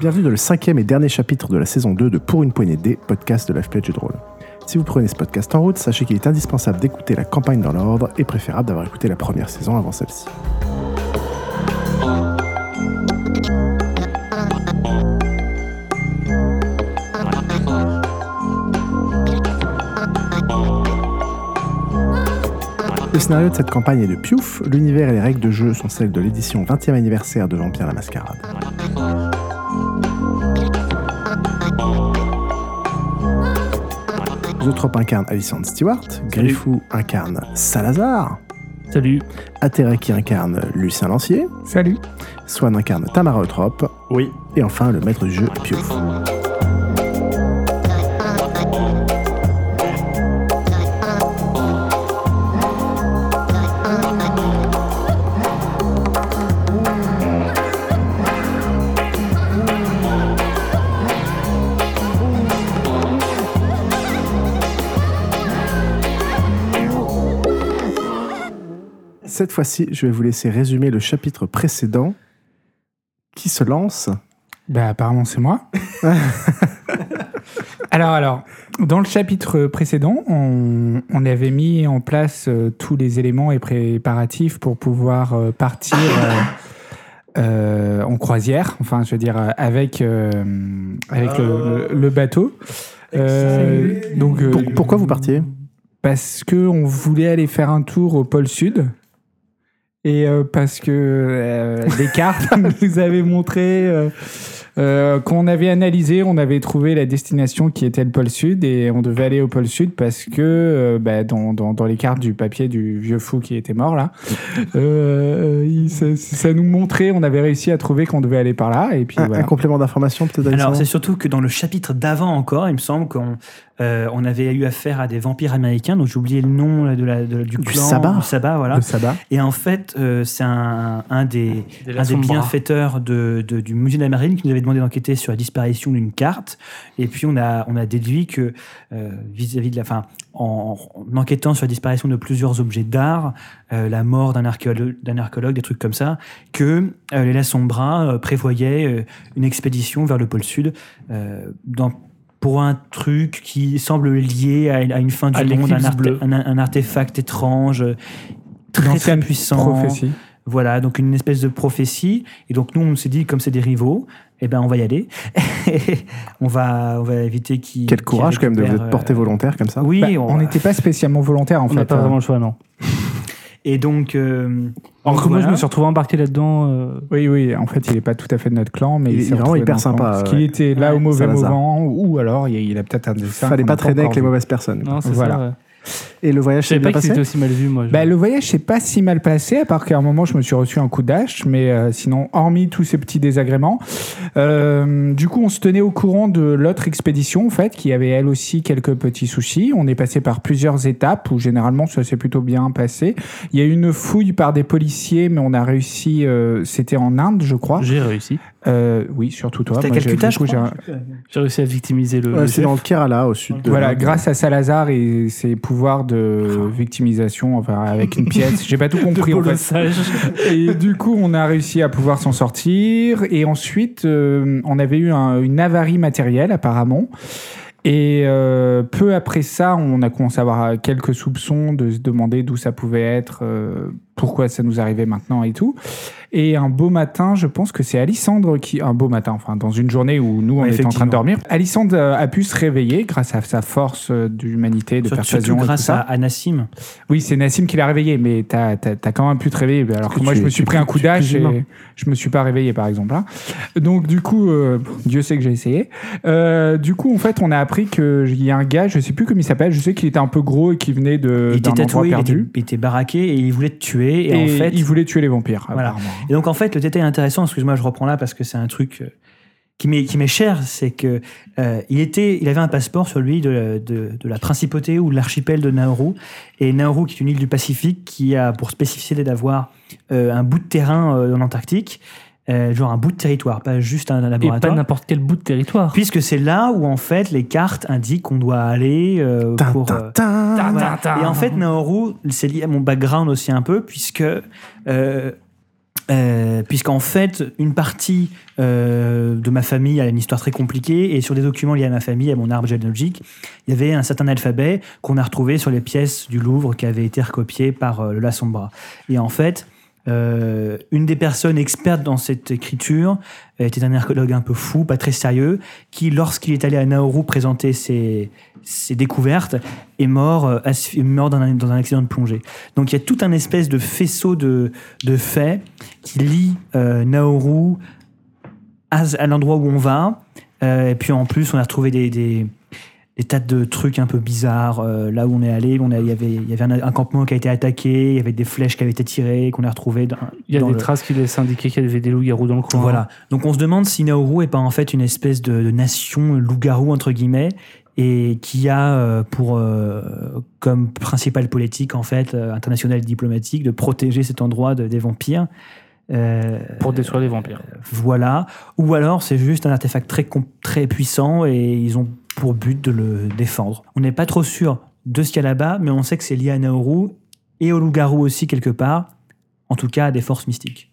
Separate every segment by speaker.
Speaker 1: Bienvenue dans le cinquième et dernier chapitre de la saison 2 de Pour une poignée des podcasts de Life Play de Drôle. Si vous prenez ce podcast en route, sachez qu'il est indispensable d'écouter la campagne dans l'ordre et préférable d'avoir écouté la première saison avant celle-ci. Le scénario de cette campagne est de Piouf, l'univers et les règles de jeu sont celles de l'édition 20e anniversaire de Vampire la Mascarade. Zootrope incarne Alison Stewart, Griffou incarne Salazar,
Speaker 2: Salut.
Speaker 1: Ateraki incarne Lucien Lancier,
Speaker 2: Salut.
Speaker 1: Swan incarne Tamara Eutrope,
Speaker 2: Oui.
Speaker 1: et enfin le maître du jeu Piouf. Cette fois-ci, je vais vous laisser résumer le chapitre précédent qui se lance.
Speaker 2: Bah apparemment c'est moi. alors alors, dans le chapitre précédent, on, on avait mis en place euh, tous les éléments et préparatifs pour pouvoir euh, partir euh, euh, en croisière, enfin je veux dire euh, avec, euh, avec le, le- le bateau. Euh, donc, euh,
Speaker 1: Pour- pourquoi vous partiez
Speaker 2: parce que on voulait aller faire un tour au pôle sud et euh, parce que euh, les cartes nous avaient montré euh, euh, qu'on avait analysé, on avait trouvé la destination qui était le pôle sud et on devait aller au pôle sud parce que euh, bah, dans, dans- dans les cartes du papier du vieux fou qui était mort là, euh, euh, il- ça, ça nous montrait, on avait réussi à trouver qu'on devait aller par là et puis
Speaker 3: Ah,
Speaker 1: un, un
Speaker 2: voilà.
Speaker 1: complément d'information peut-être
Speaker 3: Alors,
Speaker 1: Alison
Speaker 3: c'est surtout que dans le chapitre d'avant encore, il me semble qu'on euh, on avait eu affaire à des vampires américains, donc j'ai oublié le nom là, de la, de la- du,
Speaker 1: Du
Speaker 3: clan.
Speaker 1: sabbat.
Speaker 3: Du sabbat, voilà.
Speaker 2: Le sabbat.
Speaker 3: Et en fait, euh, c'est un, un des, un des
Speaker 4: sombras.
Speaker 3: bienfaiteurs de, de- du musée de la marine qui nous avait demandé d'enquêter sur la disparition d'une carte. Et puis, on a, on a déduit que, euh, vis-à-vis de la. Fin, en, en enquêtant sur la disparition de plusieurs objets d'art, euh, la mort d'un archéologue, d'un archéologue, des trucs comme ça, que euh, les La Sombra euh, prévoyaient euh, une expédition vers le pôle Sud euh, dans, pour un truc qui semble lié à, à une fin du
Speaker 4: À
Speaker 3: monde, un,
Speaker 4: l'éclipse
Speaker 3: arte-
Speaker 4: bleue.
Speaker 3: un- un artefact étrange, euh, très, très
Speaker 2: L'ancienne
Speaker 3: puissant.
Speaker 2: Prophétie.
Speaker 3: Voilà, donc une espèce de prophétie. Et donc nous, on s'est dit, comme c'est des rivaux, eh ben on va y aller. on va, on va éviter qu'ils.
Speaker 1: Quel
Speaker 3: qu'ils
Speaker 1: courage quand même de vous
Speaker 3: récupèrent,
Speaker 1: être porté
Speaker 3: euh,
Speaker 1: volontaire comme ça.
Speaker 3: Oui,
Speaker 2: Bah,
Speaker 3: on,
Speaker 2: on
Speaker 3: va-
Speaker 2: n'était pas spécialement volontaire en
Speaker 4: On
Speaker 2: fait.
Speaker 4: n'a pas
Speaker 2: hein.
Speaker 4: vraiment le choix, non.
Speaker 3: Et donc. euh,
Speaker 4: Alors que moi,
Speaker 3: voilà.
Speaker 4: je me suis retrouvé embarqué là-dedans. euh,
Speaker 2: Oui, oui, en fait, il n'est pas tout à fait de notre clan, mais
Speaker 1: Il
Speaker 2: il,
Speaker 1: est
Speaker 2: s'est
Speaker 1: vraiment
Speaker 2: retrouvé
Speaker 1: hyper
Speaker 2: dans le
Speaker 1: sympa,
Speaker 2: clan. Parce
Speaker 1: ouais.
Speaker 2: qu'il était là
Speaker 3: Ouais,
Speaker 2: au mauvais
Speaker 1: Salazar.
Speaker 2: moment, ou alors il, il a peut-être un dessin.
Speaker 1: Fallait
Speaker 2: qu'on
Speaker 1: pas
Speaker 2: n'a
Speaker 1: traîner avec
Speaker 2: encore
Speaker 1: les
Speaker 2: vu.
Speaker 1: mauvaises personnes.
Speaker 4: Non, c'est
Speaker 2: Voilà.
Speaker 4: ça. ouais.
Speaker 1: Et le voyage
Speaker 4: Je
Speaker 1: s'est
Speaker 4: savais
Speaker 1: bien
Speaker 4: pas que
Speaker 1: passé
Speaker 4: c'était aussi mal vu, moi. je-
Speaker 2: Bah, le voyage s'est pas si mal passé, à part qu'à un moment, je me suis reçu un coup d'âge, mais euh, sinon, hormis tous ces petits désagréments. euh, du coup, on se tenait au courant de l'autre expédition, en fait, qui avait elle aussi quelques petits soucis. On est passé par plusieurs étapes où généralement ça s'est plutôt bien passé. Il y a eu une fouille par des policiers, mais on a réussi. euh, C'était en Inde, je crois.
Speaker 4: J'ai réussi.
Speaker 2: Euh, oui, surtout toi.
Speaker 3: C'était à
Speaker 2: Moi, j'ai-
Speaker 3: Calcutta,
Speaker 2: du coup,
Speaker 3: je crois.
Speaker 2: j'ai un-
Speaker 4: J'ai réussi à victimiser le.
Speaker 1: Ouais,
Speaker 4: le
Speaker 1: Euh, C'est
Speaker 4: chef.
Speaker 1: dans le Kerala, au sud de.
Speaker 2: Voilà, grâce à Salazar et ses pouvoirs de victimisation, enfin avec une pièce, j'ai pas tout
Speaker 4: De
Speaker 2: compris en fait.
Speaker 4: bolossage.
Speaker 2: Et du coup, on a réussi à pouvoir s'en sortir. Et ensuite, euh, on avait eu un- une avarie matérielle apparemment. Et euh, peu après ça, on a commencé à avoir quelques soupçons de se demander d'où ça pouvait être, euh, pourquoi ça nous arrivait maintenant et tout. Et un beau matin, je pense que c'est Alissandre qui... Un beau matin, enfin, dans une journée où nous, on
Speaker 3: Ouais,
Speaker 2: était en train de
Speaker 3: effectivement.
Speaker 2: dormir. Alissandre euh, a pu se réveiller grâce à sa force euh, d'humanité, de
Speaker 3: surtout
Speaker 2: persuasion et tout
Speaker 3: grâce
Speaker 2: ça.
Speaker 3: à, à Nassim.
Speaker 2: Oui, c'est Nassim qui l'a réveillé, mais t'as t'as- t'as quand même pu te réveiller. Alors que
Speaker 1: que
Speaker 2: moi,
Speaker 1: tu
Speaker 2: je
Speaker 1: es-
Speaker 2: me
Speaker 1: tu
Speaker 2: suis
Speaker 1: es
Speaker 2: pris un
Speaker 1: plus-
Speaker 2: coup
Speaker 1: tu es plus
Speaker 2: d'âge et
Speaker 1: humain.
Speaker 2: je me suis pas réveillé, par exemple. hein. Donc, du coup, euh, Dieu sait que j'ai essayé. Euh, du coup, en fait, on a appris qu'il y a un gars, je sais plus comment il s'appelle, je sais qu'il était un peu gros et qu'il venait de-
Speaker 3: il
Speaker 2: Euh, d'un
Speaker 3: était
Speaker 2: endroit
Speaker 3: tatoué, il était,
Speaker 2: perdu.
Speaker 3: il était baraqué et il voulait te tuer.
Speaker 2: Et,
Speaker 3: Et, en fait,
Speaker 2: il voulait tuer les vampires,
Speaker 3: Voilà.
Speaker 2: apparemment.
Speaker 3: Et donc, en fait, le détail intéressant, excuse-moi, je reprends là parce que c'est un truc euh, qui m'est qui m'est cher, c'est que euh, il était, il avait un passeport sur lui de, de, de la principauté ou de l'archipel de Nauru. Et Nauru, qui est une île du Pacifique, qui a pour spécificité d'avoir euh, un bout de terrain euh, dans l'Antarctique, euh, genre un bout de territoire, pas juste un,
Speaker 4: Et pas
Speaker 3: laboratoire.
Speaker 4: n'importe quel bout de territoire.
Speaker 3: Puisque c'est là où en fait les cartes indiquent qu'on doit aller euh,
Speaker 1: Tin,
Speaker 3: pour.
Speaker 1: tin,
Speaker 3: euh,
Speaker 1: tin.
Speaker 4: Ah,
Speaker 3: voilà.
Speaker 4: tintin.
Speaker 3: Et en fait, Naoru, c'est lié à mon background aussi un peu, puisque euh, Euh, puisqu'en fait, une partie euh, de ma famille a une histoire très compliquée, et sur des documents liés à ma famille, à mon arbre généalogique, il y avait un certain alphabet qu'on a retrouvé sur les pièces du Louvre qui avait été recopiées par euh, Lola Sombra. Et en fait, euh, une des personnes expertes dans cette écriture était un archéologue un peu fou, pas très sérieux, qui, lorsqu'il est allé à Nauru présenter ses, ses découvertes, est mort, euh, asphy- mort dans, un, dans un accident de plongée. Donc il y a tout un espèce de faisceau de, de faits qui lie euh, Nauru à, à l'endroit où on va. Euh, et puis en plus, on a retrouvé des, des, des tas de trucs un peu bizarres. euh, là où on est allé, on a- il y avait, il y avait un, un campement qui a été attaqué, il y avait des flèches qui avaient été tirées, qu'on a retrouvées. Dans,
Speaker 4: Il y a
Speaker 3: dans
Speaker 4: des
Speaker 3: le-
Speaker 4: traces qui laissent indiquer qu'il y avait des loups-garous dans le coin. hein,
Speaker 3: voilà. Donc on se demande si Nauru est pas en fait une espèce de, de nation loup-garou entre guillemets et qui a euh, pour euh, comme principale politique en fait euh, internationale diplomatique de protéger cet endroit de- des vampires. Euh,
Speaker 4: Pour détruire les vampires.
Speaker 3: voilà. Ou alors c'est juste un artefact très com- très puissant et ils ont pour but de le défendre. On n'est pas trop sûr de ce qu'il y a là-bas, mais on sait que c'est lié à Nauru et au loup-garou aussi quelque part. En tout cas, à des forces mystiques.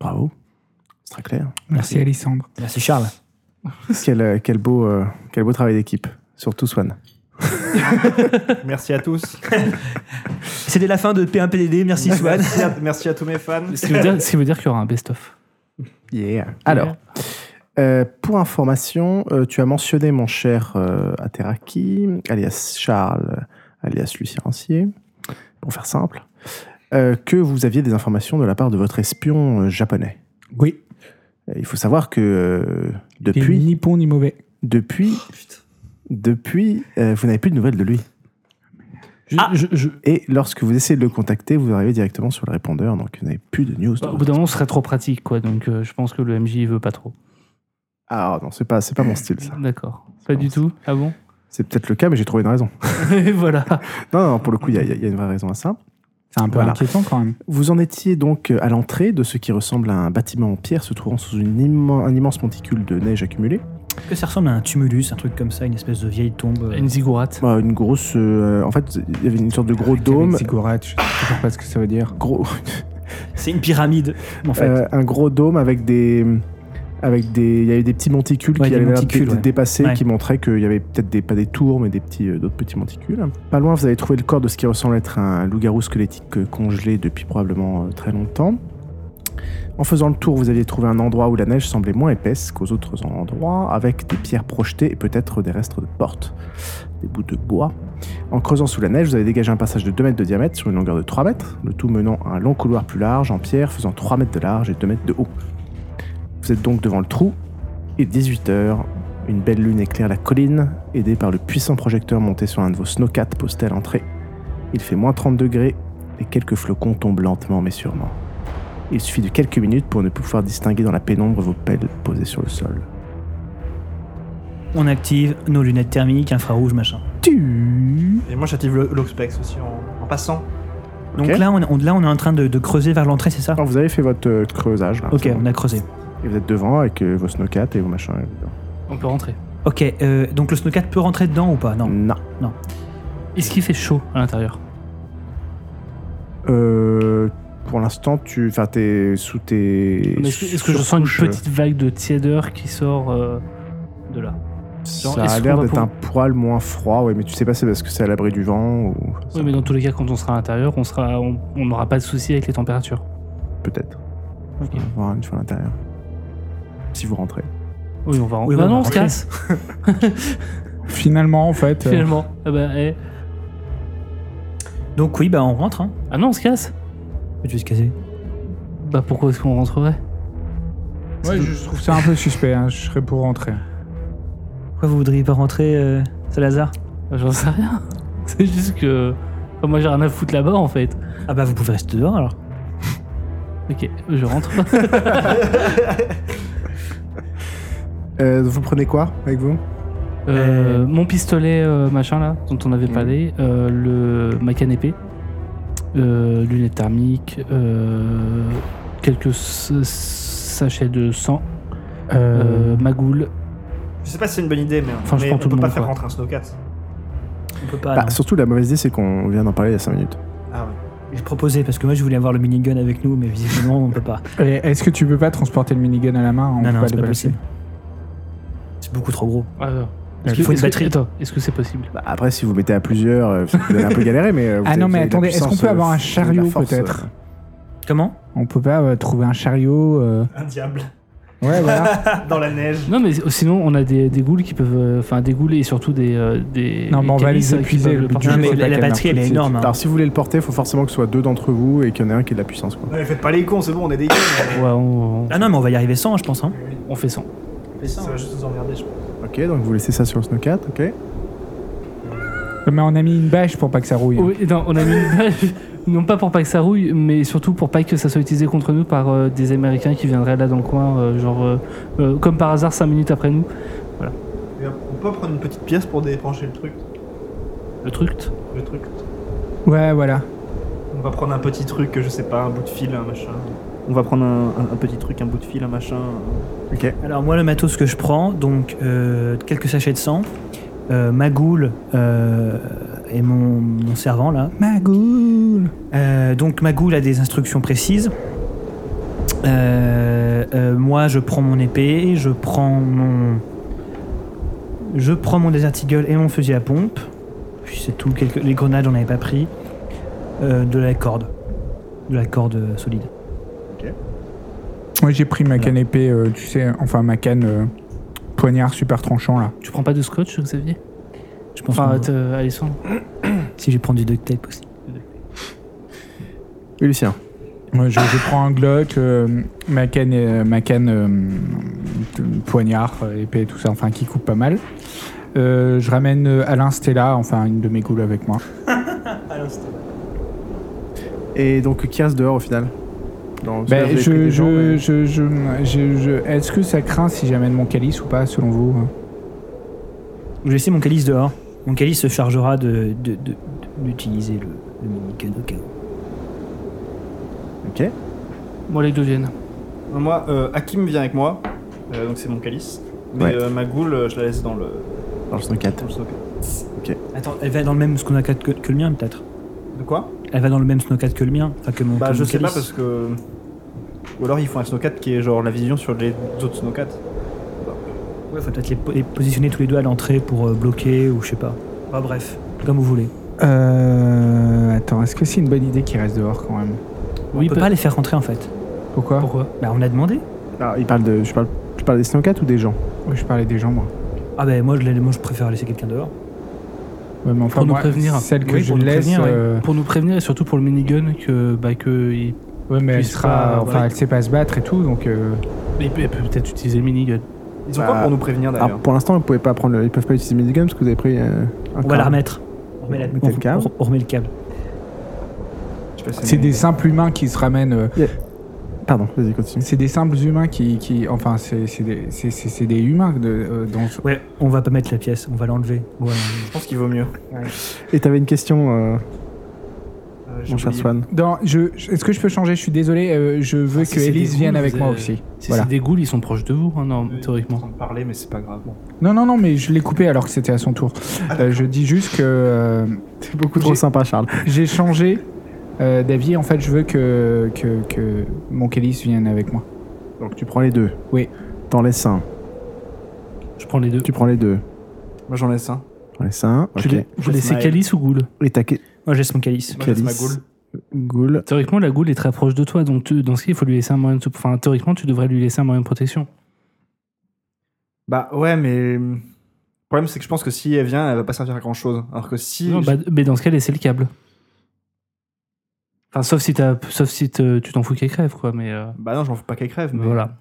Speaker 1: Bravo. C'est très clair.
Speaker 2: Merci, Alessandre.
Speaker 3: Merci Charles.
Speaker 1: quel, euh, quel beau, euh, quel beau travail d'équipe. Surtout Swan.
Speaker 5: Merci à tous.
Speaker 3: C'était la fin de P1PDD, merci Swan.
Speaker 5: Merci à, merci à tous mes fans.
Speaker 4: Ce qui veut dire, ce qui veut dire qu'il y aura un best-of.
Speaker 1: Yeah. Alors, euh, pour information, euh, tu as mentionné mon cher euh, Ateraki, alias Charles, alias Lucien Rancier, pour faire simple, euh, que vous aviez des informations de la part de votre espion euh, japonais.
Speaker 2: Oui.
Speaker 1: Euh, Il faut savoir que euh,
Speaker 2: Et
Speaker 1: depuis,
Speaker 2: Ni bon ni mauvais.
Speaker 1: depuis, depuis, euh, vous n'avez plus de nouvelles de lui.
Speaker 4: Je- je- je-
Speaker 1: Et lorsque vous essayez de le contacter, vous arrivez directement sur le répondeur, donc vous n'avez plus de news. de
Speaker 4: bah, au
Speaker 1: votre
Speaker 4: bout d'un moment, ce serait trop pratique, quoi. Donc, euh, je pense que le MJ, il veut pas trop.
Speaker 1: Ah non, c'est pas, c'est pas mon style ça.
Speaker 4: D'accord. Pas du tout. Ah bon
Speaker 1: C'est peut-être le cas, mais j'ai trouvé une raison.
Speaker 4: Et voilà.
Speaker 1: Non, non, pour le coup, il y, a- il y a- il y a une vraie raison à ça.
Speaker 2: C'est un peu
Speaker 1: Voilà.
Speaker 2: inquiétant quand même.
Speaker 1: Vous en étiez donc euh, à l'entrée de ce qui ressemble à un bâtiment en pierre se trouvant sous une immen- un immense monticule de neige accumulée.
Speaker 3: Est-ce que ça ressemble à un tumulus, un truc comme ça, une espèce de vieille tombe euh,
Speaker 4: Une zigourate.
Speaker 1: Bah, une grosse. euh, en fait, il y avait une sorte de gros dôme.
Speaker 2: Avec Ziggurat, je sais toujours pas ce que ça veut dire.
Speaker 1: Gros,
Speaker 3: C'est une pyramide, en fait.
Speaker 1: euh, un gros dôme avec des. Avec des, il y avait des petits monticules
Speaker 3: Ouais,
Speaker 1: qui
Speaker 3: des
Speaker 1: avaient l'air d'être
Speaker 3: monticules, ouais.
Speaker 1: dépassés,
Speaker 3: Ouais.
Speaker 1: qui montraient qu'il y avait peut-être des, pas des tours, mais des petits, euh, d'autres petits monticules. Pas loin, vous avez trouvé le corps de ce qui ressemble être un loup-garou squelettique euh, congelé depuis probablement euh, très longtemps. En faisant le tour, vous aviez trouvé un endroit où la neige semblait moins épaisse qu'aux autres endroits, avec des pierres projetées et peut-être des restes de portes, des bouts de bois. En creusant sous la neige, vous avez dégagé un passage de 2 mètres de diamètre sur une longueur de 3 mètres, le tout menant à un long couloir plus large en pierre faisant 3 mètres de large et 2 mètres de haut. Vous êtes donc devant le trou, et 18h, une belle lune éclaire la colline, aidée par le puissant projecteur monté sur un de vos snowcats postés à l'entrée. Il fait moins 30 degrés, et quelques flocons tombent lentement mais sûrement. Il suffit de quelques minutes pour ne pouvoir distinguer dans la pénombre vos pelles posées sur le sol.
Speaker 3: On active nos lunettes thermiques, infrarouges, machin.
Speaker 5: Et moi j'active le- l'Oxpex aussi en, en passant.
Speaker 3: Donc
Speaker 1: Ok.
Speaker 3: là on, on- là, on est en train de, de creuser vers l'entrée, c'est ça
Speaker 1: Alors vous avez fait votre euh, creusage là,
Speaker 3: Ok,
Speaker 1: c'est bon.
Speaker 3: on a creusé.
Speaker 1: et vous êtes devant avec euh, vos snowcats et vos machins.
Speaker 4: On peut rentrer.
Speaker 3: Ok, euh, donc le snowcat peut rentrer dedans ou pas Non.
Speaker 1: Non.
Speaker 4: Est-ce qu'il fait chaud à l'intérieur
Speaker 1: Euh, pour l'instant, tu, enfin, t'es sous tes.
Speaker 4: Mais Est-ce que- est-ce que je sens une
Speaker 1: surcouches, euh,
Speaker 4: petite vague de tiédeur qui sort euh, de là genre,
Speaker 1: Ça
Speaker 4: est-ce
Speaker 1: a
Speaker 4: qu'on
Speaker 1: l'air
Speaker 4: va
Speaker 1: d'être
Speaker 4: pouvoir-
Speaker 1: un poil moins froid, ouais, mais tu sais pas, c'est parce que c'est à l'abri du vent ou.
Speaker 4: Oui, mais dans tous les cas, quand on sera à l'intérieur, on sera, on on n'aura pas de souci avec les températures.
Speaker 1: Peut-être.
Speaker 4: Ok.
Speaker 1: On va voir une fois à l'intérieur. Si vous rentrez.
Speaker 4: Oui, on va rentrer.
Speaker 3: Oui,
Speaker 4: bah
Speaker 3: on va
Speaker 4: non, on se
Speaker 3: rentrer.
Speaker 4: casse,
Speaker 2: Finalement, en fait. euh,
Speaker 4: finalement. Ah, bah, eh.
Speaker 3: Donc oui, bah on rentre. Hein.
Speaker 4: ah non, on se casse
Speaker 3: Je vais se caser.
Speaker 4: Bah pourquoi est-ce qu'on rentrerait
Speaker 2: ouais, je trouve ça un peu suspect. hein, Je serais pour rentrer.
Speaker 3: Pourquoi vous voudriez pas rentrer, euh, Salazar
Speaker 4: Bah, J'en sais rien. C'est juste que. enfin, moi, j'ai rien à foutre là-bas, en fait.
Speaker 3: Ah bah vous pouvez rester dehors alors.
Speaker 4: Ok, je rentre.
Speaker 1: Euh, vous prenez quoi avec vous
Speaker 4: Euh,
Speaker 3: Euh,
Speaker 4: Mon pistolet euh, machin là, dont on avait parlé, euh, le, ma canne épée, euh, lunettes thermiques, euh, quelques s- sachets de sang, euh, ma goule.
Speaker 5: Je sais pas si c'est une bonne idée, mais,
Speaker 4: Enfin, je
Speaker 5: mais
Speaker 4: prends
Speaker 5: on
Speaker 4: tout
Speaker 5: peut
Speaker 4: le
Speaker 5: pas
Speaker 4: monde,
Speaker 5: faire
Speaker 4: quoi.
Speaker 5: rentrer un snowcat.
Speaker 3: On peut pas.
Speaker 1: Bah,
Speaker 3: non.
Speaker 1: Surtout, la mauvaise idée, c'est qu'on vient d'en parler il y a 5 minutes.
Speaker 5: Ah ouais.
Speaker 3: J'ai proposé parce que moi je voulais avoir le minigun avec nous, mais visiblement on peut pas.
Speaker 2: Et Eh, Est-ce que tu peux pas transporter le minigun à la main On
Speaker 3: non,
Speaker 2: peut
Speaker 3: non,
Speaker 2: pas
Speaker 3: c'est
Speaker 2: le
Speaker 3: pas
Speaker 2: balancer.
Speaker 3: possible. C'est beaucoup trop gros.
Speaker 4: Alors,
Speaker 3: Parce
Speaker 4: est-ce
Speaker 3: qu'il
Speaker 4: que-
Speaker 3: faut une
Speaker 4: est-ce que-
Speaker 3: batterie.
Speaker 4: Attends, est-ce que c'est possible
Speaker 1: Bah, après, si vous mettez à plusieurs, euh, vous allez un peu galérer, mais. euh, vous
Speaker 2: Ah
Speaker 1: avez-
Speaker 2: non,
Speaker 1: vous
Speaker 2: mais
Speaker 1: avez de la
Speaker 2: attendez, est-ce qu'on
Speaker 1: puissance,
Speaker 2: peut avoir
Speaker 1: euh,
Speaker 2: un
Speaker 1: de la
Speaker 2: chariot
Speaker 1: force, euh,
Speaker 2: peut-être
Speaker 3: Comment
Speaker 2: On peut pas euh, trouver un chariot. euh,
Speaker 5: Un diable
Speaker 2: Ouais, voilà.
Speaker 5: dans la neige.
Speaker 4: Non, mais sinon, on a des, des ghouls qui peuvent. euh, Enfin, des ghouls et surtout des. euh, des
Speaker 2: Non, mais on va
Speaker 4: canis,
Speaker 2: les
Speaker 4: euh, qui
Speaker 2: épuiser,
Speaker 4: peuvent
Speaker 2: le but du
Speaker 4: porter.
Speaker 2: jeu,
Speaker 3: Non, mais
Speaker 2: sais
Speaker 3: la,
Speaker 2: pas
Speaker 3: la
Speaker 2: quel
Speaker 3: batterie
Speaker 2: article
Speaker 3: elle est
Speaker 2: c'est.
Speaker 3: énorme. hein.
Speaker 1: Alors, si vous voulez le porter, il faut forcément que ce soit deux d'entre vous et qu'il y en ait un qui ait de la puissance. Quoi.
Speaker 5: Non, mais faites pas les cons, c'est bon, on est des
Speaker 4: Ouais,
Speaker 5: gueules. hein.
Speaker 4: on, on-
Speaker 3: Ah non, mais on va y arriver sans, je pense. Hein.
Speaker 4: on fait 100.
Speaker 5: Ça hein. va juste nous emmerder, je pense.
Speaker 1: Ok, donc vous laissez ça sur le snowcat, ok
Speaker 2: mais on a mis une bâche pour pas que ça rouille. hein.
Speaker 4: Oui, non, on a mis une bâche, non pas pour pas que ça rouille, mais surtout pour pas que ça soit utilisé contre nous par euh, des Américains qui viendraient là dans le coin, euh, genre euh, euh, comme par hasard 5 minutes après nous.
Speaker 5: Mais On peut prendre une petite pièce pour débrancher le truc.
Speaker 4: Le truc.
Speaker 5: Le truc.
Speaker 2: Ouais, voilà.
Speaker 5: On va prendre un petit truc, je sais pas, un bout de fil, un machin. On va prendre un, un- un petit truc, un bout de fil, un machin.
Speaker 3: Alors moi le matos que je prends, donc euh, quelques sachets de sang, euh, ma goule euh, et mon, mon servant là.
Speaker 2: Ma goule
Speaker 3: Euh, donc ma goule a des instructions précises. Euh, euh, moi je prends mon épée, je prends mon... Je prends mon Desert Eagle et mon fusil à pompe. Puis c'est tout, quelques- les grenades j'en avais pas pris. Euh, de la corde. De la corde euh, solide.
Speaker 2: Moi j'ai pris ma
Speaker 3: Voilà.
Speaker 2: canne épée, euh, tu sais, enfin ma canne euh, poignard super tranchant là.
Speaker 4: Tu prends pas de scotch, Xavier
Speaker 3: Je pense
Speaker 4: Enfin,
Speaker 3: qu'on-
Speaker 4: euh, Alessandre.
Speaker 3: si je prends du duct tape aussi.
Speaker 1: Et Lucien
Speaker 2: Moi je, je prends un Glock, euh, ma canne, euh, ma canne euh, de- poignard, euh, épée, tout ça, enfin qui coupe pas mal. Euh, je ramène euh, Alain Stella, enfin une de mes goules avec moi.
Speaker 1: Et donc, qui reste dehors au final Dans- parce que là, vous
Speaker 2: Ben,
Speaker 1: avez pris
Speaker 2: je,
Speaker 1: des gens,
Speaker 2: je,
Speaker 1: mais-
Speaker 2: je, je, je- je- Est-ce que ça craint si j'amène mon calice ou pas selon vous hein
Speaker 3: Je vais laisser mon calice dehors. Mon calice se chargera de, de- de- d'utiliser le, le minigun au cas où.
Speaker 1: Ok.
Speaker 4: Moi, les deux viennent.
Speaker 5: Moi, euh, Hakim vient avec moi, euh, donc c'est mon calice. Mais
Speaker 1: Ouais.
Speaker 5: euh, ma goule, euh, je la laisse dans le,
Speaker 1: Dans le snowcat.
Speaker 5: dans le socle.
Speaker 3: Attends, elle va dans le même snowcat que, que le mien, peut-être
Speaker 5: De quoi
Speaker 3: Elle va dans le même snowcat que le mien Enfin, que mon
Speaker 5: Bah,
Speaker 3: que
Speaker 5: je
Speaker 3: mon
Speaker 5: sais pas
Speaker 3: calice.
Speaker 5: parce que. Ou alors il faut un snowcat qui est genre la vision sur les autres snowcats.
Speaker 3: Ouais, faut peut-être les, po- les positionner tous les deux à l'entrée pour euh, bloquer ou je sais pas. Bah, bref, comme vous voulez.
Speaker 2: euh, Attends, est-ce que c'est une bonne idée qu'il reste dehors quand même
Speaker 4: Oui,
Speaker 3: on peut
Speaker 4: peut-
Speaker 3: pas les faire rentrer en fait.
Speaker 2: Pourquoi
Speaker 4: Pourquoi
Speaker 3: Bah, on a demandé.
Speaker 1: Alors, il parle de. Je parle, je parle des snowcats ou des gens
Speaker 2: Ouais, Je parlais des gens moi.
Speaker 3: Ah, bah, moi je, l'ai- moi, je préfère laisser quelqu'un dehors.
Speaker 2: Ouais, mais enfin,
Speaker 4: Pour nous
Speaker 2: moi,
Speaker 4: prévenir.
Speaker 2: Celle que
Speaker 4: Oui,
Speaker 2: je
Speaker 4: pour nous
Speaker 2: laisse.
Speaker 4: prévenir, oui.
Speaker 2: euh,
Speaker 4: Pour nous prévenir et surtout pour le minigun que, bah, que il,
Speaker 2: ouais, mais elle
Speaker 4: puisse
Speaker 2: sera.
Speaker 4: pas-
Speaker 2: enfin,
Speaker 4: ouais.
Speaker 2: elle sait pas se battre et tout, donc. euh,
Speaker 4: il peut, il peut peut-être utiliser le minigun.
Speaker 5: Ils ont
Speaker 1: Bah,
Speaker 5: quoi pour nous prévenir d'ailleurs
Speaker 1: Alors, pour l'instant, ils, pouvaient pas prendre le- ils peuvent pas utiliser le minigun parce que vous avez pris. euh, un
Speaker 3: On va
Speaker 1: corps.
Speaker 3: la remettre. On remet, la-
Speaker 1: Mettez le câble.
Speaker 3: on- on remet le câble.
Speaker 5: Je sais pas si
Speaker 2: c'est
Speaker 5: une
Speaker 2: des
Speaker 5: idée.
Speaker 2: simples humains qui se ramènent. euh,
Speaker 1: Pardon, vas-y, continue.
Speaker 2: c'est des simples humains qui. qui enfin, c'est c'est des, c'est- c'est- c'est des humains de, euh, dans.
Speaker 3: Ouais, on va pas mettre la pièce, on va l'enlever. Ouais.
Speaker 5: Je pense qu'il vaut mieux.
Speaker 1: Et t'avais une question, euh,
Speaker 5: Euh, j'ai
Speaker 1: mon cher
Speaker 5: oublié.
Speaker 1: Swan.
Speaker 2: dans- je, je- Est-ce que je peux changer Je suis désolé, euh, je veux
Speaker 4: Ah, si
Speaker 2: que
Speaker 4: c'est des
Speaker 2: Elise vienne
Speaker 4: ghouls,
Speaker 2: avec
Speaker 4: vous
Speaker 2: moi
Speaker 4: avez-
Speaker 2: aussi.
Speaker 4: Si
Speaker 2: Voilà.
Speaker 4: c'est des ghouls, ils sont proches de vous, hein, non,
Speaker 5: Oui, Je suis en
Speaker 4: théoriquement.
Speaker 5: train de parler, mais c'est pas grave. Bon.
Speaker 2: Non, non, non, mais je l'ai coupé alors que c'était à son tour. Euh, je dis juste que euh,
Speaker 1: C'est beaucoup trop
Speaker 2: J'ai-
Speaker 1: sympa, Charles.
Speaker 2: j'ai changé euh, d'avis. En fait, je veux que, que, que mon Kélis vienne avec moi.
Speaker 1: Donc, tu prends les deux.
Speaker 2: Oui.
Speaker 1: T'en laisses un.
Speaker 4: Je prends les deux.
Speaker 1: Tu prends les deux.
Speaker 5: Moi j'en laisse un.
Speaker 1: T'en laisses un. Ok.
Speaker 4: Tu les- Vous laissez
Speaker 5: Smile.
Speaker 4: Calice ou Ghoul
Speaker 1: Et t'as que-
Speaker 3: Moi, je laisse mon calice.
Speaker 5: Moi je laisse ma
Speaker 1: Calice.
Speaker 5: goule.
Speaker 1: Ghoul.
Speaker 4: Théoriquement, la Ghoul est très proche de toi, donc tu- dans ce cas, il faut lui laisser un moyen de. se- Enfin, théoriquement, tu devrais lui laisser un moyen de protection.
Speaker 5: Bah ouais, mais. Le problème c'est que je pense que si elle vient, elle va pas servir à grand chose. Alors que si.
Speaker 4: Non, bah, mais dans ce cas, laissez le câble. Enfin, sauf si, t'as- sauf si te- tu t'en fous qu'elle crève, quoi, mais. euh,
Speaker 5: Bah non, j'en veux pas qu'elle crève. Mais...
Speaker 4: Voilà.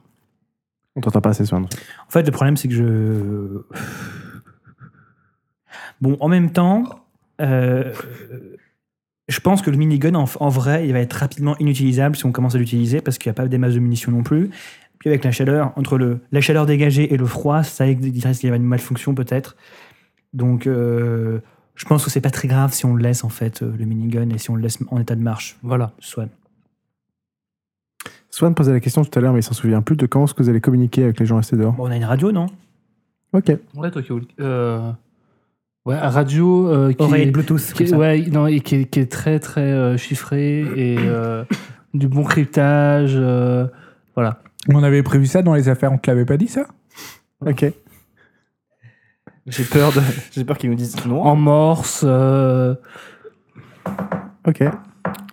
Speaker 1: On t'entend pas assez, Swan.
Speaker 3: En fait, le problème, c'est que je. Bon, en même temps, euh, je pense que le minigun, en, en vrai, il va être rapidement inutilisable si on commence à l'utiliser parce qu'il n'y a pas des masses de munitions non plus. Puis avec la chaleur, entre le, la chaleur dégagée et le froid, ça risque il risque d'y avoir une malfonction peut-être. Donc, euh, je pense que c'est pas très grave si on le laisse en fait, euh, le minigun, et si on le laisse en état de marche.
Speaker 4: Voilà.
Speaker 3: Swan.
Speaker 1: Swan posait la question tout à l'heure, mais il s'en souvient plus de comment est-ce que vous allez communiquer avec les gens restés dehors.
Speaker 3: Bon, on a une radio, non
Speaker 1: Ok.
Speaker 4: Ouais, toi qui roule- euh, Ouais, radio euh, qui,
Speaker 3: Oreille
Speaker 4: est-
Speaker 3: Bluetooth.
Speaker 4: qui
Speaker 3: comme
Speaker 4: est,
Speaker 3: ça.
Speaker 4: ouais, non, et qui est, qui est très très euh, chiffré et euh, du bon cryptage. euh, voilà.
Speaker 2: On avait prévu ça dans les affaires, on te l'avait pas dit ça
Speaker 1: Ok.
Speaker 5: J'ai peur, de... j'ai peur qu'ils nous disent non.
Speaker 4: En morse, euh,
Speaker 1: Ok.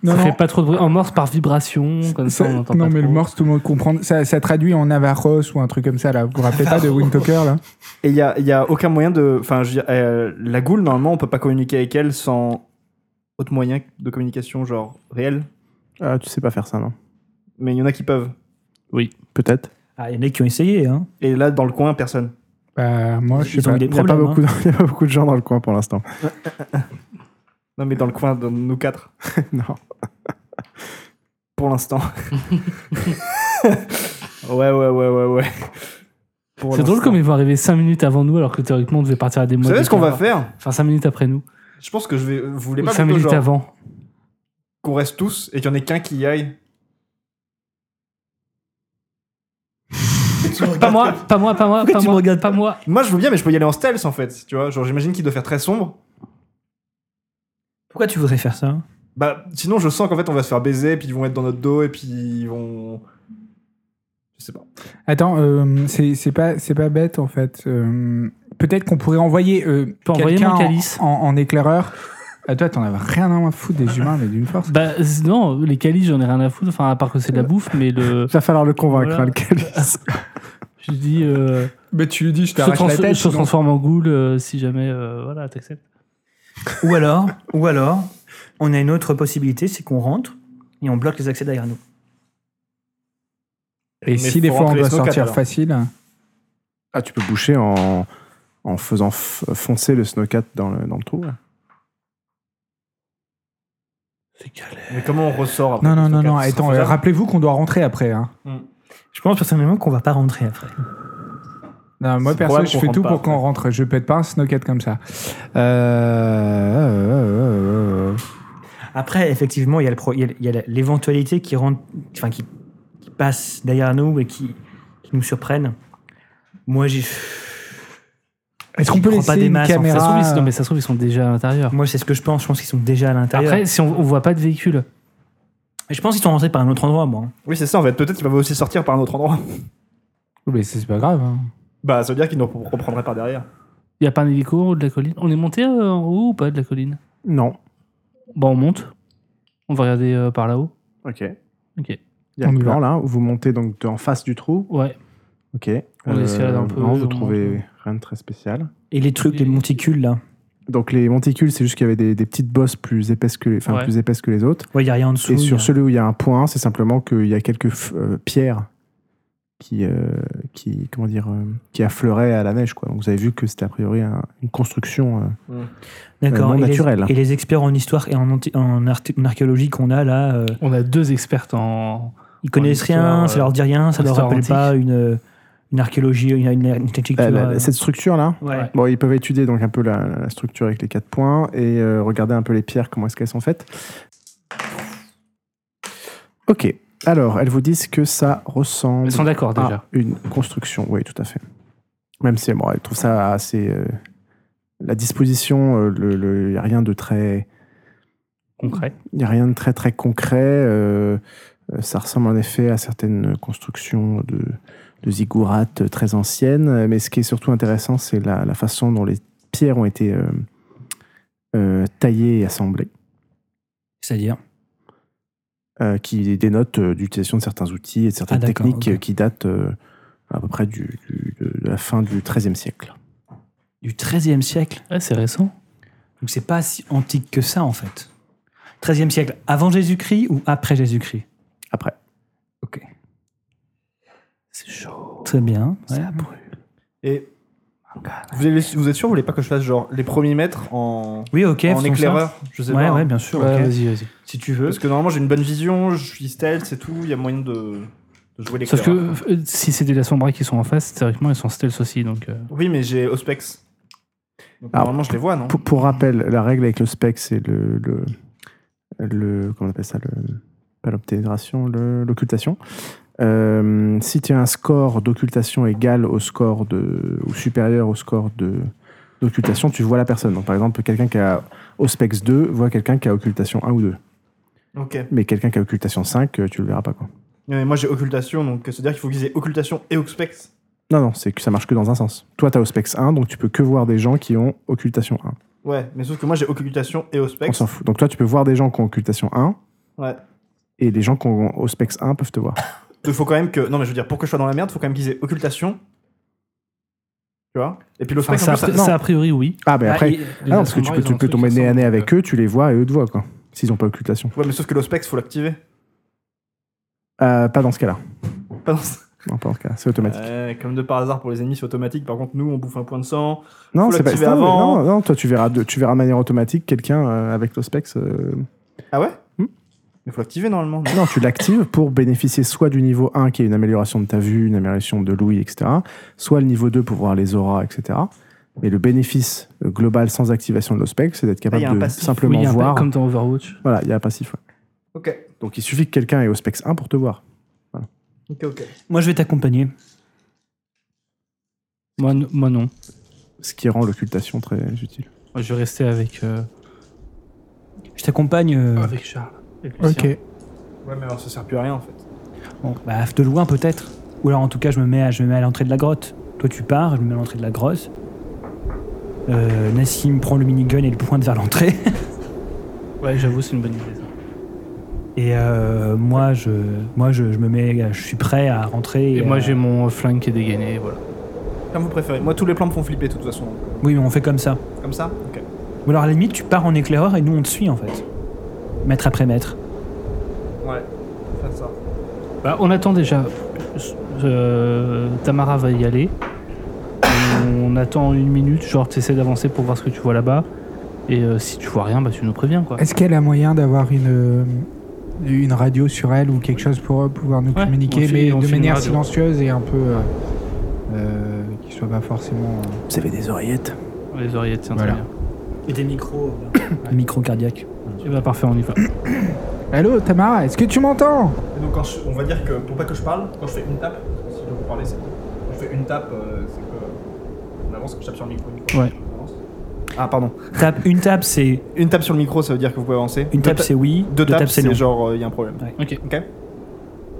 Speaker 2: Non,
Speaker 4: ça
Speaker 2: non.
Speaker 4: fait pas trop de bruit. En morse par vibration, comme ça,
Speaker 2: Ça-
Speaker 4: on entend
Speaker 2: non
Speaker 4: pas
Speaker 2: mais le
Speaker 4: trop.
Speaker 2: morse, tout le monde comprend. Ça, ça traduit en Navarros ou un truc comme ça là. Vous vous rappelez pas de Windtalker là
Speaker 5: Et il n'y a, y a aucun moyen de. Enfin, je veux dire, euh, la goule, normalement, on peut pas communiquer avec elle sans autre moyen de communication, genre réel.
Speaker 1: Ah, tu sais pas faire ça, non
Speaker 5: Mais il y en a qui peuvent.
Speaker 1: Peut-être.
Speaker 3: Ah, il y en a qui ont essayé. Hein.
Speaker 5: Et là, dans le coin, personne.
Speaker 2: Bah moi je
Speaker 3: Ils
Speaker 2: sais
Speaker 3: ont
Speaker 2: pas.
Speaker 3: eu des
Speaker 1: Il n'y a, pas
Speaker 3: problèmes.
Speaker 1: beaucoup
Speaker 3: hein.
Speaker 1: de- y a pas beaucoup de gens dans le coin pour l'instant.
Speaker 5: Non, mais dans le coin de nous quatre,
Speaker 1: non.
Speaker 5: pour l'instant. ouais, ouais, ouais, ouais, ouais. Pour
Speaker 4: C'est drôle
Speaker 5: l'instant.
Speaker 4: comme ils vont arriver 5 minutes avant nous, alors que théoriquement, on devait partir à des
Speaker 5: Vous
Speaker 4: mois.
Speaker 5: savez ce qu'on va
Speaker 4: d'écart.
Speaker 5: faire
Speaker 4: Enfin, 5 minutes après nous.
Speaker 5: Je pense que je vais. Vous voulez
Speaker 4: Ou
Speaker 5: pas
Speaker 4: 5
Speaker 5: plutôt,
Speaker 4: minutes
Speaker 5: genre,
Speaker 4: avant.
Speaker 5: qu'on reste tous et qu'il y en ait qu'un qui y aille
Speaker 4: Pas moi, pas moi, pas moi,
Speaker 3: Pourquoi
Speaker 4: pas
Speaker 3: tu me
Speaker 4: moi,
Speaker 3: regardes
Speaker 4: pas moi.
Speaker 5: Moi, je veux bien, mais je peux y aller en stealth en fait. Tu vois, genre, j'imagine qu'il doit faire très sombre.
Speaker 3: Pourquoi tu voudrais faire ça hein
Speaker 5: Bah, sinon, je sens qu'en fait, on va se faire baiser, puis ils vont être dans notre dos, et puis ils vont. Je sais pas.
Speaker 2: Attends, euh, c'est c'est pas c'est pas bête en fait. Euh, Peut-être qu'on pourrait envoyer euh,
Speaker 4: peux envoyer
Speaker 2: quelqu'un
Speaker 4: mon
Speaker 2: en-
Speaker 4: calice.
Speaker 2: en, en éclaireur. Ah, toi, t'en avais rien à foutre des humains, mais d'une force.
Speaker 4: Bah z- non, les calis, j'en ai rien à foutre. Enfin, à part que c'est de la bouffe, mais le.
Speaker 1: Il va falloir le convaincre,
Speaker 4: Voilà.
Speaker 1: hein, le calice.
Speaker 4: Je dis. euh,
Speaker 2: Mais tu lui dis, je
Speaker 4: je te trans- je te transforme en goule euh, si jamais. euh, voilà, t'acceptes.
Speaker 3: Ou alors, ou alors, on a une autre possibilité, c'est qu'on rentre et on bloque les accès derrière nous.
Speaker 2: Et
Speaker 5: Mais
Speaker 2: si
Speaker 5: faut
Speaker 2: des fois on
Speaker 5: rentrer
Speaker 2: doit
Speaker 5: les snowcats,
Speaker 2: sortir
Speaker 5: alors.
Speaker 2: facile, hein.
Speaker 1: Ah, tu peux boucher en, en faisant f- foncer le snowcat dans le, dans le trou. là.
Speaker 4: C'est galère.
Speaker 5: Mais comment on ressort après
Speaker 2: non, non,
Speaker 5: ce
Speaker 2: non,
Speaker 5: cas
Speaker 2: non.
Speaker 5: Ce
Speaker 2: Attends,
Speaker 5: sera
Speaker 2: euh,
Speaker 5: faisable
Speaker 2: rappelez-vous qu'on doit rentrer après. hein.
Speaker 3: Je pense personnellement qu'on va pas rentrer après.
Speaker 2: Non, moi
Speaker 5: C'est
Speaker 2: perso,
Speaker 5: probable
Speaker 2: je
Speaker 5: qu'on
Speaker 2: fais
Speaker 5: rentre
Speaker 2: tout
Speaker 5: pas
Speaker 2: pour qu'on
Speaker 5: après.
Speaker 2: rentre. Je pète pas un snowcat comme ça. Euh, euh, euh, euh, euh.
Speaker 3: Après, effectivement, il y a le pro- il y a- il y a l'éventualité qui rentre, enfin qui, qui passe derrière nous et qui, qui nous surprennent. Moi, j'ai.
Speaker 2: Est-ce qu'on peut
Speaker 3: prend
Speaker 2: laisser
Speaker 3: pas des
Speaker 2: une
Speaker 3: masses, en fait.
Speaker 4: Ça se trouve,
Speaker 2: caméra
Speaker 4: ils- non, mais ça se trouve, ils sont déjà à l'intérieur.
Speaker 3: Moi, c'est ce que je pense. Je pense qu'ils sont déjà à l'intérieur.
Speaker 4: Après, si on, on voit pas de véhicule,
Speaker 3: Et je pense qu'ils sont rentrés par un autre endroit, moi.
Speaker 5: Oui, c'est ça en fait. Peut-être qu'ils va aussi sortir par un autre endroit.
Speaker 2: Oh, Mais c'est pas grave. hein.
Speaker 5: Bah, ça veut dire qu'ils nous reprendraient par derrière.
Speaker 4: il y a pas un hélico en haut de la colline. On est monté euh, en haut ou pas de la colline
Speaker 1: Non.
Speaker 4: Bah, on monte. On va regarder euh, par là-haut.
Speaker 1: Ok.
Speaker 4: Ok.
Speaker 1: Il y a
Speaker 2: On
Speaker 1: le
Speaker 2: y
Speaker 1: plan là. Vous montez donc de- en face du trou.
Speaker 4: Ouais.
Speaker 1: Ok.
Speaker 4: On essaie un peu,
Speaker 1: Non, vous
Speaker 4: on
Speaker 1: trouvez rien de très spécial.
Speaker 3: Et les trucs, les monticules, là.
Speaker 1: Donc les monticules, c'est juste qu'il y avait des, des petites bosses plus épaisses que, les- enfin,
Speaker 4: Ouais.
Speaker 1: plus épaisses que les autres.
Speaker 3: Ouais, il n'y a rien en dessous.
Speaker 1: Et
Speaker 3: il y a-
Speaker 1: sur celui où il y a un point, c'est simplement qu'il y a quelques f- euh, pierres qui, euh, qui, comment dire, euh, qui affleuraient à la neige. Quoi. Donc vous avez vu que c'était a priori un- une construction. euh. Euh, non
Speaker 3: D'accord. et les-
Speaker 1: naturel.
Speaker 3: Et les experts en histoire et en, anti- en arti- en archéologie qu'on a là, euh,
Speaker 4: On a deux expertes en.
Speaker 3: ils connaissent
Speaker 4: histoire,
Speaker 3: rien, ça
Speaker 4: euh,
Speaker 3: leur dit rien, ça
Speaker 4: en
Speaker 3: leur
Speaker 4: histoire
Speaker 3: rappelle
Speaker 4: antique. bah,
Speaker 3: pas une, euh, une archéologie, une, une, une architecture,
Speaker 1: La- la-
Speaker 3: euh,
Speaker 1: cette structure là.
Speaker 3: ouais.
Speaker 1: Bon, ils peuvent étudier donc un peu la, la structure avec les quatre points et euh, regarder un peu les pierres, comment est-ce qu'elles sont faites. Ok. Alors, elles vous disent que ça ressemble
Speaker 4: Elles sont d'accord
Speaker 1: à
Speaker 4: déjà.
Speaker 1: une construction. Oui, tout à fait. Même si, bon, elles trouvent ça assez. euh, la disposition, il le, le- y a rien de très.
Speaker 4: Concret.
Speaker 1: Il n'y a rien de très très concret. euh, euh, ça ressemble en effet à certaines constructions de, de ziggourats euh, très anciennes. euh, Mais ce qui est surtout intéressant, c'est la, la façon dont les pierres ont été euh, euh, taillées et assemblées,
Speaker 3: C'est-à-dire.
Speaker 1: euh, qui dénote euh, l'utilisation de certains outils et de certaines
Speaker 3: Ah, d'accord,
Speaker 1: techniques
Speaker 3: ok.
Speaker 1: euh, qui datent euh, à peu près du- du- de de la fin du XIIIe siècle.
Speaker 3: Du XIIIe siècle.
Speaker 4: Ouais, Ah, c'est récent.
Speaker 3: Donc c'est pas si antique que ça, en fait. XIIIe siècle, avant Jésus-Christ ou après Jésus-Christ
Speaker 1: Après.
Speaker 3: Ok.
Speaker 4: C'est chaud.
Speaker 3: Très bien. ouais.
Speaker 5: Et. Vous êtes, vous êtes sûr, vous voulez pas que je fasse genre les premiers mètres en,
Speaker 3: Oui, ok.
Speaker 5: en
Speaker 3: faisons
Speaker 5: éclaireur Je sais
Speaker 3: ça. Ouais,
Speaker 5: pas.
Speaker 3: ouais,
Speaker 5: hein.
Speaker 3: bien sûr.
Speaker 4: Ouais,
Speaker 3: ok.
Speaker 4: vas-y, vas-y.
Speaker 3: Si tu veux.
Speaker 5: Parce que normalement, j'ai une bonne vision, je suis stealth, c'est tout. Il y a moyen de, de jouer
Speaker 4: Sauf
Speaker 5: l'éclaireur.
Speaker 4: que euh, si c'est des la sombra qui sont en face, théoriquement, ils sont stealth aussi. Donc, euh,
Speaker 5: Oui, mais j'ai Auspex. Donc,
Speaker 1: Alors,
Speaker 5: normalement, je les vois, non
Speaker 1: Pour, pour rappel, la règle avec le spec, c'est le, le, le- Comment on appelle ça le, Pas l'obtédration, le- l'occultation. Euh, si tu as un score d'occultation égal au score de. ou supérieur au score de d'occultation, tu vois la personne. Donc, par exemple, quelqu'un qui a Auspex 2 voit quelqu'un qui a occultation 1 ou 2.
Speaker 5: Ok.
Speaker 1: Mais quelqu'un qui a occultation 5, euh, tu le verras pas. Quoi.
Speaker 5: Ouais, moi j'ai occultation, donc c'est-à-dire qu'il faut qu'ils aient occultation et Oxpex.
Speaker 1: Non, non, c'est que ça marche que dans un sens. Toi, tu as Auspex 1, donc tu peux que voir des gens qui ont occultation 1.
Speaker 5: Ouais, mais sauf que moi j'ai occultation et
Speaker 1: On
Speaker 5: Oxpex.
Speaker 1: s'en fout. Donc toi, tu peux voir des gens qui ont occultation 1,
Speaker 5: Ouais.
Speaker 1: et les gens qui ont Auspex 1 peuvent te voir.
Speaker 5: Il faut quand même que. Non, mais je veux dire, pour que je sois dans la merde, faut quand même qu'ils aient occultation. Tu vois Et puis l'Oxpex,
Speaker 4: Enfin,
Speaker 5: en
Speaker 4: ça,
Speaker 5: plus,
Speaker 4: ça,
Speaker 5: ça- non.
Speaker 4: a priori, oui.
Speaker 1: Ah, ben après,
Speaker 6: Bah, il-
Speaker 1: Ah non, parce que tu peux, tu peux tomber nez à nez avec eux, tu les vois et eux te voient, quoi. S'ils ont pas occultation.
Speaker 5: Ouais, mais sauf que l'Oxpex, faut l'activer.
Speaker 1: Euh, pas dans ce cas-là.
Speaker 5: Pas dans ce-
Speaker 1: Non, pas dans ce cas-là. C'est automatique.
Speaker 5: Ouais, comme de par hasard pour les ennemis, c'est automatique. Par contre, nous, on bouffe un point de sang.
Speaker 1: non,
Speaker 5: faut
Speaker 1: c'est pas
Speaker 5: l'activer
Speaker 1: non,
Speaker 5: avant.
Speaker 1: Non, non, toi, tu verras de, tu verras de manière automatique quelqu'un euh, avec l'ospex. euh,
Speaker 5: Ah ouais
Speaker 1: Hmm.
Speaker 5: Mais faut l'activer normalement. non
Speaker 1: Non, tu l'actives pour bénéficier soit du niveau 1 qui est une amélioration de ta vue, une amélioration de l'ouïe, etc. Soit le niveau 2 pour voir les auras, etc. Mais le bénéfice euh, global sans activation de l'ospex, c'est d'être capable
Speaker 5: Ah, il y a un
Speaker 1: de
Speaker 5: passif.
Speaker 1: simplement
Speaker 4: Oui, un peu
Speaker 1: voir.
Speaker 4: Comme dans Overwatch.
Speaker 1: Voilà, il y a un passif. ouais.
Speaker 5: Ok,
Speaker 1: Donc il suffit que quelqu'un ait ospex 1 pour te voir.
Speaker 5: ok, ok.
Speaker 3: Moi, je vais t'accompagner.
Speaker 4: Moi, n- moi non.
Speaker 1: Ce qui rend l'occultation très utile.
Speaker 4: Moi, je vais rester avec, euh,
Speaker 3: Je t'accompagne. euh,
Speaker 4: avec Charles. Avec Lucien.
Speaker 2: Ok.
Speaker 5: Ouais, mais alors, ça sert plus à rien en fait.
Speaker 3: Bon, bah, de loin peut-être. Ou alors en tout cas, je me mets à, je me mets à l'entrée de la grotte. Toi, tu pars, je me mets à l'entrée de la grotte. Euh, Nassim prend le minigun et le pointe vers l'entrée.
Speaker 4: Ouais, j'avoue, c'est une bonne idée. ça.
Speaker 3: Et euh, moi, je, moi je, je me mets, je suis prêt à rentrer.
Speaker 4: Et,
Speaker 3: à-
Speaker 1: euh,
Speaker 4: moi, j'ai mon flingue qui est dégainé, voilà.
Speaker 5: Comme vous préférez. Moi, tous les plans me font flipper de toute façon. euh,
Speaker 3: Oui, mais on fait comme ça.
Speaker 5: Comme ça Ok.
Speaker 3: Ou alors à la limite, tu pars en éclaireur et nous on te suit en fait, mètre après mètre.
Speaker 5: Ouais. Faire ça.
Speaker 4: Bah, on attend déjà. Euh, Tamara va y aller. On attend une minute, genre t'essaies d'avancer pour voir ce que tu vois là-bas. Et euh, si tu vois rien, bah tu nous préviens quoi.
Speaker 2: Est-ce qu'elle a moyen d'avoir une, euh, une radio sur elle ou quelque chose pour euh, pouvoir nous
Speaker 4: Ouais,
Speaker 2: communiquer,
Speaker 4: on fait-
Speaker 2: mais
Speaker 4: on
Speaker 2: de
Speaker 4: fait une
Speaker 2: manière
Speaker 4: radio.
Speaker 2: silencieuse et un peu. euh, euh, qui soit pas forcément. euh,
Speaker 1: Vous avez des oreillettes
Speaker 4: Les oreillettes, tiens,
Speaker 2: Voilà.
Speaker 4: très bien.
Speaker 3: Et des micros.
Speaker 5: euh,
Speaker 3: micro cardiaque.
Speaker 4: Et bah parfait, on y va.
Speaker 2: Allô, Tamara, est-ce que tu m'entends
Speaker 5: Et donc, quand je- on va dire que pour pas que je parle, quand je fais une tape, si je veux vous parler, c'est bon. Quand je fais une tape, euh, c'est que. euh, On avance, je tape sur le micro. Une fois.
Speaker 4: Ouais.
Speaker 5: On avance. Ah, pardon.
Speaker 3: Tape, une tape c'est
Speaker 5: Une tape sur le micro, ça veut dire que vous pouvez avancer.
Speaker 3: une
Speaker 5: Deux
Speaker 3: tape
Speaker 5: ta-
Speaker 3: c'est oui,
Speaker 5: Deux tapes,
Speaker 3: c'est
Speaker 5: c'est
Speaker 3: non.
Speaker 5: genre, il y a un problème.
Speaker 3: Ouais.
Speaker 4: Ok.
Speaker 5: Ok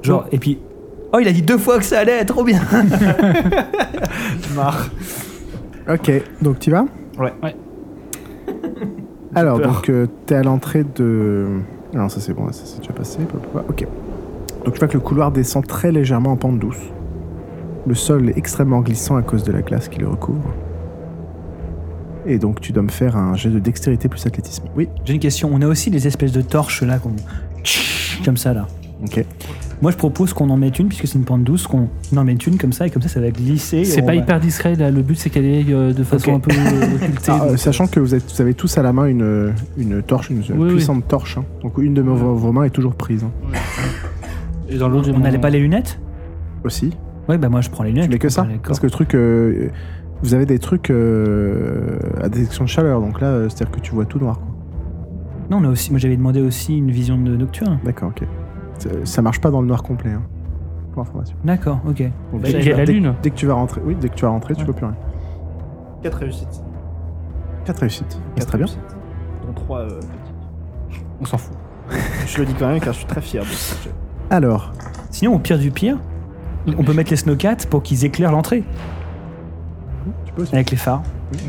Speaker 3: Genre et puis. Oh, il a dit deux fois que ça allait, trop bien.
Speaker 5: Marre.
Speaker 1: Ok, donc tu vas
Speaker 5: Ouais.
Speaker 4: Ouais.
Speaker 1: Alors,
Speaker 5: peur.
Speaker 1: donc, euh, t'es à l'entrée de. Ah Non, ça c'est bon, ça c'est déjà passé. pa, pa, pa. Ok. Donc, tu vois que le couloir descend très légèrement en pente douce. Le sol est extrêmement glissant à cause de la glace qui le recouvre. Et donc, tu dois me faire un jet de dextérité plus athlétisme. Oui.
Speaker 3: J'ai une question. On a aussi des espèces de torches là qu'on. Comme ça là.
Speaker 1: Ok.
Speaker 3: Moi je propose qu'on en mette une puisque c'est une pente douce, qu'on en mette une comme ça et comme ça ça va glisser. et
Speaker 4: C'est
Speaker 3: on
Speaker 4: pas
Speaker 3: va-
Speaker 4: hyper discret là, le but c'est qu'elle est euh, de façon
Speaker 3: Ok.
Speaker 4: un peu euh, occultée.
Speaker 1: Ah, euh,
Speaker 4: donc,
Speaker 1: sachant que vous, êtes- vous avez tous à la main une, une torche, une, une
Speaker 4: Oui,
Speaker 1: puissante torche. hein. Donc, une de vos, vos mains est toujours prise. hein.
Speaker 4: Et dans l'autre, j'ai
Speaker 3: On
Speaker 4: mon-
Speaker 3: n'allait pas les lunettes
Speaker 1: Aussi.
Speaker 3: Ouais bah moi je prends les lunettes.
Speaker 1: Tu mets que ça
Speaker 3: Ah, d'accord.
Speaker 1: Parce que le truc. euh, vous avez des trucs euh, à détection de chaleur, donc là, euh, c'est-à-dire que tu vois tout noir. quoi.
Speaker 3: Non, on a aussi. Moi j'avais demandé aussi une vision de nocturne.
Speaker 1: D'accord, ok. Ça- Ça marche pas dans le noir complet, hein, pour information.
Speaker 3: D'accord, ok.
Speaker 1: Donc,
Speaker 4: Bah,
Speaker 1: dès,
Speaker 4: il y a la
Speaker 1: dès-
Speaker 4: lune.
Speaker 1: dès que tu vas rentrer, oui, dès que tu vas rentrer, tu
Speaker 3: Ouais.
Speaker 1: vois plus rien.
Speaker 5: 4 réussites.
Speaker 1: 4 réussites. C'est
Speaker 5: Quatre
Speaker 1: très bien.
Speaker 5: réussites. Dont 3
Speaker 4: On s'en fout.
Speaker 5: Je le dis quand même car je suis très fier de ce projet.
Speaker 1: Alors,
Speaker 3: Sinon, au pire du pire, on peut mettre les snowcats pour qu'ils éclairent l'entrée
Speaker 1: tu peux aussi.
Speaker 3: avec les phares.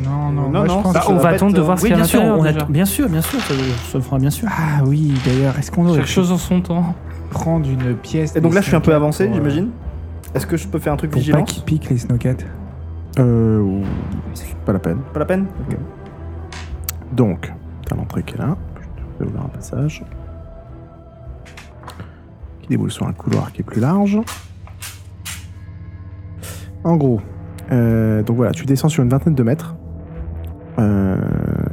Speaker 2: Non, non,
Speaker 5: Non,
Speaker 2: moi,
Speaker 5: non,
Speaker 2: je pense.
Speaker 5: ça-
Speaker 4: Bah, on
Speaker 5: va
Speaker 4: va
Speaker 5: pas
Speaker 4: attendre
Speaker 5: être,
Speaker 4: de
Speaker 5: euh,
Speaker 4: voir ce
Speaker 3: Oui,
Speaker 4: qu'il y a à
Speaker 3: bien sûr,
Speaker 4: l'intérieur.
Speaker 3: on
Speaker 4: déjà.
Speaker 3: attend- bien sûr, bien sûr, ça, ça fera bien sûr.
Speaker 2: Ah oui, d'ailleurs, est-ce qu'on aurait
Speaker 4: Chaque
Speaker 2: pu
Speaker 4: chose en son temps.
Speaker 2: prendre une pièce
Speaker 5: Et donc
Speaker 2: des
Speaker 5: là, je suis un peu
Speaker 2: snowcats
Speaker 5: avancé,
Speaker 2: pour, euh,
Speaker 5: j'imagine. Est-ce que je peux faire un truc
Speaker 2: Pour pas
Speaker 5: vigilance
Speaker 2: qu'ils piquent les snowcats.
Speaker 1: Euh, ou- c'est pas la peine.
Speaker 5: Pas la peine
Speaker 1: Donc, t'as l'entrée qui est là. Je vais ouvrir un passage. Qui déboule sur un couloir qui est plus large. En gros, euh, donc voilà, tu descends sur une vingtaine de mètres. Euh,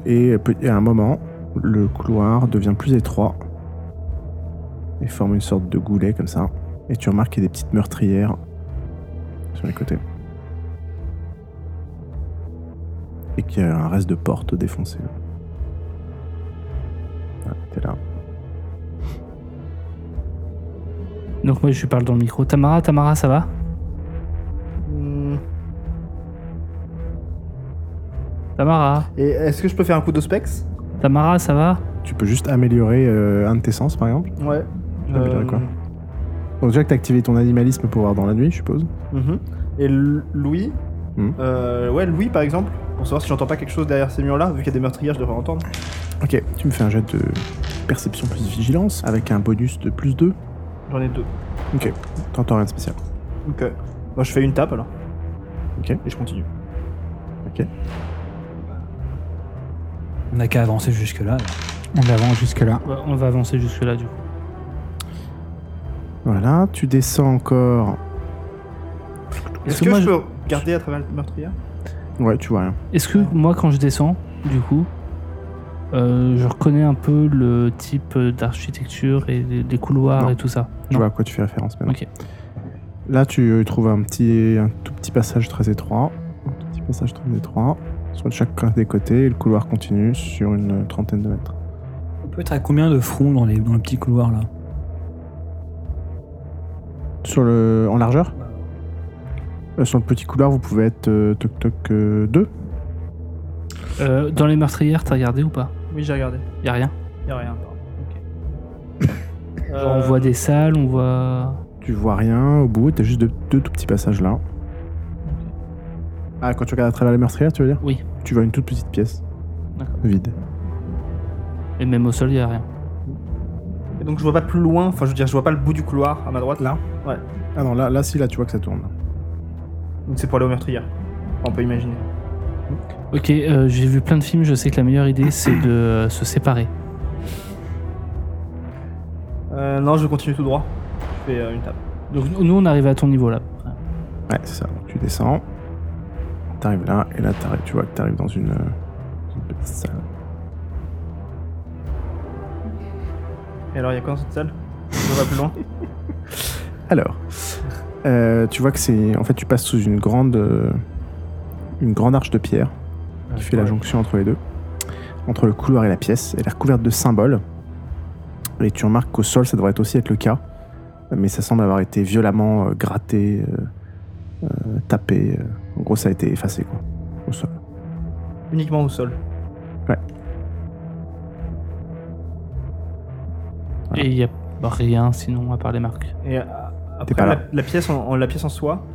Speaker 1: et pe- et à un moment, le couloir devient plus étroit. Et forme une sorte de goulet comme ça. Et tu remarques qu'il y a des petites meurtrières sur les côtés. Et qu'il y a un reste de porte défoncée. Voilà, t'es là.
Speaker 4: Donc moi je parle dans le micro. Tamara, Tamara, ça va
Speaker 5: Hmm,
Speaker 4: Tamara,
Speaker 5: Et est-ce que je peux faire un coup d'ospex
Speaker 4: Tamara, ça va
Speaker 1: Tu peux juste améliorer euh, un de tes sens, par exemple.
Speaker 5: Ouais.
Speaker 4: Ah,
Speaker 1: Améliorer quoi Donc, déjà que t'as activé ton animalisme pour voir dans la nuit, je suppose.
Speaker 5: Mhm. Et l- Louis
Speaker 4: Hmm.
Speaker 1: Mhm.
Speaker 5: euh, Ouais, Louis par exemple, pour savoir si j'entends pas quelque chose derrière ces murs-là, vu qu'il y a des meurtrières, je devrais entendre.
Speaker 1: Ok, tu me fais un jet de perception plus vigilance avec un bonus de plus 2.
Speaker 5: J'en ai deux.
Speaker 1: T'entends rien de spécial.
Speaker 5: Ok. Moi je fais une tape alors.
Speaker 1: Ok.
Speaker 5: Et je continue.
Speaker 3: On n'a qu'à avancer jusque-là.
Speaker 2: On avance jusque-là.
Speaker 4: Ouais, On va avancer jusque-là, du coup.
Speaker 1: Voilà, tu descends encore.
Speaker 4: Est-ce
Speaker 5: Est-ce
Speaker 4: que
Speaker 5: que,
Speaker 4: moi,
Speaker 5: je
Speaker 4: je-
Speaker 5: peux regarder à travers le meurtrière
Speaker 1: Ouais, tu vois rien.
Speaker 4: Est-ce que moi, quand je descends, du coup, euh, je reconnais un peu le type d'architecture et les, les couloirs
Speaker 1: Non.
Speaker 4: et tout ça
Speaker 1: Je
Speaker 4: Non.
Speaker 1: vois à quoi tu fais référence maintenant.
Speaker 4: Ok.
Speaker 1: Là, tu euh, trouves un petit, un tout petit passage très étroit. Un tout petit passage très étroit. Sur chacun des côtés, et le couloir continue sur une trentaine de mètres.
Speaker 3: On peut être à combien de fronts dans, les, dans le petit couloir là
Speaker 1: Sur le, en largeur Euh, Sur le petit couloir, vous pouvez être euh, toc toc 2.
Speaker 4: Euh, Dans les meurtrières, t'as regardé ou pas
Speaker 5: Oui, j'ai regardé.
Speaker 4: Y a rien.
Speaker 5: Y'a rien. Euh,
Speaker 4: Genre, On voit des salles, on voit.
Speaker 1: Tu vois rien au bout, t'as juste deux, deux tout petits passages là. Ah, quand tu regardes à travers les meurtrières, tu veux dire
Speaker 4: Oui.
Speaker 1: Tu vois une toute petite pièce.
Speaker 4: D'accord.
Speaker 1: Vide.
Speaker 4: Et même au sol, y a rien.
Speaker 5: Et donc je vois pas plus loin, enfin je veux dire, je vois pas le bout du couloir à ma droite.
Speaker 1: Là Ah non, là, là, si, là, tu vois que ça tourne.
Speaker 5: Donc c'est pour aller au meurtrière. On peut imaginer.
Speaker 4: Ok, euh, j'ai vu plein de films, je sais que la meilleure idée, c'est de euh, se séparer.
Speaker 5: Euh, non, je continue tout droit. Je fais euh, une tape.
Speaker 4: Donc nous, on arrive à ton niveau là.
Speaker 1: Ouais, c'est ça. Donc, tu descends, t'arrives là, et là, t'arrives- tu vois que t'arrives dans une, euh, une petite salle.
Speaker 5: Et alors, il y a quoi dans cette salle Je vois pas plus loin.
Speaker 1: Alors, euh, tu vois que c'est. En fait, tu passes sous une grande. euh, une grande arche de pierre qui fait la jonction entre les deux, entre le couloir et la pièce. Elle est recouverte de symboles. Et tu remarques qu'au sol, ça devrait être aussi être le cas. Mais ça semble avoir été violemment euh, gratté, euh, euh, tapé. euh. En gros, ça a été effacé, quoi, au sol.
Speaker 5: Uniquement au sol.
Speaker 4: Et il y a rien sinon à part les marques.
Speaker 5: Et euh, après,
Speaker 1: pas là.
Speaker 5: la, la pièce en, en- la pièce en soi,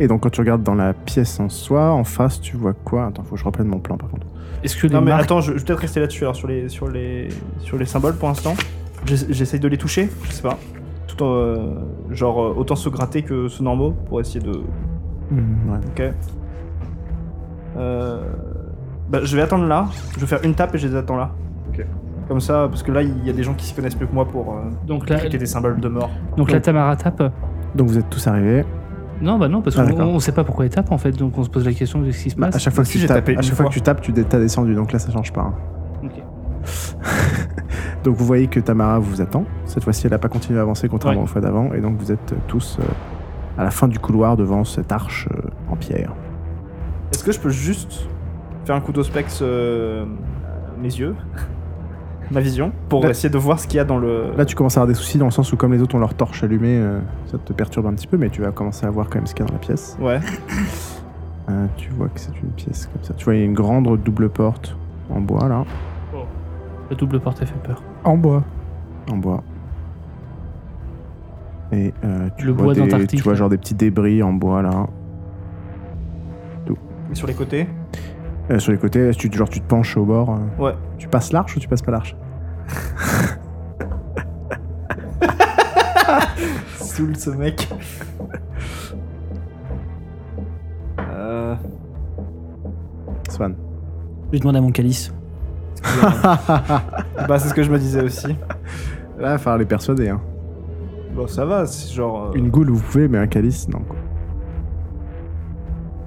Speaker 1: Et donc quand tu regardes dans la pièce en soi, en face, tu vois quoi Attends, faut que je reprenne mon plan par contre.
Speaker 4: Est-ce que les
Speaker 5: Non mais
Speaker 4: marques.
Speaker 5: attends, je, je vais peut-être rester là-dessus alors sur les sur les sur les symboles pour l'instant. J'ess- J'essaye de les toucher, je sais pas. Tout en euh, genre euh, autant se gratter que se normaux pour essayer de.
Speaker 1: Ouais.
Speaker 5: Ok. Euh, Bah, je vais attendre là. Je vais faire une tape et je les attends là.
Speaker 1: Ok.
Speaker 5: Comme ça, parce que là il y a des gens qui s'y connaissent mieux que moi pour euh,
Speaker 4: Donc là,
Speaker 5: cliquer des symboles de mort.
Speaker 4: donc la Tamara tape
Speaker 1: Donc vous êtes tous arrivés.
Speaker 4: Non, bah non, parce
Speaker 1: Ah,
Speaker 4: qu'on
Speaker 1: d'accord.
Speaker 4: on sait pas pourquoi elle tape en fait, donc on se pose la question de ce qui se
Speaker 1: Bah, à
Speaker 4: passe.
Speaker 1: chaque fois que
Speaker 5: si,
Speaker 1: tu
Speaker 5: j'ai
Speaker 1: tapes,
Speaker 5: tapé
Speaker 1: à chaque
Speaker 5: une
Speaker 1: fois que
Speaker 5: fois.
Speaker 1: tu tapes, tu dé- t'as descendu. Donc là, ça change pas. hein.
Speaker 4: Ok.
Speaker 1: donc vous voyez que Tamara vous attend. Cette fois-ci, elle n'a pas continué à avancer contrairement aux fois d'avant. Et donc vous êtes euh, tous euh, à la fin du couloir devant cette arche euh, en pierre.
Speaker 5: Est-ce que je peux juste faire un coup d'ospex euh, à mes yeux, ma vision, pour
Speaker 3: Bah,
Speaker 1: Là-
Speaker 5: essayer de voir ce qu'il y a dans le.
Speaker 1: Là, tu commences à avoir des soucis dans le sens où comme les autres ont leur torche allumée, euh, ça te perturbe un petit peu, mais tu vas commencer à voir quand même ce qu'il y a dans la pièce.
Speaker 5: Ouais.
Speaker 1: Euh, tu vois que c'est une pièce comme ça. Tu vois, il y a une grande double porte en bois, là.
Speaker 4: Le double porte fait peur.
Speaker 2: En bois.
Speaker 1: En bois. Et euh, tu,
Speaker 4: Le
Speaker 1: vois
Speaker 4: bois
Speaker 1: des-
Speaker 4: d'Antarctique,
Speaker 1: tu vois
Speaker 4: là.
Speaker 1: genre des petits débris en bois, là.
Speaker 5: Et sur les côtés.
Speaker 1: Euh, sur les côtés, tu, genre tu te penches au bord. euh.
Speaker 5: Ouais.
Speaker 1: Tu passes l'arche ou tu passes pas l'arche
Speaker 5: Soul ce mec. Euh,
Speaker 1: Swan.
Speaker 3: Je demande à mon calice.
Speaker 5: bah c'est ce que je me disais aussi.
Speaker 1: Là, il va falloir les persuader. Hein.
Speaker 5: Bon ça va, c'est genre... euh,
Speaker 1: Une goule, vous pouvez, mais un calice, non. Quoi.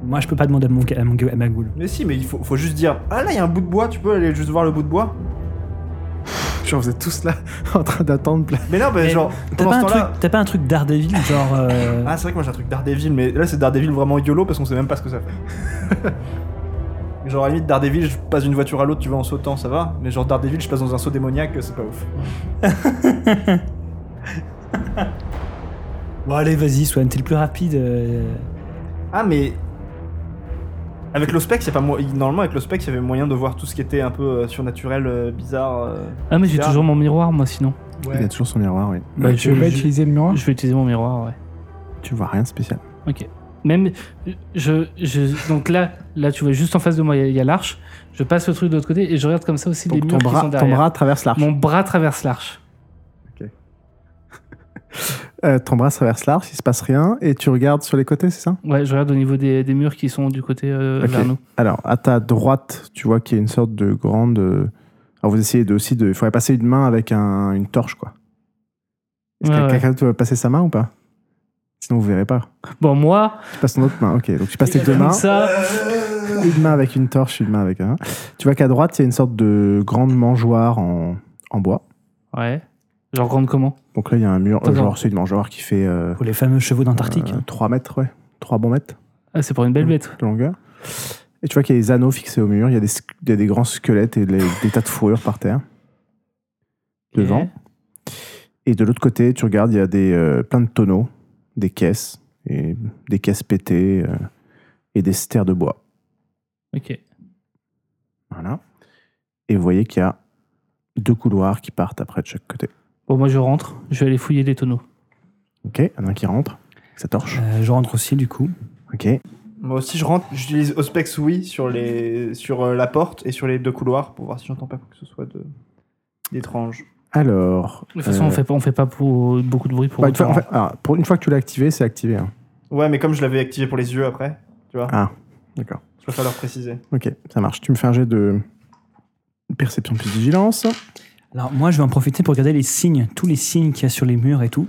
Speaker 3: Moi, je peux pas demander à mon, ca- à mon gue- à ma goule.
Speaker 5: Mais si, mais il faut, faut juste dire, ah là il y a un bout de bois, tu peux aller juste voir le bout de bois.
Speaker 1: Genre, vous êtes tous là en train d'attendre. plein-
Speaker 5: Mais non, bah
Speaker 3: Mais
Speaker 5: genre...
Speaker 3: T'as
Speaker 5: pendant
Speaker 3: pas,
Speaker 5: ce
Speaker 3: un
Speaker 5: temps-là-
Speaker 3: truc- t'as pas un truc Daredevil, genre. euh,
Speaker 5: Ah c'est vrai que moi j'ai un truc Daredevil, mais là c'est Daredevil vraiment YOLO parce qu'on sait même pas ce que ça fait. genre à la limite Daredevil, je passe d'une voiture à l'autre, tu vas en sautant, ça va. Mais genre Daredevil, je passe dans un saut démoniaque, c'est pas ouf.
Speaker 3: Bon, allez, vas-y, Swan, t'es le plus rapide. euh,
Speaker 5: Ah mais... Avec l'ospec, c'est pas mo- normalement avec l'ospec, il y avait moyen de voir tout ce qui était un peu euh, surnaturel, euh, bizarre. euh.
Speaker 4: Ah, mais j'ai
Speaker 5: Bizarre.
Speaker 4: toujours mon miroir, moi, sinon.
Speaker 1: Il a toujours son miroir, oui.
Speaker 2: Bah,
Speaker 4: je-
Speaker 2: tu veux pas
Speaker 4: je-
Speaker 2: utiliser le miroir
Speaker 4: Je vais utiliser mon miroir, ouais.
Speaker 1: Tu vois rien de spécial.
Speaker 4: Même, je, je- donc là, là, tu vois, juste en face de moi, il y a- il y a, l'arche. Je passe le truc de l'autre côté et je regarde comme ça aussi les
Speaker 1: Donc ton
Speaker 4: murs qui
Speaker 1: bras,
Speaker 4: sont
Speaker 1: ton
Speaker 4: derrière.
Speaker 1: bras traverse l'arche.
Speaker 4: Mon bras traverse l'arche.
Speaker 1: Euh, ton bras traverse l'arche, il se passe rien, et tu regardes sur les côtés, c'est ça
Speaker 4: Ouais, je regarde au niveau des, des murs qui sont du côté euh,
Speaker 1: Ok.
Speaker 4: vers nous.
Speaker 1: Alors, à ta droite, tu vois qu'il y a une sorte de grande. euh, Alors, vous essayez de, aussi de. Il faudrait passer une main avec un- une torche, quoi. Est-ce
Speaker 4: Ouais,
Speaker 1: que
Speaker 4: ouais.
Speaker 1: quelqu'un d'autre veut passer sa main ou pas Sinon, vous verrez pas.
Speaker 4: Bon, moi,
Speaker 1: Tu passes ton autre main, ok. Donc, tu passes tes deux
Speaker 4: comme
Speaker 1: mains.
Speaker 4: ça,
Speaker 1: Une main avec une torche, une main avec un. Tu vois qu'à droite, il y a une sorte de grande mangeoire en, en bois.
Speaker 4: ouais. Genre grande comment
Speaker 1: Donc là, il y a un mur. euh,
Speaker 4: D'accord.
Speaker 1: genre, c'est une mangeoire qui fait euh,
Speaker 3: Pour les fameux chevaux d'Antarctique.
Speaker 1: 3 mètres, ouais. 3 bons mètres.
Speaker 4: Ah, c'est pour une belle bête.
Speaker 1: de longueur. Et tu vois qu'il y a des anneaux fixés au mur, il y a des, squ- il y a des grands squelettes et des, des tas de fourrures par terre. Devant. Et de l'autre côté, tu regardes, il y a des, euh, plein de tonneaux, des caisses, et des caisses pétées, euh, et des stères de bois.
Speaker 4: Ok.
Speaker 1: Voilà. Et vous voyez qu'il y a deux couloirs qui partent après de chaque côté.
Speaker 4: Bon, moi, je rentre. Je vais aller fouiller les tonneaux.
Speaker 1: Ok, il y en a un qui rentre, avec sa torche.
Speaker 3: Euh, je rentre aussi, du coup.
Speaker 1: Ok.
Speaker 5: Moi aussi, je rentre, j'utilise Ospex oui sur, les, sur euh, la porte et sur les deux couloirs pour voir si j'entends pas quoi que ce soit de- d'étrange.
Speaker 1: Alors.
Speaker 4: De toute façon,
Speaker 1: euh,
Speaker 4: on fait pas, on fait pas pour, beaucoup de bruit pour.
Speaker 1: bah, une, fois,
Speaker 4: autant.
Speaker 1: en fait- alors, pour une fois que tu l'as activé, c'est activé. hein.
Speaker 5: Ouais, mais comme je l'avais activé pour les yeux après, tu vois,
Speaker 1: Ah. D'accord.
Speaker 5: je préfère leur préciser.
Speaker 1: Ok, ça marche. Tu me fais un jet de perception plus vigilance.
Speaker 3: Alors, moi, je vais en profiter pour regarder les signes, tous les signes qu'il y a sur les murs et tout,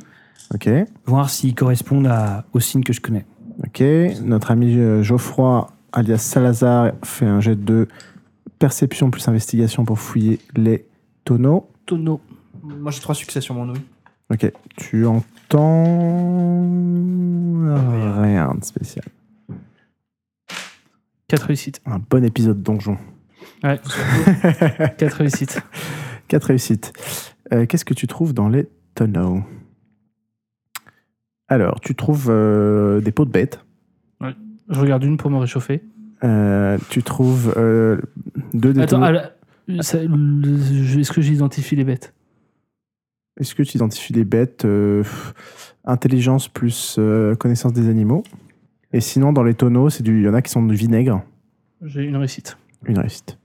Speaker 1: Ok,
Speaker 3: voir s'ils correspondent à- aux signes que je connais.
Speaker 1: ok. Notre ami euh, Geoffroy, alias Salazar, fait un jet de perception plus investigation pour fouiller les tonneaux.
Speaker 4: Tonneaux.
Speaker 5: Moi, j'ai trois succès sur mon ouïe.
Speaker 1: Ok, tu entends rien de spécial.
Speaker 4: Quatre réussites.
Speaker 1: Un bon épisode donjon.
Speaker 4: Ouais. Quatre réussites.
Speaker 1: Quatre réussites. Euh, Qu'est-ce que tu trouves dans les tonneaux Alors, tu trouves euh, des pots de bêtes.
Speaker 4: Je regarde une pour me réchauffer.
Speaker 1: Euh, tu trouves euh, deux des
Speaker 4: Attends,
Speaker 1: tonneaux-
Speaker 4: ah, là, ça- le- je- est-ce que j'identifie les bêtes
Speaker 1: Est-ce que tu identifies des bêtes euh, pff, Intelligence plus euh, connaissance des animaux. Et sinon, dans les tonneaux, c'est du- il y en a qui sont du vinaigre.
Speaker 4: J'ai une réussite.
Speaker 1: Une réussite.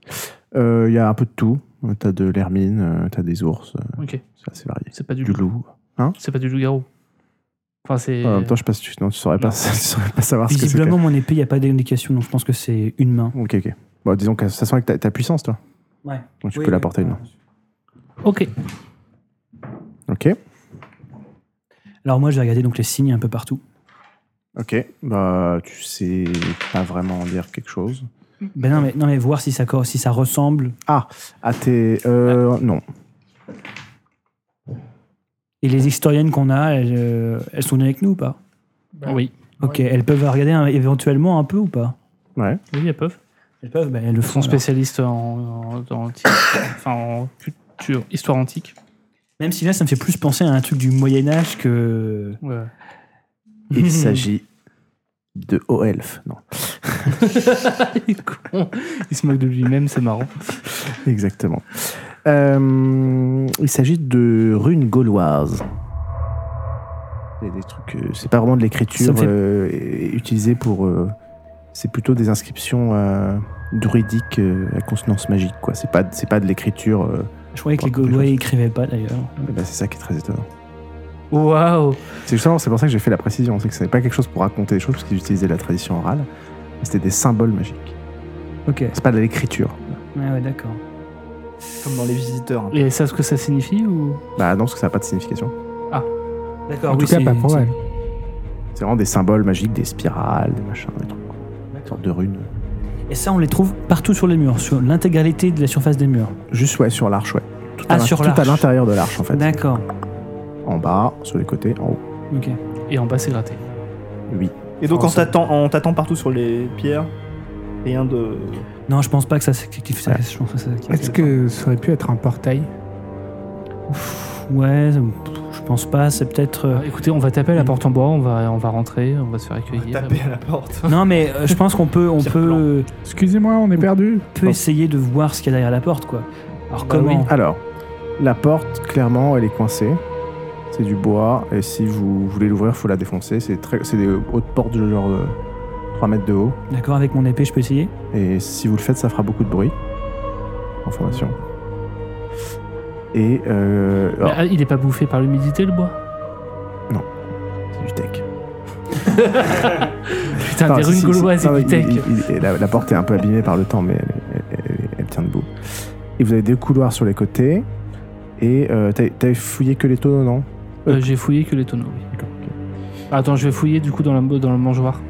Speaker 1: Euh, Il y a un peu de tout. Euh, T'as de l'hermine, euh, t'as des ours, euh,
Speaker 4: Ok.
Speaker 1: c'est assez varié.
Speaker 4: C'est pas du,
Speaker 1: Du loup.
Speaker 4: C'est pas du loup-garou. Enfin, c'est.
Speaker 1: En même temps, je passe, tu, non, tu saurais pas,
Speaker 4: Non.
Speaker 1: tu saurais pas savoir ce que c'est.
Speaker 3: Visiblement, mon épée, il n'y a pas d'indication, donc je pense que c'est une main.
Speaker 1: que- Ok, ok. Bon, disons que ça sent avec ta, ta puissance, toi.
Speaker 3: Ouais.
Speaker 1: Donc tu peux la porter, non
Speaker 4: Ok.
Speaker 1: Ok.
Speaker 3: Alors, moi, je vais regarder donc les signes un peu partout.
Speaker 1: Ok. Bah, tu sais pas vraiment dire quelque chose.
Speaker 3: Ben non, mais, non, mais voir si ça, cor- si ça ressemble.
Speaker 1: À Ah, tes.
Speaker 4: Ah.
Speaker 1: euh, Non.
Speaker 3: Et les historiennes qu'on a, elles, euh, elles sont venues avec nous ou pas
Speaker 4: Bah Oui.
Speaker 3: Ok, elles peuvent regarder un- éventuellement un peu ou pas
Speaker 1: Ouais.
Speaker 4: Oui, elles peuvent.
Speaker 3: Elles peuvent, ben elles le
Speaker 4: Ils sont
Speaker 3: font. alors.
Speaker 4: spécialistes en, en- dans l'antique- enfin, en culture, histoire antique.
Speaker 3: Même si là, ça me fait plus penser à un truc du Moyen-Âge que.
Speaker 4: Ouais.
Speaker 3: Mhm.
Speaker 1: Il s'agit de haut elfe. Non.
Speaker 4: Il est con. Il se moque de lui-même, c'est marrant.
Speaker 1: Exactement. Euh, il s'agit de runes gauloises. C'est des trucs. euh, C'est pas vraiment de
Speaker 3: Ça
Speaker 1: l'écriture
Speaker 3: me fait-
Speaker 1: euh, et- et utilisée pour. euh, c'est plutôt des inscriptions euh, druidiques euh, à consonance magique, quoi. C'est pas, c'est pas de l'écriture. euh,
Speaker 3: Je croyais que les
Speaker 1: Pas quelque
Speaker 3: Gaulois
Speaker 1: chose.
Speaker 3: écrivaient pas d'ailleurs.
Speaker 1: et ben, c'est ça qui est très étonnant.
Speaker 4: Waouh
Speaker 1: C'est justement c'est pour ça que j'ai fait la précision. C'est que ce n'est pas quelque chose pour raconter des choses, parce qu'ils utilisaient la tradition orale. mais C'était des symboles magiques.
Speaker 3: Ok, ouais,
Speaker 1: C'est pas de l'écriture.
Speaker 3: ouais, d'accord.
Speaker 5: Comme dans les visiteurs. hein.
Speaker 4: Et ça, ce que ça signifie ou
Speaker 1: Bah non, parce que ça n'a pas de signification.
Speaker 3: D'accord,
Speaker 2: En
Speaker 3: oui,
Speaker 2: tout cas,
Speaker 3: c'est-
Speaker 2: pas pour
Speaker 3: c'est-
Speaker 2: elle.
Speaker 1: C'est vraiment des symboles magiques, des spirales, des machins, des trucs. quoi. Une sorte de runes.
Speaker 3: Et ça, on les trouve partout sur les murs, sur l'intégralité de la surface des murs.
Speaker 1: Juste ouais, sur l'arche, ouais. Tout à
Speaker 3: Ah,
Speaker 1: l'in-
Speaker 3: sur
Speaker 1: tout à
Speaker 3: l'arche.
Speaker 1: l'intérieur de l'arche, en fait.
Speaker 3: D'accord,
Speaker 1: En bas, sur les côtés, en haut.
Speaker 3: ok.
Speaker 4: Et en bas, c'est gratté.
Speaker 1: Oui.
Speaker 5: Et donc, on
Speaker 1: Ensemble.
Speaker 5: t'attend on t'attend partout sur les pierres. Rien de.
Speaker 3: Non, je pense pas que ça s'active. ça-
Speaker 1: Ouais.
Speaker 3: Je pense que ça s'active.
Speaker 2: Est-ce que ça aurait pu être un portail
Speaker 3: ouais, je pense pas. C'est peut-être. euh,
Speaker 4: Euh, écoutez, on va taper
Speaker 1: Mm.
Speaker 4: à la porte en bois, on va, on va rentrer, on va se faire accueillir.
Speaker 5: Taper à la porte.
Speaker 3: Non, mais euh, je pense qu'on peut, on
Speaker 5: Pierre
Speaker 3: peut,
Speaker 2: Excusez-moi, on est perdu.
Speaker 3: peut essayer de voir ce qu'il y a derrière la porte, quoi. Alors
Speaker 4: Bah
Speaker 3: comment
Speaker 1: Alors, la porte, clairement, elle est coincée. C'est du bois, et si vous voulez l'ouvrir, faut la défoncer. C'est très- c'est des hautes portes, de genre euh, 3 mètres de haut.
Speaker 3: D'accord, avec mon épée, je peux essayer.
Speaker 1: Et si vous le faites, ça fera beaucoup de bruit. En formation. Et. Euh,
Speaker 4: Mais, ah, il est pas bouffé par l'humidité le bois
Speaker 1: oh, c'est du tech.
Speaker 4: Putain,
Speaker 1: Non,
Speaker 4: des
Speaker 1: Ah, si,
Speaker 4: runes
Speaker 1: si,
Speaker 4: gauloises
Speaker 1: si. Non,
Speaker 4: et du
Speaker 1: il-
Speaker 4: tech.
Speaker 1: il- il- la, la porte est un peu abîmée par le temps, mais elle, elle- elle- elle tient debout. Et vous avez des couloirs sur les côtés. Et euh, t'avais- t'avais fouillé que les tonneaux, non
Speaker 4: Euh, J'ai fouillé que les tonneaux, oui. Ah, Attends, je vais fouiller du coup dans, la, dans le mangeoire.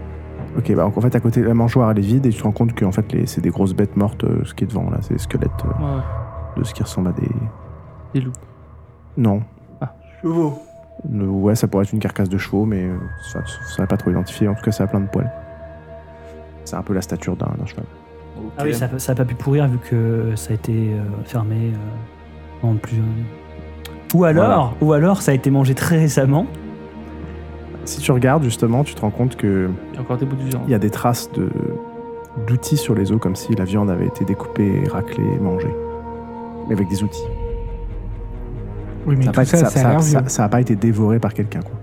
Speaker 1: Ok, bah donc en fait, à côté, la mangeoire, elle est vide et tu te rends compte que en fait, les- c'est des grosses bêtes mortes, euh, ce qui est devant, là. C'est des squelettes euh,
Speaker 4: Ouais, ouais.
Speaker 1: de ce qui ressemble à des.
Speaker 4: Des loups.
Speaker 1: Non.
Speaker 5: Chevaux.
Speaker 1: Le- ouais, ça pourrait être une carcasse de chevaux, mais euh, ça ne serait pas trop identifié. En tout cas, ça a plein de poils. C'est un peu la stature d'un d'un cheval.
Speaker 3: Ah oui, ça, a pas- ça a pas pu pourrir vu que ça a été euh, fermé euh, pendant plusieurs. Ou alors, ou alors, ça a été mangé très récemment.
Speaker 1: Si tu regardes, justement, tu te rends compte que
Speaker 4: Il y a encore des bouts de viande.
Speaker 1: il y a des traces de d'outils sur les os, comme si la viande avait été découpée, raclée, mangée. Mais avec des outils.
Speaker 2: Oui, mais
Speaker 1: ça n'a
Speaker 2: tout
Speaker 1: pas,
Speaker 2: ça,
Speaker 1: ça-
Speaker 2: ça, a l'air
Speaker 1: ça-
Speaker 2: vieux.
Speaker 1: ça a pas été dévoré par quelqu'un, quoi.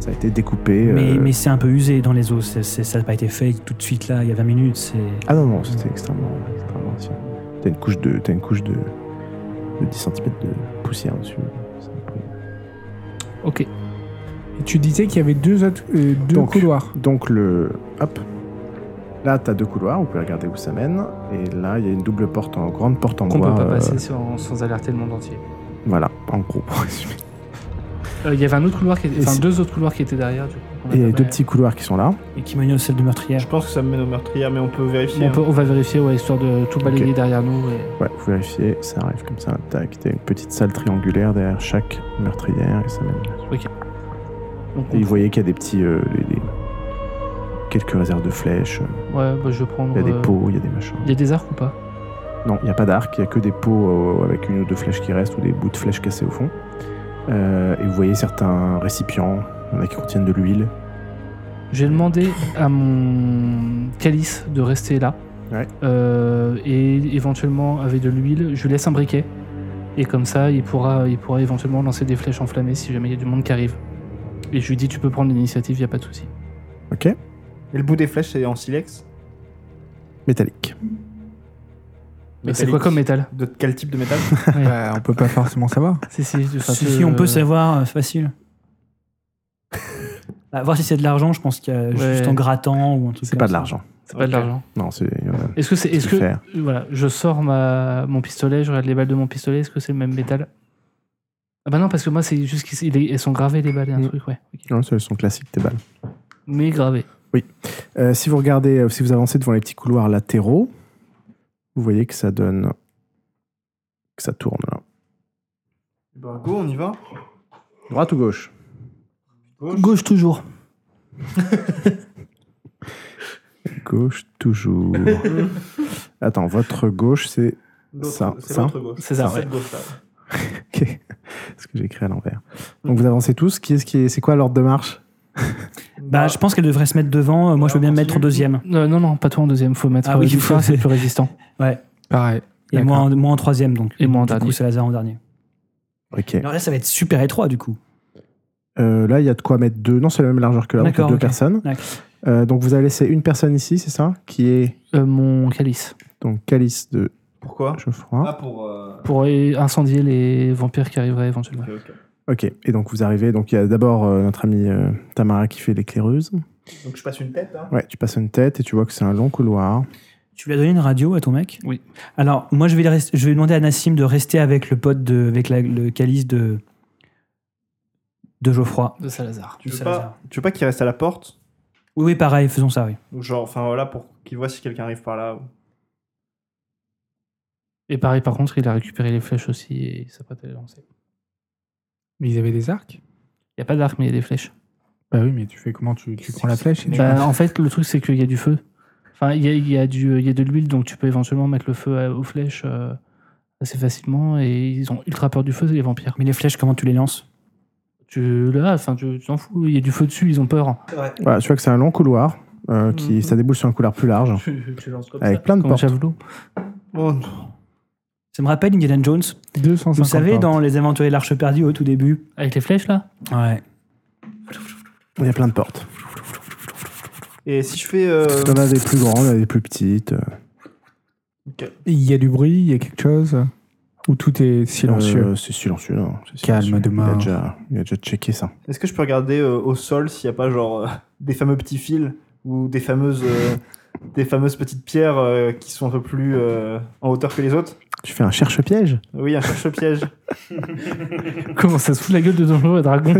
Speaker 1: Ça a été découpé.
Speaker 3: Mais,
Speaker 1: euh,
Speaker 3: mais c'est un peu usé dans les os. c'est- c'est- ça n'a pas été fait tout de suite là, il y a 20 minutes. C'est
Speaker 1: Ah non, non, c'était extrêmement, extrêmement ancien. T'as une couche de, t'as une couche de, de 10 cm de poussière dessus. Ça a pris-
Speaker 4: Ok.
Speaker 2: Et tu disais qu'il y avait deux, autres, euh, deux
Speaker 1: Donc.
Speaker 2: couloirs.
Speaker 1: Donc le... Hop. Là, t'as deux couloirs, vous pouvez regarder où ça mène. Et là, il y a une double porte, en grande porte en
Speaker 4: Qu'on
Speaker 1: bois.
Speaker 4: peut pas
Speaker 1: euh,
Speaker 4: passer sans, sans alerter le monde entier.
Speaker 1: voilà, en gros. pour résumer.
Speaker 4: Euh, Il y avait un autre couloir qui était,
Speaker 1: Et
Speaker 4: enfin
Speaker 1: si-
Speaker 4: deux autres couloirs qui étaient derrière. Du coup, qu'on a
Speaker 1: Et il y a
Speaker 4: pas-
Speaker 1: deux petits couloirs qui sont là.
Speaker 3: et qui mène au sel de meurtrière.
Speaker 5: Je pense que ça me mène au meurtrier, mais on peut vérifier. hein.
Speaker 4: On, peut- on va vérifier, ouais, histoire de tout balayer
Speaker 1: Ok.
Speaker 4: derrière nous. et-
Speaker 1: Ouais, vous vérifiez, ça arrive comme ça. Tac, t'as une petite salle triangulaire derrière chaque meurtrière et ça mène.
Speaker 4: Donc,
Speaker 1: Et
Speaker 4: on-
Speaker 1: vous voyez qu'il y a des petits... euh, des- des- quelques réserves de flèches.
Speaker 4: Ouais, bah, je vais prendre.
Speaker 1: Il y a des
Speaker 4: euh,
Speaker 1: pots, il y a des machins.
Speaker 4: Il y a des arcs ou pas
Speaker 1: Non, il n'y a pas d'arc, il n'y a que des pots euh, avec une ou deux flèches qui restent ou des bouts de flèches cassés au fond. Euh, et vous voyez certains récipients, il y en a qui contiennent de l'huile.
Speaker 4: J'ai demandé à mon calice de rester là.
Speaker 1: Ouais.
Speaker 4: Euh, et éventuellement, avec de l'huile, je lui laisse un briquet. Et comme ça, il pourra, il pourra éventuellement lancer des flèches enflammées si jamais il y a du monde qui arrive. Et je lui dis, tu peux prendre l'initiative, il n'y a pas de souci.
Speaker 1: Ok
Speaker 5: Et le bout des flèches, c'est en silex
Speaker 1: Métallique.
Speaker 4: Mais Bah, C'est quoi comme métal
Speaker 5: De quel type de métal Eh
Speaker 2: Bah, on peut pas forcément savoir.
Speaker 4: Si, si, enfin,
Speaker 3: Si,
Speaker 4: tu-
Speaker 3: si, on peut savoir, euh, facile. À voir si c'est de l'argent, je pense qu'il y a juste
Speaker 4: Ouais.
Speaker 3: en grattant ou un truc.
Speaker 1: C'est
Speaker 3: comme
Speaker 1: pas de
Speaker 3: ça.
Speaker 1: l'argent.
Speaker 4: C'est pas de
Speaker 5: Ok.
Speaker 4: l'argent.
Speaker 1: Non, c'est. euh,
Speaker 4: Est-ce que c'est. Est
Speaker 1: c'est
Speaker 4: -ce que,
Speaker 1: faire.
Speaker 4: voilà, je sors ma, mon pistolet, je regarde les balles de mon pistolet, est-ce que c'est le même métal Ah bah non, parce que moi, c'est juste qu'ils il est- elles sont gravées, les balles, et un
Speaker 1: Mm.
Speaker 4: truc, ouais. Ok.
Speaker 1: Non, ce sont classiques, tes balles.
Speaker 4: Mais gravées.
Speaker 1: Euh, si vous regardez, euh, si vous avancez devant les petits couloirs latéraux, vous voyez que ça donne. que ça tourne là.
Speaker 5: Bah, go, on y va.
Speaker 1: Droite ou gauche
Speaker 5: Gauche.
Speaker 3: Gauche toujours.
Speaker 1: Gauche toujours. Attends, votre gauche, c'est
Speaker 5: L'autre,
Speaker 1: Ça,
Speaker 5: C'est
Speaker 1: ça.
Speaker 5: l'autre gauche.
Speaker 4: C'est ça, ouais.
Speaker 5: cette gauche-là.
Speaker 1: Ok. Parce que j'ai écrit à l'envers. Donc vous avancez tous. Qui est-ce qui est C'est quoi l'ordre de marche
Speaker 3: Bah, je pense qu'elle devrait se mettre devant. euh, Moi, je veux bien me mettre au deuxième.
Speaker 4: Euh, non, non, pas toi en deuxième, faut mettre
Speaker 3: Ah oui,
Speaker 4: euh, du
Speaker 3: faut-
Speaker 4: frein, c'est le plus résistant.
Speaker 2: Pareil.
Speaker 3: Et moi en, moi en troisième, donc.
Speaker 4: Et moi en
Speaker 3: du
Speaker 4: dernier.
Speaker 3: coup, c'est Lazare en dernier.
Speaker 1: Ok.
Speaker 3: Alors là, ça va être super étroit, du coup.
Speaker 1: Euh, là, il y a de quoi mettre deux. Non, c'est la même largeur que là. donc il y a
Speaker 3: D'accord,
Speaker 1: deux
Speaker 3: ok.
Speaker 1: personnes.
Speaker 3: D'accord.
Speaker 1: Euh, donc vous avez laissé une personne ici, c'est ça Qui est
Speaker 4: Euh, mon calice.
Speaker 1: donc Calice de
Speaker 5: Pourquoi
Speaker 1: Geoffroy.
Speaker 5: Ah, pour. euh,
Speaker 4: Pour euh, incendier les vampires qui arriveraient éventuellement.
Speaker 5: ok, ok.
Speaker 1: Ok. Et donc vous arrivez. Donc il y a d'abord euh, notre amie euh, Tamara qui fait l'éclaireuse.
Speaker 5: Donc, je passe une tête. Hein.
Speaker 1: Ouais. Tu passes une tête et tu vois que c'est un long couloir.
Speaker 3: Tu lui as donné une radio à ton mec
Speaker 4: Oui.
Speaker 3: Alors, moi, je vais, le rest- je vais demander à Nassim de rester avec le pote, de, avec la- le calice de, de Geoffroy.
Speaker 4: De Salazar.
Speaker 5: Tu,
Speaker 3: De
Speaker 5: veux
Speaker 3: Salazar.
Speaker 5: pas, tu veux pas qu'il reste à la porte
Speaker 3: Oui, oui, pareil, faisons ça, oui.
Speaker 5: Ou Genre, enfin voilà, pour qu'il voit si quelqu'un arrive par là. ou-
Speaker 4: Et pareil, par contre, il a récupéré les flèches aussi et il s'apprête à les lancer.
Speaker 2: Mais ils avaient des arcs
Speaker 4: Il n'y a pas d'arc, mais il y a des flèches.
Speaker 2: Bah oui, mais tu fais comment tu, tu prends la flèche et tu-
Speaker 4: Bah, en fait, le truc, c'est qu'il y a du feu. Enfin, il y a, il y a du- il y a de l'huile, donc tu peux éventuellement mettre le feu à- aux flèches euh, assez facilement et ils ont ultra peur du feu, les vampires.
Speaker 3: Mais les flèches, comment tu les lances
Speaker 4: Tu là, enfin, tu tu t'en fous, il y a du feu dessus, ils ont peur.
Speaker 1: Voilà, tu vois que c'est un long couloir. euh, qui,
Speaker 4: Mhm.
Speaker 1: Ça déboule sur un couloir plus large.
Speaker 4: Tu, tu lances comme
Speaker 1: Avec
Speaker 4: ça,
Speaker 1: plein de
Speaker 4: comme un
Speaker 1: portes.
Speaker 4: javelot.
Speaker 3: Ça me rappelle Indiana Jones.
Speaker 2: 250
Speaker 3: Vous savez,
Speaker 2: portes.
Speaker 3: dans Les Aventuriers de l'Arche perdue au tout début.
Speaker 4: Avec les flèches là
Speaker 3: Ouais.
Speaker 1: Il y a plein de portes.
Speaker 5: Et si je fais.
Speaker 1: Il
Speaker 5: euh,
Speaker 1: y en a des plus grandes, il y en a des plus petites. euh,
Speaker 2: Il y a du bruit, il y a quelque chose Ou tout est silencieux
Speaker 1: euh, c'est silencieux. non, c'est
Speaker 2: Calme
Speaker 1: silencieux.
Speaker 2: demain.
Speaker 1: Il a, déjà, il a déjà checké ça.
Speaker 5: Est-ce que je peux regarder euh, au sol s'il n'y a pas genre euh, des fameux petits fils ou des fameuses, euh, des fameuses petites pierres euh, qui sont un peu plus euh, en hauteur que les autres
Speaker 1: Tu fais un cherche-piège
Speaker 5: Oui, un cherche-piège.
Speaker 4: Comment ça se fout de la gueule de Donjons et Dragons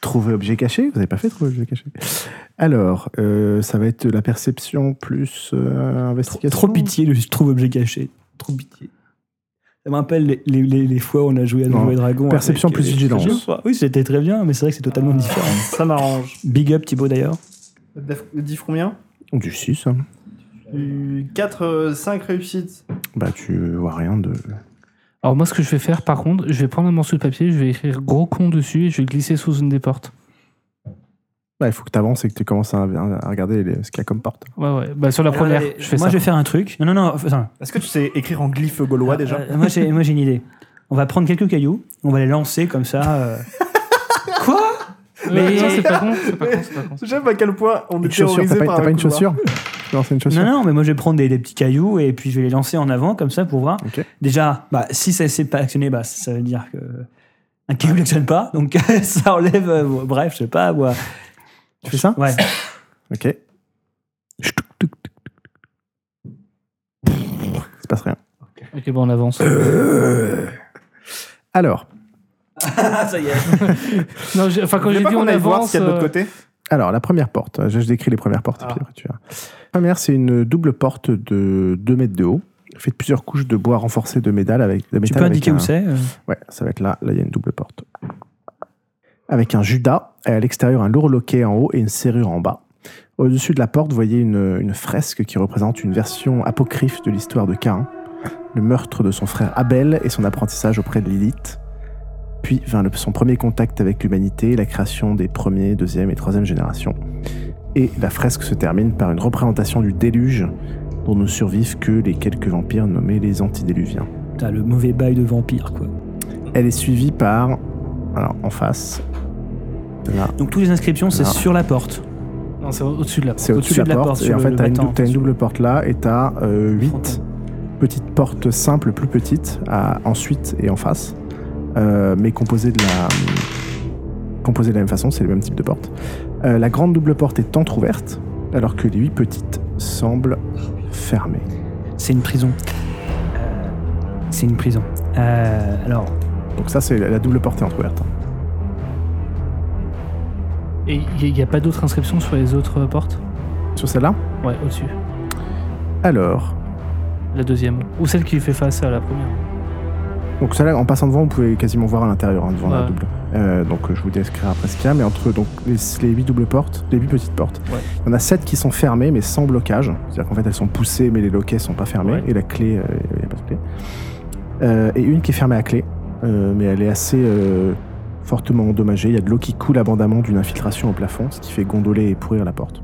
Speaker 1: Trouver objet caché Vous n'avez pas fait trouver objet caché. Alors, euh, ça va être la perception plus euh, investigation.
Speaker 3: Trop pitié, le je trouve objet caché. Trop pitié. Ça me rappelle les, les- les- les fois où on a joué à Donjons
Speaker 1: Non.
Speaker 3: et Dragons.
Speaker 1: Perception plus
Speaker 3: euh, les-
Speaker 1: vigilance.
Speaker 3: je sais pas. Oui, c'était très bien, mais c'est vrai que c'est totalement différent.
Speaker 5: Ça m'arrange.
Speaker 3: Big up Thibaut d'ailleurs.
Speaker 5: Def- Diff combien
Speaker 1: Du hein. 6.
Speaker 5: 4, 5 réussites.
Speaker 1: Bah, tu vois rien de.
Speaker 4: Alors moi, ce que je vais faire, par contre, je vais prendre un morceau de papier, je vais écrire gros con dessus et je vais glisser sous une des portes.
Speaker 1: Bah, il faut que tu avances et que tu commences à, à regarder les- ce qu'il y a comme porte.
Speaker 4: Ouais, ouais. Bah, sur la
Speaker 3: Alors,
Speaker 4: première,
Speaker 3: allez,
Speaker 4: je fais
Speaker 3: moi,
Speaker 4: ça.
Speaker 3: je vais faire un truc. Non, non, non. enfin,
Speaker 5: Est-ce que tu sais écrire en glyphe
Speaker 1: Ah,
Speaker 5: gaulois déjà
Speaker 3: euh, moi, j'ai moi, j'ai une idée. On va prendre quelques cailloux, on va les lancer comme ça. euh. Quoi
Speaker 4: Mais
Speaker 5: Mais-
Speaker 4: Euh, non, c'est pas con, c'est pas con, c'est pas con.
Speaker 5: J'aime à quel point on est
Speaker 1: Une chaussure,
Speaker 5: terrorisé
Speaker 1: t'as pas,
Speaker 5: par
Speaker 1: t'as
Speaker 5: un
Speaker 1: pas une
Speaker 5: couloir.
Speaker 1: chaussure Non, c'est une chaussure.
Speaker 3: Non, non, mais moi je vais prendre des, des petits cailloux et puis je vais les lancer en avant comme ça pour voir.
Speaker 1: Ok.
Speaker 3: Déjà, bah, si ça s'est pas actionné, bah, ça veut dire que un caillou n'actionne pas, donc ça enlève. euh, bon, bref, je sais pas. moi.
Speaker 1: Tu fais ça
Speaker 3: Ouais.
Speaker 1: Ok. Il se passe rien.
Speaker 4: Ok, bon, on avance.
Speaker 1: Alors,
Speaker 3: Ah, ça y est.
Speaker 4: Non, j'ai- enfin,
Speaker 5: Vous
Speaker 4: quand
Speaker 5: voulez
Speaker 4: j'ai
Speaker 5: pas
Speaker 4: dit
Speaker 5: qu'on
Speaker 4: on
Speaker 5: aille voir
Speaker 4: avance,
Speaker 5: s'il y a de l'autre
Speaker 4: euh,
Speaker 5: côté
Speaker 1: Alors, la première porte, je, je décris les premières portes, et puis
Speaker 5: Ah.
Speaker 1: après, tu verras. La première, c'est une double porte de 2 mètres de haut, faite de plusieurs couches de bois renforcé de métal avec de
Speaker 3: Tu
Speaker 1: métal
Speaker 3: peux
Speaker 1: avec
Speaker 3: indiquer
Speaker 1: un-
Speaker 3: où c'est euh,
Speaker 1: Ouais, ça va être là, là, il y a une double porte. Avec un judas, et à l'extérieur, un lourd loquet en haut et une serrure en bas. Au-dessus de la porte, vous voyez une, une fresque qui représente une version apocryphe de l'histoire de Caïn, le meurtre de son frère Abel et son apprentissage auprès de Lilith. Puis vint le- son premier contact avec l'humanité, la création des premiers, deuxième et troisième générations. Et la fresque se termine par une représentation du déluge dont ne survivent que les quelques vampires nommés les antidéluviens.
Speaker 3: Putain, le mauvais bail de vampire, quoi.
Speaker 1: Elle est suivie par. Alors, en face. Là.
Speaker 3: Donc toutes les inscriptions, c'est
Speaker 1: Ah.
Speaker 3: sur la porte.
Speaker 4: Non, c'est au- au-dessus de la porte.
Speaker 1: C'est au-dessus de la porte. et
Speaker 3: sur
Speaker 1: en
Speaker 3: le-
Speaker 1: fait,
Speaker 3: le
Speaker 1: t'as une, dou-
Speaker 3: battant.
Speaker 1: t'as une double porte là et t'as 8
Speaker 3: Frontal.
Speaker 1: petites portes simples, plus petites, à, ensuite et en face. euh, mais composées de la. Composées de la même façon, c'est le même type de porte. Euh, la grande double porte est entr'ouverte, alors que les huit petites semblent fermées.
Speaker 3: C'est une prison. Euh, C'est une prison. Euh, alors,
Speaker 1: Donc, ça, c'est la la double porte est entr'ouverte.
Speaker 4: Et il n'y a, pas d'autres inscriptions sur les autres euh, portes
Speaker 1: Sur celle-là
Speaker 4: Ouais, au-dessus.
Speaker 1: Alors.
Speaker 4: La deuxième. Ou celle qui fait face à la première.
Speaker 1: Donc celle-là, en passant devant, vous pouvez quasiment voir à l'intérieur, hein, devant la
Speaker 4: Ouais.
Speaker 1: double. Euh, donc euh, je vous décrirai après ce qu'il y a, mais entre donc, les, les huit doubles portes, les huit petites portes,
Speaker 4: Ouais.
Speaker 1: il y en a sept qui sont fermées, mais sans blocage. C'est-à-dire qu'en fait, elles sont poussées, mais les loquets sont pas fermés,
Speaker 4: Ouais.
Speaker 1: et la clé, euh, il n'y a pas de clé. Euh, et une qui est fermée à clé, euh, mais elle est assez euh, fortement endommagée. Il y a de l'eau qui coule abondamment d'une infiltration au plafond, ce qui fait gondoler et pourrir la porte.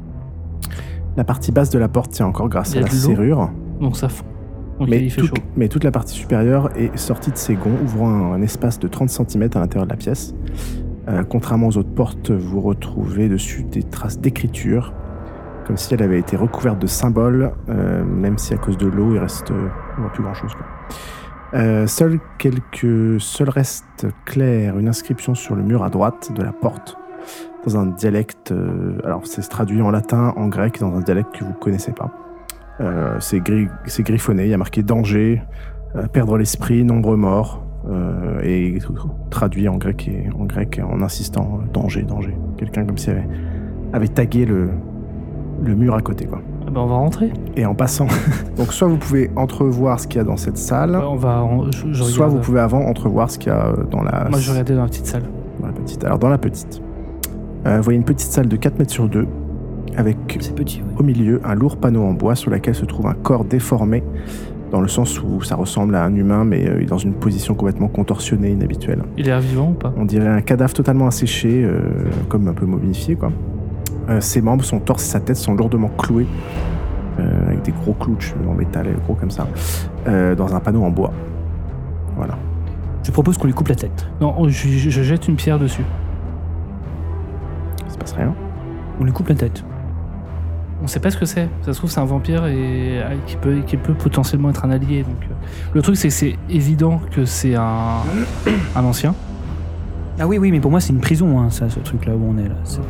Speaker 1: La partie basse de la porte tient encore grâce
Speaker 4: Il y
Speaker 1: à
Speaker 4: a
Speaker 1: la
Speaker 4: de l'eau
Speaker 1: serrure.
Speaker 4: Donc ça fond. Donc
Speaker 1: Mais,
Speaker 4: il fait
Speaker 1: toute-
Speaker 4: chaud.
Speaker 1: mais toute la partie supérieure est sortie de ses gonds, ouvrant un, un espace de 30 cm à l'intérieur de la pièce. Euh, contrairement aux autres portes, vous retrouvez dessus des traces d'écriture, comme si elle avait été recouverte de symboles, euh, même si à cause de l'eau, il reste euh, on voit plus grand-chose. quoi. Euh, seul, quelques, seul reste clair une inscription sur le mur à droite de la porte, dans un dialecte. euh, alors, c'est traduit en latin, en grec, dans un dialecte que vous connaissez pas. Euh, c'est gri- c'est griffonné, il y a marqué danger, euh, perdre l'esprit, nombre mort, euh, et traduit en grec, et, en grec en insistant euh, danger, danger. Quelqu'un comme s'il avait, avait tagué le, le mur à côté. Quoi.
Speaker 4: Ah bah, on va rentrer.
Speaker 1: Et en passant, donc soit vous pouvez entrevoir ce qu'il y a dans cette salle,
Speaker 4: Ouais, on va. en- je- je
Speaker 1: soit
Speaker 4: regarde. euh,
Speaker 1: vous pouvez avant entrevoir ce qu'il y a euh, dans la,
Speaker 4: Moi, je regardais dans la petite salle.
Speaker 1: dans la petite. Alors dans la petite, euh, vous voyez une petite salle de 4 mètres sur 2, avec
Speaker 3: c'est petit. ouais.
Speaker 1: au milieu, un lourd panneau en bois sur lequel se trouve un corps déformé dans le sens où ça ressemble à un humain, mais euh, il est dans une position complètement contorsionnée, inhabituelle.
Speaker 4: Il est vivant ou pas
Speaker 1: On dirait un cadavre totalement asséché, euh, comme un peu momifié, quoi. Euh, ses membres, son torse et sa tête sont lourdement cloués, euh, avec des gros clous de cheveux en métal, euh, gros comme ça, euh, dans un panneau en bois. Voilà.
Speaker 3: Je propose qu'on lui coupe la tête.
Speaker 4: Non, on- je, je- je jette une pierre dessus.
Speaker 1: Il se passe rien.
Speaker 3: On lui coupe la tête.
Speaker 4: On sait pas ce que c'est. Ça se trouve, c'est un vampire et ah, qui peut, qui peut potentiellement être un allié. Donc, euh, le truc, c'est que c'est évident que c'est un, un ancien.
Speaker 3: Ah oui, oui, mais pour moi, c'est une prison, hein, ça, ce truc-là où on est là. C'est-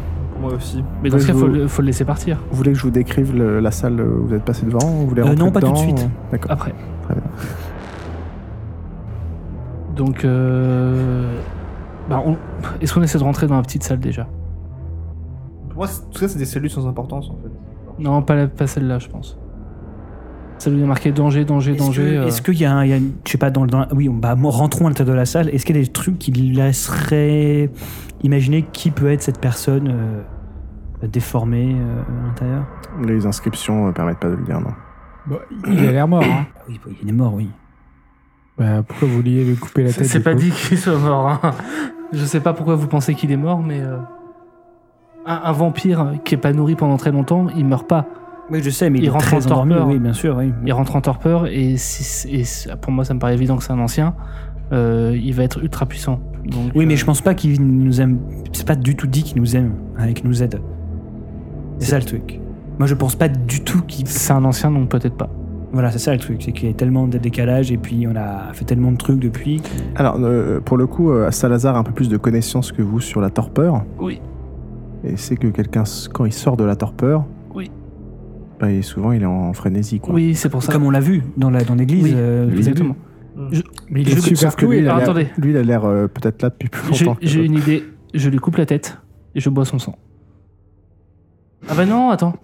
Speaker 5: Moi aussi.
Speaker 4: Mais dans
Speaker 1: Ouais,
Speaker 4: ce cas,
Speaker 1: je
Speaker 4: faut
Speaker 1: vous-
Speaker 4: le, faut le laisser partir
Speaker 1: Vous voulez que je vous décrive le- la salle où vous êtes passé devant Vous voulez
Speaker 3: Euh,
Speaker 1: rentrer
Speaker 3: non, pas tout de
Speaker 1: dedans
Speaker 3: suite.
Speaker 1: D'accord.
Speaker 4: après.
Speaker 1: Très bien.
Speaker 4: Donc, euh, bah, on- est-ce qu'on essaie de rentrer dans la petite salle déjà
Speaker 5: Pour moi, c'est- tout ça, c'est des cellules sans importance en fait.
Speaker 4: Non, pas, la- pas celle-là, je pense. Celle où il y a marqué danger, danger,
Speaker 3: Est-ce
Speaker 4: danger.
Speaker 3: que-
Speaker 4: euh,
Speaker 3: est-ce qu'il y a, un, il y a une- je sais pas, dans, le- dans- oui, on- bah, moi, rentrons à l'intérieur de la salle. Est-ce qu'il y a des trucs qui laisseraient imaginer qui peut être cette personne euh, déformée euh, à l'intérieur
Speaker 1: Les inscriptions ne permettent pas de le dire, non.
Speaker 2: Bon, Bah, il a l'air mort. Hein.
Speaker 3: Ah Oui, il est mort, oui.
Speaker 2: Bah, pourquoi vous vouliez lui couper la
Speaker 4: C'est
Speaker 2: tête
Speaker 4: c'est
Speaker 2: du
Speaker 4: pas
Speaker 2: coup
Speaker 4: dit qu'il soit mort. hein. Je sais pas pourquoi vous pensez qu'il est mort, mais euh, un, un vampire qui est pas nourri pendant très longtemps, il meurt pas.
Speaker 3: Oui, je sais, mais il,
Speaker 4: Il
Speaker 3: est
Speaker 4: rentre en
Speaker 3: très endormi.
Speaker 4: torpeur.
Speaker 3: Oui, bien sûr, oui.
Speaker 4: Il rentre en torpeur et, si- et si- pour moi, ça me paraît évident que c'est un ancien. euh, il va être ultra puissant. Donc,
Speaker 3: Oui, mais
Speaker 4: euh,
Speaker 3: je pense pas qu'il nous aime. C'est pas du tout dit qu'il nous aime, hein, et qu'il nous aide. C'est ça le truc. Moi, je pense pas du tout qu'il.
Speaker 4: c'est un ancien, donc peut-être pas.
Speaker 3: Voilà, c'est ça le truc. C'est qu'il y a tellement de décalage, et puis on a fait tellement de trucs depuis.
Speaker 1: Alors, euh, pour le coup, euh, Salazar a un peu plus de connaissances que vous sur la torpeur.
Speaker 4: Oui.
Speaker 1: Et c'est que quelqu'un, s- quand il sort de la torpeur,
Speaker 4: Oui.
Speaker 1: bah, il- souvent il est en frénésie. Quoi.
Speaker 4: Oui, c'est pour ça.
Speaker 3: Comme on l'a vu dans la- dans l'église.
Speaker 4: Oui,
Speaker 3: euh, au début.
Speaker 4: Exactement. Je-
Speaker 2: Mais il
Speaker 1: Sauf
Speaker 2: est
Speaker 1: que-
Speaker 2: super
Speaker 1: sauf que
Speaker 2: cool.
Speaker 1: lui,
Speaker 2: il
Speaker 1: il
Speaker 2: a
Speaker 1: a
Speaker 4: Alors,
Speaker 1: l'air-
Speaker 4: attendez.
Speaker 1: Lui, il a l'air euh, peut-être là depuis plus
Speaker 4: J'ai
Speaker 1: longtemps. que-
Speaker 4: j'ai une idée. Je lui coupe la tête et je bois son sang. Ah bah non, attends.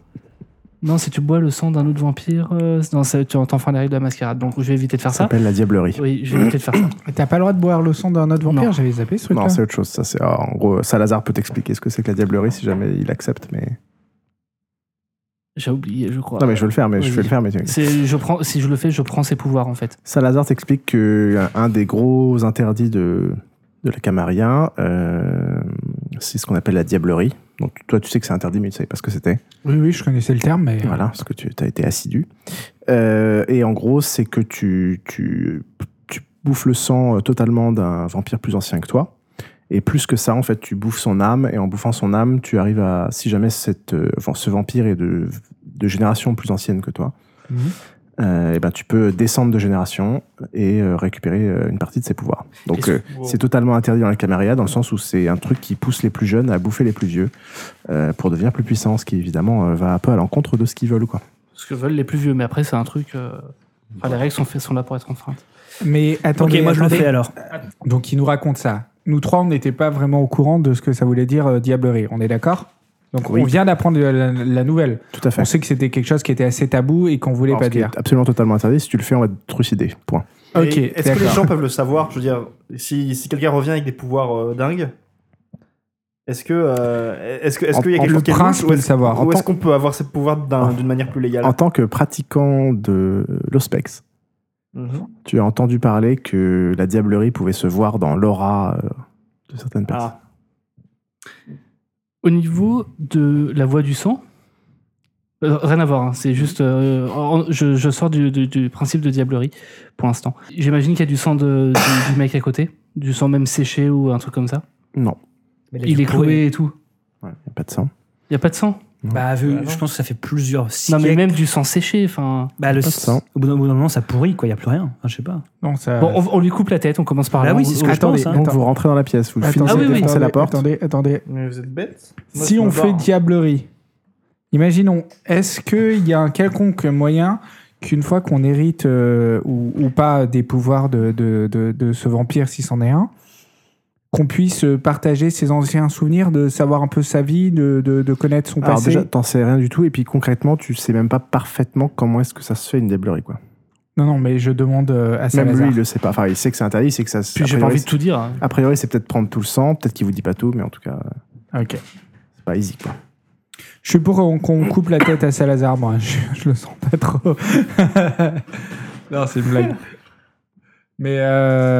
Speaker 4: Non, si tu bois le sang d'un autre vampire, euh, non, ça- tu entends enfin les règles de la mascarade. Donc je vais éviter de faire
Speaker 1: Ça
Speaker 4: ça.
Speaker 1: s'appelle la diablerie.
Speaker 4: Oui, je vais éviter de faire ça.
Speaker 2: l'air- T'as pas le droit de boire le sang d'un autre vampire
Speaker 4: Non.
Speaker 2: J'avais zappé ce
Speaker 4: hein.
Speaker 2: truc-là.
Speaker 1: Non, c'est autre chose. Ça, c'est ah, en gros, Salazar peut t'expliquer ce que c'est que la diablerie si jamais il accepte. Mais
Speaker 4: J'ai oublié, je crois.
Speaker 1: non, mais je vais le faire. Mais je
Speaker 4: Vas-y.
Speaker 1: vais le faire. Mais
Speaker 4: C'est- je prends, si je le fais, je prends ses pouvoirs en fait.
Speaker 1: Salazar t'explique que euh, un des gros interdits de, de la Camarilla, euh, c'est ce qu'on appelle la diablerie. Donc toi, tu sais que c'est interdit, mais tu savais pas ce que c'était.
Speaker 2: Oui, oui, je connaissais le terme, mais. euh,
Speaker 1: Voilà, parce que tu as été assidu. Euh, et en gros, c'est que tu, tu, tu bouffes le sang euh, totalement d'un vampire plus ancien que toi. Et plus que ça, en fait, tu bouffes son âme. Et en bouffant son âme, tu arrives à. Si jamais cette, euh, enfin, ce vampire est de, de génération plus ancienne que toi,
Speaker 2: Mhm.
Speaker 1: euh, eh ben, tu peux descendre de génération et euh, récupérer euh, une partie de ses pouvoirs. Donc,
Speaker 4: Et
Speaker 1: euh, c'est totalement interdit dans la Camarilla, dans le sens où c'est un truc qui pousse les plus jeunes à bouffer les plus vieux euh, pour devenir plus puissants, ce qui évidemment euh, va un peu à l'encontre de ce qu'ils veulent. Quoi.
Speaker 4: Ce que veulent les plus vieux. Mais après, c'est un truc. euh, enfin, les règles sont, fait- sont là pour être enfreintes.
Speaker 2: euh, Mais attendez,
Speaker 3: Ok, moi je le
Speaker 2: attendez.
Speaker 3: fais alors.
Speaker 2: Donc il nous raconte ça. Nous trois, on n'était pas vraiment au courant de ce que ça voulait dire euh, diablerie. On est d'accord Donc
Speaker 1: Oui.
Speaker 2: on vient d'apprendre la, la- la nouvelle.
Speaker 1: Tout à fait.
Speaker 2: On sait que c'était quelque chose qui était assez tabou et qu'on voulait
Speaker 1: Alors,
Speaker 2: pas
Speaker 1: ce qui
Speaker 2: dire.
Speaker 1: est absolument totalement interdit. Si tu le fais, on va te trucider. Point.
Speaker 5: Mais
Speaker 2: Ok,
Speaker 5: Est-ce que les
Speaker 2: d'accord.
Speaker 5: gens peuvent le savoir Je veux dire, si, si quelqu'un revient avec des pouvoirs euh, dingues, est-ce que euh, est-ce que est-ce
Speaker 1: En-
Speaker 5: qu'il y a
Speaker 1: en
Speaker 5: quelque chose
Speaker 2: Le
Speaker 5: qui est
Speaker 2: prince
Speaker 5: louche,
Speaker 2: peut
Speaker 5: ou
Speaker 2: le
Speaker 5: est-ce
Speaker 2: savoir.
Speaker 5: ou
Speaker 1: En
Speaker 5: est-ce
Speaker 1: tant-
Speaker 5: qu'on peut avoir ces pouvoirs d'un-
Speaker 1: En-
Speaker 5: d'une manière plus légale
Speaker 1: En tant que pratiquant de l'OSPEX,
Speaker 5: Mhm.
Speaker 1: tu as entendu parler que la diablerie pouvait se voir dans l'aura euh, de certaines personnes.
Speaker 5: Ah,
Speaker 4: Au niveau de la voix du sang, euh, rien à voir, hein, c'est juste. euh, en- je, je sors du, du- du principe de diablerie pour l'instant. J'imagine qu'il y a du sang de, du, du mec à côté, du sang même séché ou un truc comme ça.
Speaker 1: Non,
Speaker 4: Il est cloué et tout.
Speaker 1: il n'y a pas de sang.
Speaker 4: Il n'y a pas de sang.
Speaker 3: Bah, vu-
Speaker 5: Bah, non.
Speaker 3: je pense que ça fait plusieurs
Speaker 4: Non,
Speaker 3: siècles.
Speaker 4: mais même du sang séché. Enfin,
Speaker 3: Bah, le-
Speaker 1: Pas de sang.
Speaker 3: Au bout d'un au bout d'un moment, ça pourrit, quoi. Il n'y a plus rien. Enfin, je sais pas.
Speaker 2: Non, ça.
Speaker 4: bon, on, on lui coupe la tête, on commence par
Speaker 3: Bah
Speaker 4: là.
Speaker 3: oui,
Speaker 4: on-
Speaker 3: c'est ce
Speaker 4: on-
Speaker 3: que je
Speaker 2: attendez,
Speaker 3: pense. hein.
Speaker 1: Donc
Speaker 2: Attends.
Speaker 1: vous rentrez dans la pièce, vous
Speaker 2: Attendez,
Speaker 1: finissez
Speaker 4: Ah oui,
Speaker 1: de
Speaker 4: oui.
Speaker 1: défoncer la porte.
Speaker 2: Attendez, attendez.
Speaker 5: mais vous êtes bête
Speaker 2: si on fait diablerie, imaginons, est-ce qu'il y a un quelconque moyen qu'une fois qu'on hérite euh, ou, ou pas des pouvoirs de, de- de- de ce vampire, si c'en est un, qu'on puisse partager ses anciens souvenirs, de savoir un peu sa vie, de, de- de connaître son
Speaker 1: Alors
Speaker 2: passé
Speaker 1: déjà, t'en sais rien du tout, et puis concrètement, tu sais même pas parfaitement comment est-ce que ça se fait une diablerie, quoi.
Speaker 2: Non, non, mais je demande euh, à
Speaker 1: Même
Speaker 2: Salazar.
Speaker 1: lui, il le sait pas. Enfin, il sait que c'est interdit, il sait que ça.
Speaker 4: Puis
Speaker 1: a
Speaker 4: j'ai pas
Speaker 1: priori,
Speaker 4: envie de tout dire. hein.
Speaker 1: c'est- A priori, c'est peut-être prendre tout le sang, peut-être qu'il vous dit pas tout, mais en tout cas, euh,
Speaker 2: Ok.
Speaker 1: c'est pas easy, quoi.
Speaker 2: Je suis pour qu'on qu'on coupe la tête à Salazar, moi. Je, je le sens pas trop. Non, c'est une blague. Mais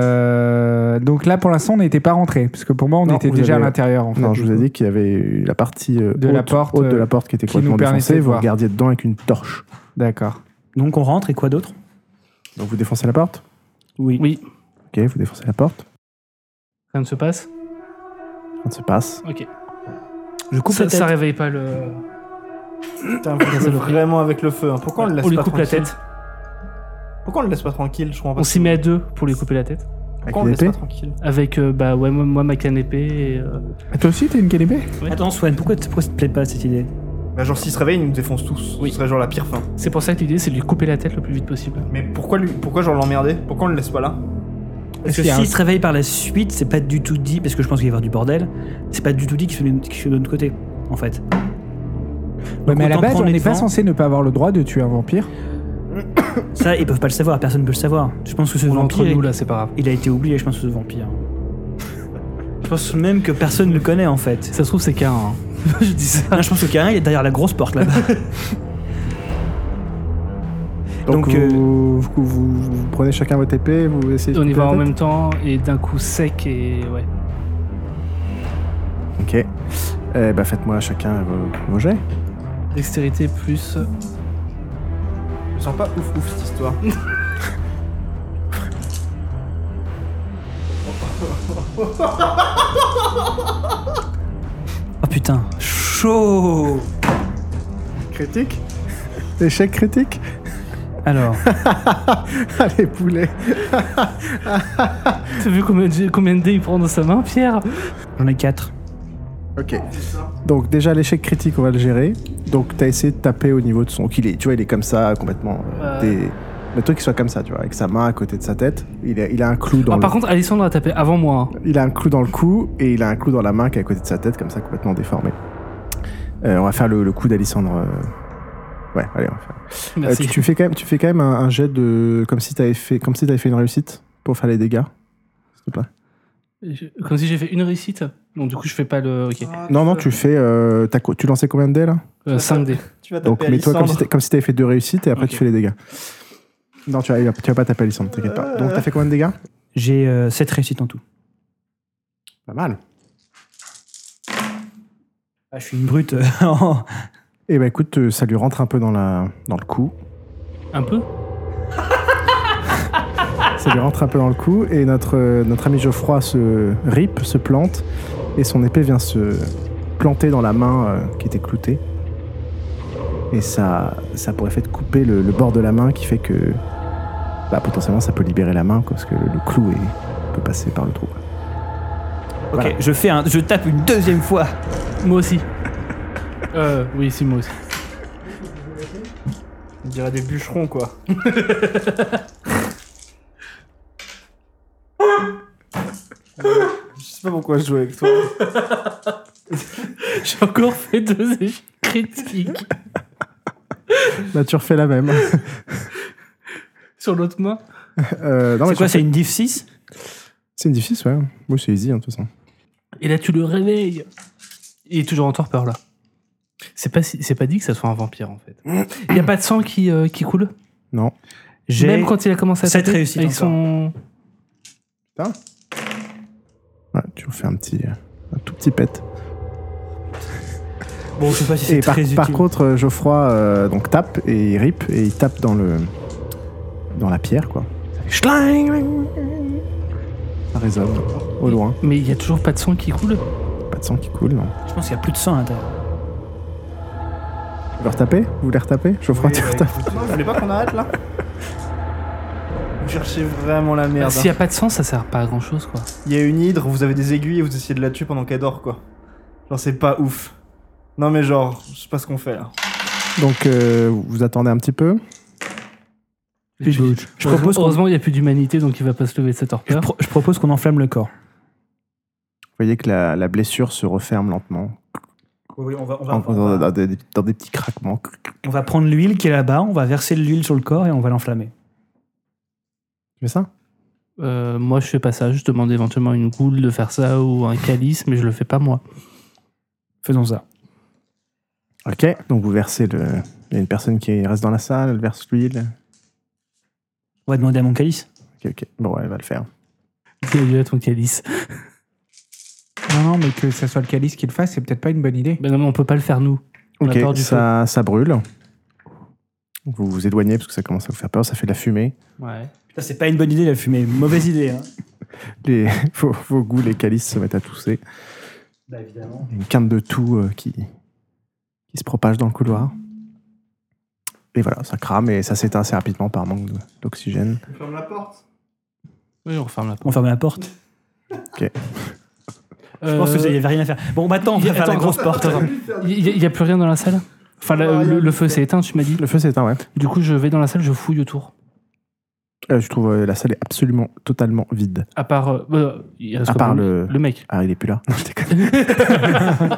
Speaker 2: euh, donc là, pour l'instant, on n'était pas rentré, parce que pour moi, on
Speaker 1: Non,
Speaker 2: était
Speaker 1: vous
Speaker 2: déjà
Speaker 1: avez-
Speaker 2: à l'intérieur. En fait.
Speaker 1: Non, je vous ai dit qu'il y avait eu la partie euh,
Speaker 2: De
Speaker 1: haute,
Speaker 2: la porte,
Speaker 1: haute de
Speaker 2: euh,
Speaker 1: la porte qui était
Speaker 2: qui
Speaker 1: complètement
Speaker 2: nous permettait
Speaker 1: défoncée.
Speaker 2: de
Speaker 1: Vous
Speaker 2: voir.
Speaker 1: regardiez dedans avec une torche.
Speaker 2: D'accord.
Speaker 3: Donc on rentre et quoi d'autre
Speaker 1: Donc vous défoncez la porte
Speaker 3: Oui.
Speaker 4: Oui,
Speaker 1: Ok, vous défoncez la porte.
Speaker 4: rien ne se passe.
Speaker 1: Rien ne se passe.
Speaker 4: Ok.
Speaker 3: Je coupe
Speaker 4: ça,
Speaker 3: la tête.
Speaker 4: ça réveille pas le.
Speaker 5: Putain, vous êtes vraiment avec le feu. hein. Pourquoi on le laisse
Speaker 4: on lui
Speaker 5: pas
Speaker 4: coupe la
Speaker 5: tranquille
Speaker 4: tête.
Speaker 5: Pourquoi on le laisse pas tranquille Je comprends pas.
Speaker 4: On s'y met à deux pour lui couper la tête.
Speaker 1: Avec
Speaker 5: Pourquoi on
Speaker 1: une
Speaker 5: le laisse
Speaker 1: épée.
Speaker 5: pas tranquille
Speaker 4: Avec euh, bah ouais moi, moi, ma canne épée. et, euh,
Speaker 2: Ah, toi aussi, t'es une canapé
Speaker 3: Attends, Swan, pourquoi, pourquoi ça te plaît pas cette idée
Speaker 5: Bah, genre, s'il se réveille, il nous défonce tous.
Speaker 4: Oui.
Speaker 5: Ce serait genre la pire fin.
Speaker 4: C'est pour ça que l'idée c'est de lui couper la tête le plus vite possible.
Speaker 5: Mais pourquoi lui Pourquoi genre l'emmerder Pourquoi on le laisse pas là
Speaker 3: Parce que
Speaker 2: qu'il y a
Speaker 3: s'il
Speaker 2: un-
Speaker 3: se réveille par la suite, c'est pas du tout dit, parce que je pense qu'il va y avoir du bordel, c'est pas du tout dit qu'il soit de- qu'il soit de notre côté, en fait.
Speaker 2: Ouais, Mais à la
Speaker 3: autant
Speaker 2: base,
Speaker 3: Bah, prendre
Speaker 2: on
Speaker 3: les
Speaker 2: n'est pas
Speaker 3: devants.
Speaker 2: censé ne pas avoir le droit de tuer un vampire.
Speaker 3: Ça, ils peuvent pas le savoir, personne peut le savoir. Je pense que ce
Speaker 4: On est
Speaker 3: vampire,
Speaker 4: entre nous
Speaker 3: il,
Speaker 4: là, c'est pas grave.
Speaker 3: il a été oublié, je pense, ce vampire. Je pense même que personne ne le connaît, en fait.
Speaker 4: Ça se trouve c'est qu'un. hein. je dis ça.
Speaker 3: Non, je pense que Karin, il est derrière la grosse porte, là-bas.
Speaker 1: Donc,
Speaker 3: Donc,
Speaker 1: vous, vous- vous- vous prenez chacun votre épée, vous essayez de
Speaker 4: On y
Speaker 1: couper
Speaker 4: va
Speaker 1: la
Speaker 4: en
Speaker 1: tête
Speaker 4: même temps et d'un coup sec et ouais.
Speaker 1: Ok. Eh bah faites-moi chacun vos, vos jets.
Speaker 4: Dextérité plus.
Speaker 5: Je me sens pas ouf ouf cette histoire.
Speaker 3: Oh putain, chaud
Speaker 1: Critique Échec critique
Speaker 3: Alors,
Speaker 1: Allez, poulet
Speaker 4: T'as vu combien de, combien de dés il prend dans sa main, Pierre
Speaker 3: j'en ai 4.
Speaker 1: Ok. Donc déjà l'échec critique, on va le gérer. Donc t'as essayé de taper au niveau de son. qu'il est, tu vois, il est comme ça, complètement. euh,
Speaker 4: Ouais.
Speaker 1: des- Le truc qu'il soit comme ça, tu vois, avec sa main à côté de sa tête. Il a, il a un clou dans.
Speaker 4: Ah,
Speaker 1: le...
Speaker 4: Par contre, Alessandre a tapé avant moi. hein.
Speaker 1: Il a un clou dans le cou et il a un clou dans la main qui est à côté de sa tête, comme ça, complètement déformé. Euh, on va faire le, le coup d'Alissandre. euh. Ouais, allez, on va faire. Euh, tu,
Speaker 4: Merci.
Speaker 1: tu fais quand même, tu fais quand même un, un jet de. Comme si t'avais fait, comme si t'avais fait une réussite pour faire les dégâts. S'il te plaît.
Speaker 4: Je- Comme si j'ai fait une réussite. Donc du coup, je fais pas le. Ok.
Speaker 1: Non, non, tu fais. euh, t'as co- tu lançais combien de dés là
Speaker 4: 5 dés.
Speaker 5: Tu vas taper
Speaker 1: Donc mets-toi comme si
Speaker 5: Alissandre.
Speaker 1: t'a- comme si t'avais fait deux réussites et après
Speaker 4: Ok.
Speaker 1: tu fais les dégâts. Non, tu vas, tu vas pas taper Alissandre, t'inquiète pas. Donc t'as fait combien de dégâts
Speaker 3: J'ai 7 réussites en tout.
Speaker 1: Pas mal.
Speaker 3: Ah, je suis une brute. Oh.
Speaker 1: Et bah écoute, euh, ça lui rentre un peu dans, la, dans le cou.
Speaker 4: Un peu
Speaker 1: Ça lui rentre un peu dans le cou et notre, euh, notre ami Geoffroy se rip, se plante et son épée vient se planter dans la main euh, qui était cloutée. Et ça, ça pourrait faire couper le, le bord de la main qui fait que bah, potentiellement ça peut libérer la main quoi, parce que le, le clou est- peut passer par le trou.
Speaker 3: Ok,
Speaker 1: Voilà.
Speaker 3: je fais un, je tape une deuxième fois.
Speaker 4: Moi aussi. Euh, oui, si, moi aussi.
Speaker 5: On dirait des bûcherons quoi. Je sais pas pourquoi je joue avec toi.
Speaker 4: J'ai encore fait deux échecs critiques
Speaker 1: Là Bah, tu refais la même.
Speaker 4: sur l'autre main.
Speaker 1: Euh, non, mais
Speaker 3: c'est quoi,
Speaker 1: tu-
Speaker 3: c'est une div 6
Speaker 1: c'est une difficile, ouais. Moi c'est easy hein, de toute façon.
Speaker 4: Et là, tu le réveilles. Il est toujours en torpeur, là. C'est pas, si- c'est pas dit que ça soit un vampire, en fait. Il y a pas de sang qui, euh, qui coule.
Speaker 1: Non.
Speaker 3: J'ai
Speaker 4: Même quand il a commencé à
Speaker 3: sept
Speaker 4: taper
Speaker 3: réussites
Speaker 4: avec son...
Speaker 1: Ouais, tu refais un petit, un tout petit pet.
Speaker 3: Bon, je sais pas si
Speaker 1: Et
Speaker 3: c'est
Speaker 1: par,
Speaker 3: très
Speaker 1: par
Speaker 3: utile.
Speaker 1: contre, euh, Geoffroy euh, donc tape et il rip et il tape dans le dans la pierre quoi. Ça fait schling Ça résonne au loin.
Speaker 4: Mais il y a toujours pas de sang qui coule.
Speaker 1: Pas de sang qui coule non.
Speaker 3: Je pense qu'il y a plus de sang à l'intérieur.
Speaker 1: Vous le retapez Vous voulez retaper Geoffroy, tu retapes
Speaker 5: Non, je voulais pas qu'on arrête là. Vous cherchez vraiment la merde. hein.
Speaker 4: S'il y a pas de sang, ça sert pas à grand-chose, quoi.
Speaker 5: Il y a une hydre, vous avez des aiguilles et vous essayez de la tuer pendant qu'elle dort, quoi. Genre, c'est pas ouf. Non, mais genre, je sais pas ce qu'on fait là.
Speaker 1: Donc euh, vous attendez un petit peu.
Speaker 4: Je,
Speaker 3: Je propose qu'on-
Speaker 4: heureusement, il y a plus d'humanité, donc il va pas se lever de sa
Speaker 3: Je,
Speaker 4: torpeur.
Speaker 3: pro- je propose qu'on enflamme le corps.
Speaker 1: Vous voyez que la, la blessure se referme lentement
Speaker 3: Oui, on va, on
Speaker 1: en- dans, dans des, dans des petits craquements. Tu
Speaker 3: On va prendre l'huile qui est là-bas, on va verser de l'huile sur le corps et on va l'enflammer.
Speaker 1: fais ça
Speaker 4: Euh, moi, je fais pas ça. Je demande éventuellement à une goule de faire ça ou un calice, mais je le fais pas moi.
Speaker 3: Faisons ça.
Speaker 1: Ok. Donc vous versez le. Il y a une personne qui reste dans la salle, elle verse l'huile.
Speaker 3: On va demander à mon calice.
Speaker 1: Ok, ok. Bon, ouais, elle va le faire.
Speaker 4: Violet, ton calice.
Speaker 2: Non, non, mais que ça soit le calice qui le fasse, c'est peut-être pas une bonne idée.
Speaker 4: Ben non, mais on peut pas le faire nous. On a
Speaker 1: Ok,
Speaker 4: peur du
Speaker 1: ça, ça brûle. Vous vous éloignez parce que ça commence à vous faire peur, ça fait de la fumée.
Speaker 4: Ouais.
Speaker 3: Putain, c'est pas une bonne idée la fumée. Mauvaise idée. Hein.
Speaker 1: Les, vos, vos goûts, les calices se mettent à tousser.
Speaker 3: Bah évidemment.
Speaker 1: Il y a une quinte de toux euh, qui, qui se propage dans le couloir. Et voilà, ça crame et ça s'éteint assez rapidement par manque de- d'oxygène.
Speaker 5: Ferme la porte.
Speaker 4: Oui, on referme la porte.
Speaker 3: On ferme la porte. Je pense que
Speaker 4: Euh,
Speaker 3: vous avait rien à faire. Bon, maintenant, on va
Speaker 4: y a-
Speaker 3: faire la
Speaker 4: attends,
Speaker 3: grosse porte.
Speaker 4: Il n'y a, plus rien dans la salle Enfin, la- le, le feu s'est éteint, tu m'as dit.
Speaker 1: Le feu s'éteint, ouais.
Speaker 4: Du coup, je vais dans la salle, je fouille autour.
Speaker 1: Euh, je trouve euh, la salle est absolument totalement vide.
Speaker 4: À part. euh, bah, il reste
Speaker 1: À
Speaker 4: quand
Speaker 1: part
Speaker 4: même
Speaker 1: le-
Speaker 4: le mec.
Speaker 1: Ah, il est plus là. Non, je déconne.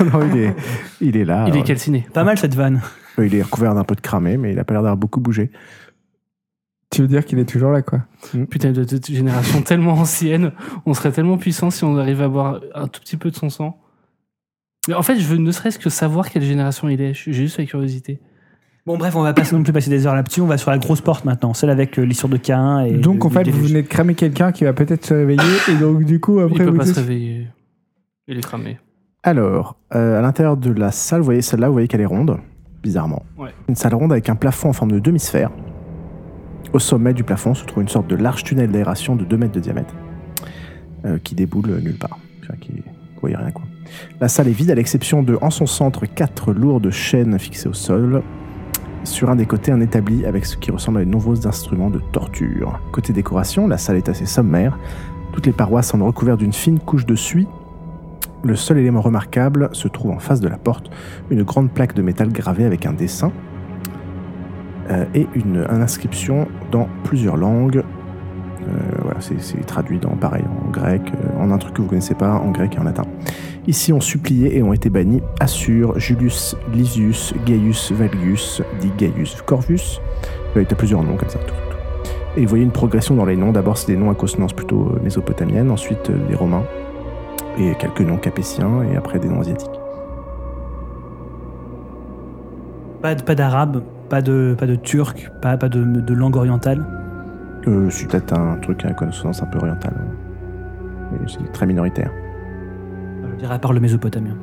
Speaker 1: non, il est, il est là.
Speaker 4: il est
Speaker 1: Ah, ouais.
Speaker 4: calciné.
Speaker 3: Pas mal cette vanne.
Speaker 1: Euh, il est recouvert d'un peu de cramé, mais il a pas l'air d'avoir beaucoup bougé.
Speaker 2: Tu veux dire qu'il est toujours là, quoi.
Speaker 4: Putain, de, de- de génération tellement ancienne. On serait tellement puissant si on arrivait à boire un tout petit peu de son sang. Mais en fait, je veux ne serait-ce que savoir quelle génération il est. Je- J'ai juste la curiosité.
Speaker 3: Bon, bref, on va pas non plus passer des heures là-dessus. On va sur la grosse porte maintenant, celle avec euh, l'histoire de Cain. Et
Speaker 2: donc,
Speaker 3: le-
Speaker 2: en fait,
Speaker 3: le
Speaker 2: vous
Speaker 3: déluge.
Speaker 2: venez de cramer quelqu'un qui va peut-être se réveiller, et donc, du coup, après,
Speaker 4: il peut
Speaker 2: vous
Speaker 4: pas se
Speaker 2: dites-
Speaker 4: réveiller. Il est cramé.
Speaker 1: Alors, euh, à l'intérieur de la salle, vous voyez celle-là, vous voyez qu'elle est ronde, bizarrement.
Speaker 4: Ouais.
Speaker 1: Une salle ronde avec un plafond en forme de demi-sphère. Au sommet du plafond se trouve une sorte de large tunnel d'aération de 2 mètres de diamètre euh, qui déboule euh, nulle part. Enfin, qui... Vous voyez rien, quoi. La salle est vide à l'exception de, en son centre, quatre lourdes chaînes fixées au sol. Sur un des côtés, un établi avec ce qui ressemble à de nombreux instruments de torture. Côté décoration, la salle est assez sommaire. Toutes les parois semblent recouvertes d'une fine couche de suie le seul élément remarquable se trouve en face de la porte, une grande plaque de métal gravée avec un dessin euh, et une, une inscription dans plusieurs langues. Euh, voilà, c'est- c'est traduit dans pareil en grec, euh, en un truc que vous connaissez pas, en grec et en latin. Ici ont supplié et ont été bannis Assur, Julius, Lysius, Gaius, Valgus, dit Gaius, Corvus. Euh, Il y a plusieurs noms comme ça. tout, tout, tout. Et vous voyez une progression dans les noms. D'abord, c'est des noms à consonance plutôt euh, mésopotamienne, ensuite euh, des romains et quelques noms capétiens et après des noms asiatiques.
Speaker 3: Pas, de- pas d'arabe, pas de, pas de turc, pas, pas de, de langue orientale.
Speaker 1: Euh, c'est peut-être un truc à connaissance un peu orientale. Mais c'est très minoritaire.
Speaker 3: Je dirais à part le mésopotamien.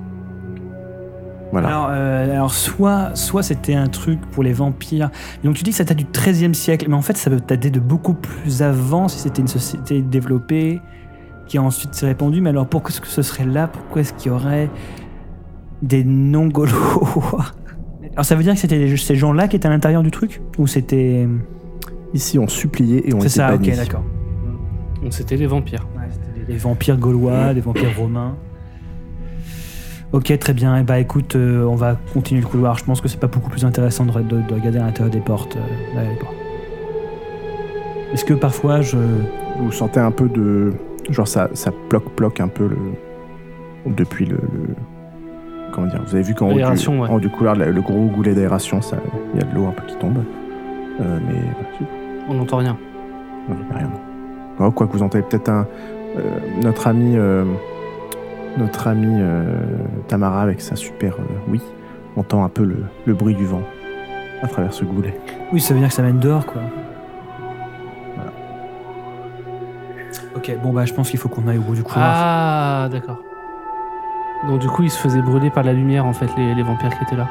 Speaker 1: Voilà.
Speaker 3: Alors, euh, alors soit, soit c'était un truc pour les vampires. Donc tu dis que ça date du 13e siècle, mais en fait ça peut dater de beaucoup plus avant si c'était une société développée qui ensuite s'est répandue. Mais alors pourquoi est-ce que ce serait là Pourquoi est-ce qu'il y aurait des non-gaulois Alors ça veut dire que c'était les- ces gens-là qui étaient à l'intérieur du truc Ou c'était...
Speaker 1: Ici, on suppliait et on
Speaker 3: C'est
Speaker 1: était
Speaker 3: ça, ok,
Speaker 1: bannis.
Speaker 3: d'accord.
Speaker 4: Donc, C'était les vampires.
Speaker 3: Ouais, c'était des- des vampires
Speaker 1: Mm.
Speaker 3: gaulois, des vampires romains. Ok, très bien. Et bah écoute, euh, on va continuer le couloir. Je pense que c'est pas beaucoup plus intéressant de, de- de regarder à l'intérieur des portes. euh, là, les portes. Est-ce que parfois je.
Speaker 1: Vous sentez un peu de. Genre, ça, ça ploque-ploque un peu le. Depuis le. le- Comment dire Vous avez vu qu'en haut, du,
Speaker 4: L'aération, ouais.
Speaker 1: en haut du couloir, le le gros goulet d'aération, ça- il y a de l'eau un peu qui tombe. Euh, mais voilà,
Speaker 4: On n'entend rien.
Speaker 1: non, il y a rien. Oh, quoi que vous entendez peut-être un. euh, notre ami. euh, notre ami euh, Tamara avec sa super. euh, oui, entend un peu le, le bruit du vent à travers ce goulet.
Speaker 3: Oui, ça veut dire que ça mène dehors, quoi. Ok, bon bah je pense qu'il faut qu'on aille au bout du couloir.
Speaker 4: Ah, d'accord. Donc du coup, ils se faisaient brûler par la lumière, en fait, les, les vampires qui étaient là.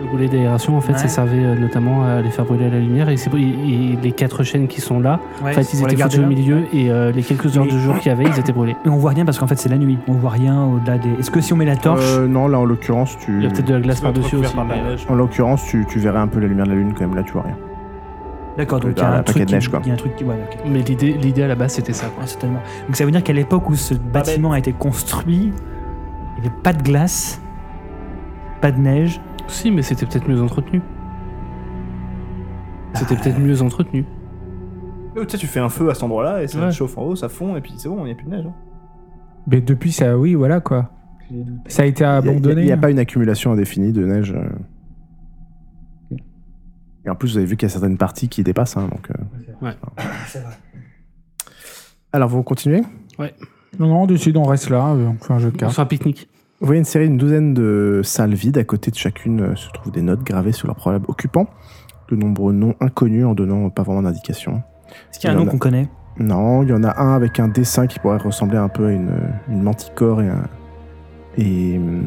Speaker 4: Le goulet d'aération, en fait,
Speaker 3: Ouais.
Speaker 4: ça servait euh, notamment à les faire brûler à la lumière. Et, c'est- et- et les quatre chaînes qui sont là,
Speaker 1: Ah,
Speaker 3: Ouais,
Speaker 4: en fait,
Speaker 3: faut
Speaker 4: ils
Speaker 3: la
Speaker 4: étaient
Speaker 3: garder
Speaker 4: foutus au
Speaker 3: là.
Speaker 4: milieu et euh, les quelques heures
Speaker 3: Mais-
Speaker 4: de jour qu'il y avait, ils étaient brûlés.
Speaker 3: Et on voit rien parce qu'en fait c'est la nuit. On voit rien au-delà des. Est-ce que si on met la torche.
Speaker 1: Euh, Non, là en l'occurrence, tu.
Speaker 4: Il y a peut-être de la glace
Speaker 5: Ça doit être
Speaker 4: par-dessus
Speaker 5: recouvert
Speaker 4: aussi.
Speaker 5: par de la
Speaker 4: mais-
Speaker 5: neige.
Speaker 1: En l'occurrence, tu, tu verrais un peu la lumière de la lune quand même. Là, tu vois rien.
Speaker 3: D'accord, donc il y
Speaker 1: dans
Speaker 3: a
Speaker 1: euh, un
Speaker 3: un
Speaker 1: paquet
Speaker 3: truc.
Speaker 1: de
Speaker 3: qui-
Speaker 1: neige, quoi.
Speaker 3: Il y a un truc qui. Ouais, ok.
Speaker 4: Mais l'idée, l'idée à la base, c'était ça. quoi.
Speaker 3: Ouais, Ah, certainement. Donc ça veut dire qu'à l'époque où ce bâtiment a été construit, il n'y avait pas de glace, pas de neige.
Speaker 4: Si, mais c'était peut-être mieux entretenu. C'était peut-être mieux entretenu.
Speaker 5: Euh, Tu sais, tu fais un feu à cet endroit-là et ça
Speaker 4: Ouais.
Speaker 5: chauffe en haut, ça fond et puis c'est bon, il n'y a plus de neige. hein.
Speaker 2: Mais depuis, ça, oui, voilà, quoi. Ça a été abandonné. hein.
Speaker 1: Il n'y a, pas une accumulation indéfinie de neige. euh. Et en plus, vous avez vu qu'il y a certaines parties qui dépassent. hein, donc, euh,
Speaker 4: Ouais.
Speaker 1: Alors, vous continuez
Speaker 2: Non, non, on décide, on reste là, euh, on fait un jeu de
Speaker 4: On
Speaker 2: cartes.
Speaker 4: fait un pique-nique.
Speaker 1: Vous voyez une série d'une douzaine de salles vides. À côté de chacune euh, se trouvent des notes gravées sur leur probable occupant. de nombreux noms inconnus en donnant pas vraiment d'indication.
Speaker 3: Est-ce qu'il y a un
Speaker 1: Il y en
Speaker 3: nom
Speaker 1: a.
Speaker 3: qu'on connaît
Speaker 1: Non, il y en a un avec un dessin qui pourrait ressembler un peu à une, une manticore et un, et, hum,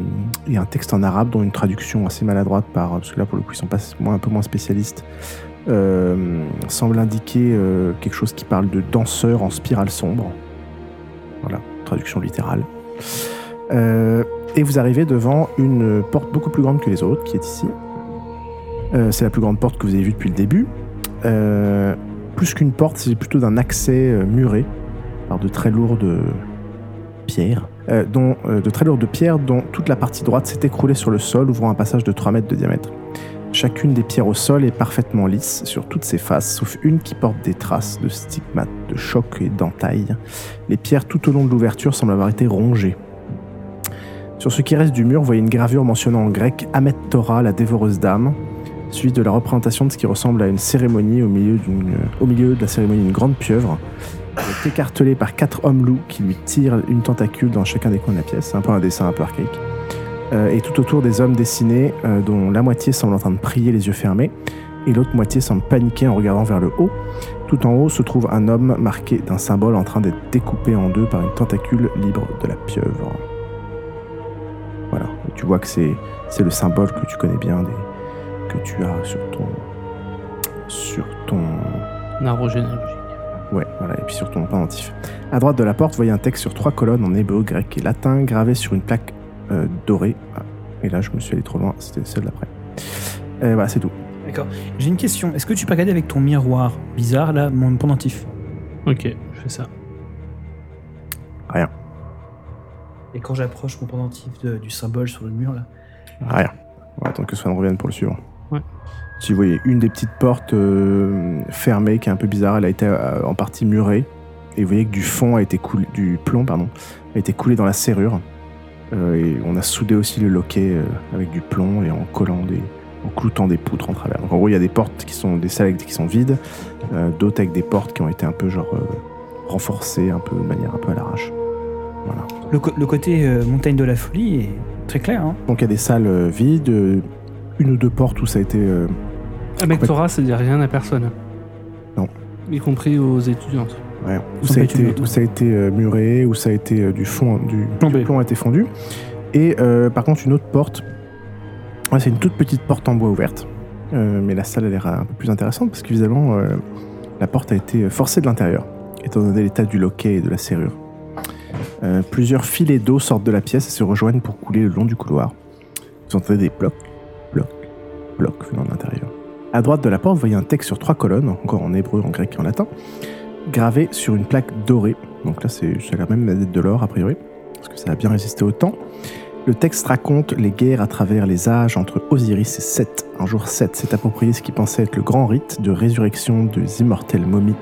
Speaker 1: et un texte en arabe dont une traduction assez maladroite par parce que là pour le coup ils sont pas moins un peu moins spécialistes euh, semble indiquer euh, quelque chose qui parle de danseur en spirale sombre. Voilà, traduction littérale. Euh, et vous arrivez devant une porte beaucoup plus grande que les autres qui est ici. Euh, c'est la plus grande porte que vous avez vue depuis le début. Euh, plus qu'une porte, c'est plutôt d'un accès euh, muré par de très lourdes pierres, euh, dont, euh, de très lourdes pierres dont toute la partie droite s'est écroulée sur le sol, ouvrant un passage de 3 mètres de diamètre. Chacune des pierres au sol est parfaitement lisse sur toutes ses faces, sauf une qui porte des traces de stigmates, de chocs et d'entailles. Les pierres tout au long de l'ouverture semblent avoir été rongées. Sur ce qui reste du mur, vous voyez une gravure mentionnant en grec Amet Torah, la dévoreuse d'âme, suivi de la représentation de ce qui ressemble à une cérémonie au milieu, d'une- au milieu de la cérémonie d'une grande pieuvre. Elle est écartelée par quatre hommes loups qui lui tirent une tentacule dans chacun des coins de la pièce. C'est un peu un dessin un peu archaïque. Euh, et tout autour des hommes dessinés, euh, dont la moitié semble en train de prier les yeux fermés, et l'autre moitié semble paniquer en regardant vers le haut. Tout en haut se trouve un homme marqué d'un symbole en train d'être découpé en deux par une tentacule libre de la pieuvre. Voilà, Et tu vois que c'est c'est le symbole que tu connais bien des, que tu as sur ton sur ton
Speaker 4: Un arbre généalogique.
Speaker 1: ouais voilà et puis sur ton pendentif. À droite de la porte, vous voyez un texte sur trois colonnes en hébreu, grec et latin gravé sur une plaque euh, dorée. Ah, et là, je me suis allé trop loin, c'était celle d'après. Et voilà, c'est tout.
Speaker 3: J'ai une question. Est-ce que tu peux regarder avec ton miroir bizarre, là, mon pendentif
Speaker 4: Ok, je fais ça.
Speaker 3: Et quand j'approche mon pendentif de- du symbole sur le mur, là
Speaker 1: Ah, Rien. On va attendre que Swan revienne pour le suivant.
Speaker 4: Ouais.
Speaker 1: Si vous voyez une des petites portes euh, fermées qui est un peu bizarre, elle a été euh, en partie murée. Et vous voyez que du fond a été coulé, du plomb pardon, a été coulé dans la serrure. Euh, et on a soudé aussi le loquet euh, avec du plomb et en collant des, en cloutant des poutres en travers. Donc en gros, il y a des portes qui sont des salles avec- qui sont vides, euh, d'autres avec des portes qui ont été un peu genre euh, renforcées, un peu de manière un peu à l'arrache. Voilà.
Speaker 3: Le, co- le côté euh, montagne de la folie est très clair. Hein
Speaker 1: Donc il y a des salles euh, vides, euh, une ou deux portes où ça a été euh,
Speaker 4: Un mec Torah, ça dit rien à personne.
Speaker 1: Non.
Speaker 4: Y compris aux étudiantes.
Speaker 1: Ouais, où,
Speaker 3: Sans
Speaker 1: ça a
Speaker 3: bitume,
Speaker 1: été,
Speaker 3: non.
Speaker 1: où ça a été euh, muré, où ça a été euh, du fond, du,
Speaker 4: Plombé.
Speaker 1: du plomb a été fondu. Et euh, par contre, une autre porte, ouais, c'est une toute petite porte en bois ouverte. Euh, mais la salle a l'air un peu plus intéressante parce que visiblement, euh, la porte a été euh, forcée de l'intérieur, étant donné l'état du loquet et de la serrure. Euh, plusieurs filets d'eau sortent de la pièce et se rejoignent pour couler le long du couloir. Vous entendez des blocs, blocs, blocs venant de l'intérieur. À droite de la porte, vous voyez un texte sur trois colonnes, encore en hébreu, en grec et en latin gravé sur une plaque dorée. Donc là, c'est ça a l'air même d'être de l'or, a priori, parce que ça a bien résisté au temps. Le texte raconte les guerres à travers les âges entre Osiris et Seth. Un jour, Seth s'est approprié ce qui pensait être le grand rite de résurrection des immortelles momies.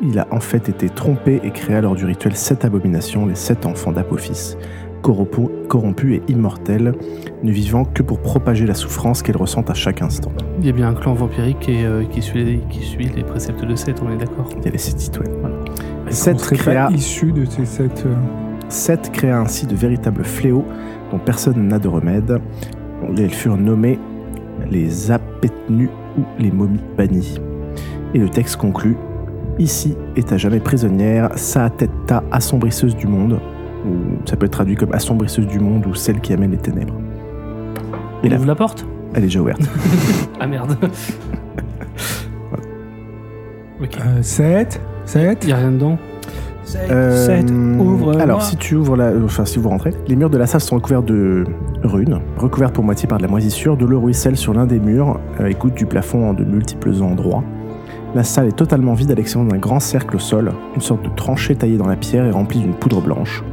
Speaker 1: Il a en fait été trompé et créa lors du rituel sept abominations, les sept enfants d'Apophis, corrompu- corrompus et immortels, ne vivant que pour propager la souffrance qu'elles ressentent à chaque instant.
Speaker 4: Il y a bien un clan vampirique et, euh, qui, suit les, qui suit les préceptes de Seth, on est d'accord
Speaker 1: Il y avait cette histoire.
Speaker 2: On
Speaker 1: Seth
Speaker 2: serait
Speaker 1: créa
Speaker 2: pas issu de ces sept. euh,
Speaker 1: Seth créa ainsi de véritables fléaux dont personne n'a de remède. Elles furent nommées les apétenus ou les momies bannies. Et le texte conclut Ici est à jamais prisonnière Saatetta, assombrisseuse du monde, ou ça peut être traduit comme assombrisseuse du monde ou celle qui amène les ténèbres.
Speaker 4: On
Speaker 1: Et là-
Speaker 4: ouvre la porte
Speaker 1: Elle est déjà ouverte.
Speaker 4: Ah merde. ok.
Speaker 2: euh, sept Sept
Speaker 4: Y a rien dedans
Speaker 1: Euh,
Speaker 3: Sept, ouvre.
Speaker 1: Alors, si tu ouvres la, euh, enfin, si vous rentrez, les murs de la salle sont recouverts de runes, recouvertes pour moitié par de la moisissure. De l'eau ruisselle sur l'un des murs euh, et goutte du plafond en de multiples endroits. La salle est totalement vide à l'exception d'un grand cercle au sol, une sorte de tranchée taillée dans la pierre et remplie d'une poudre blanche.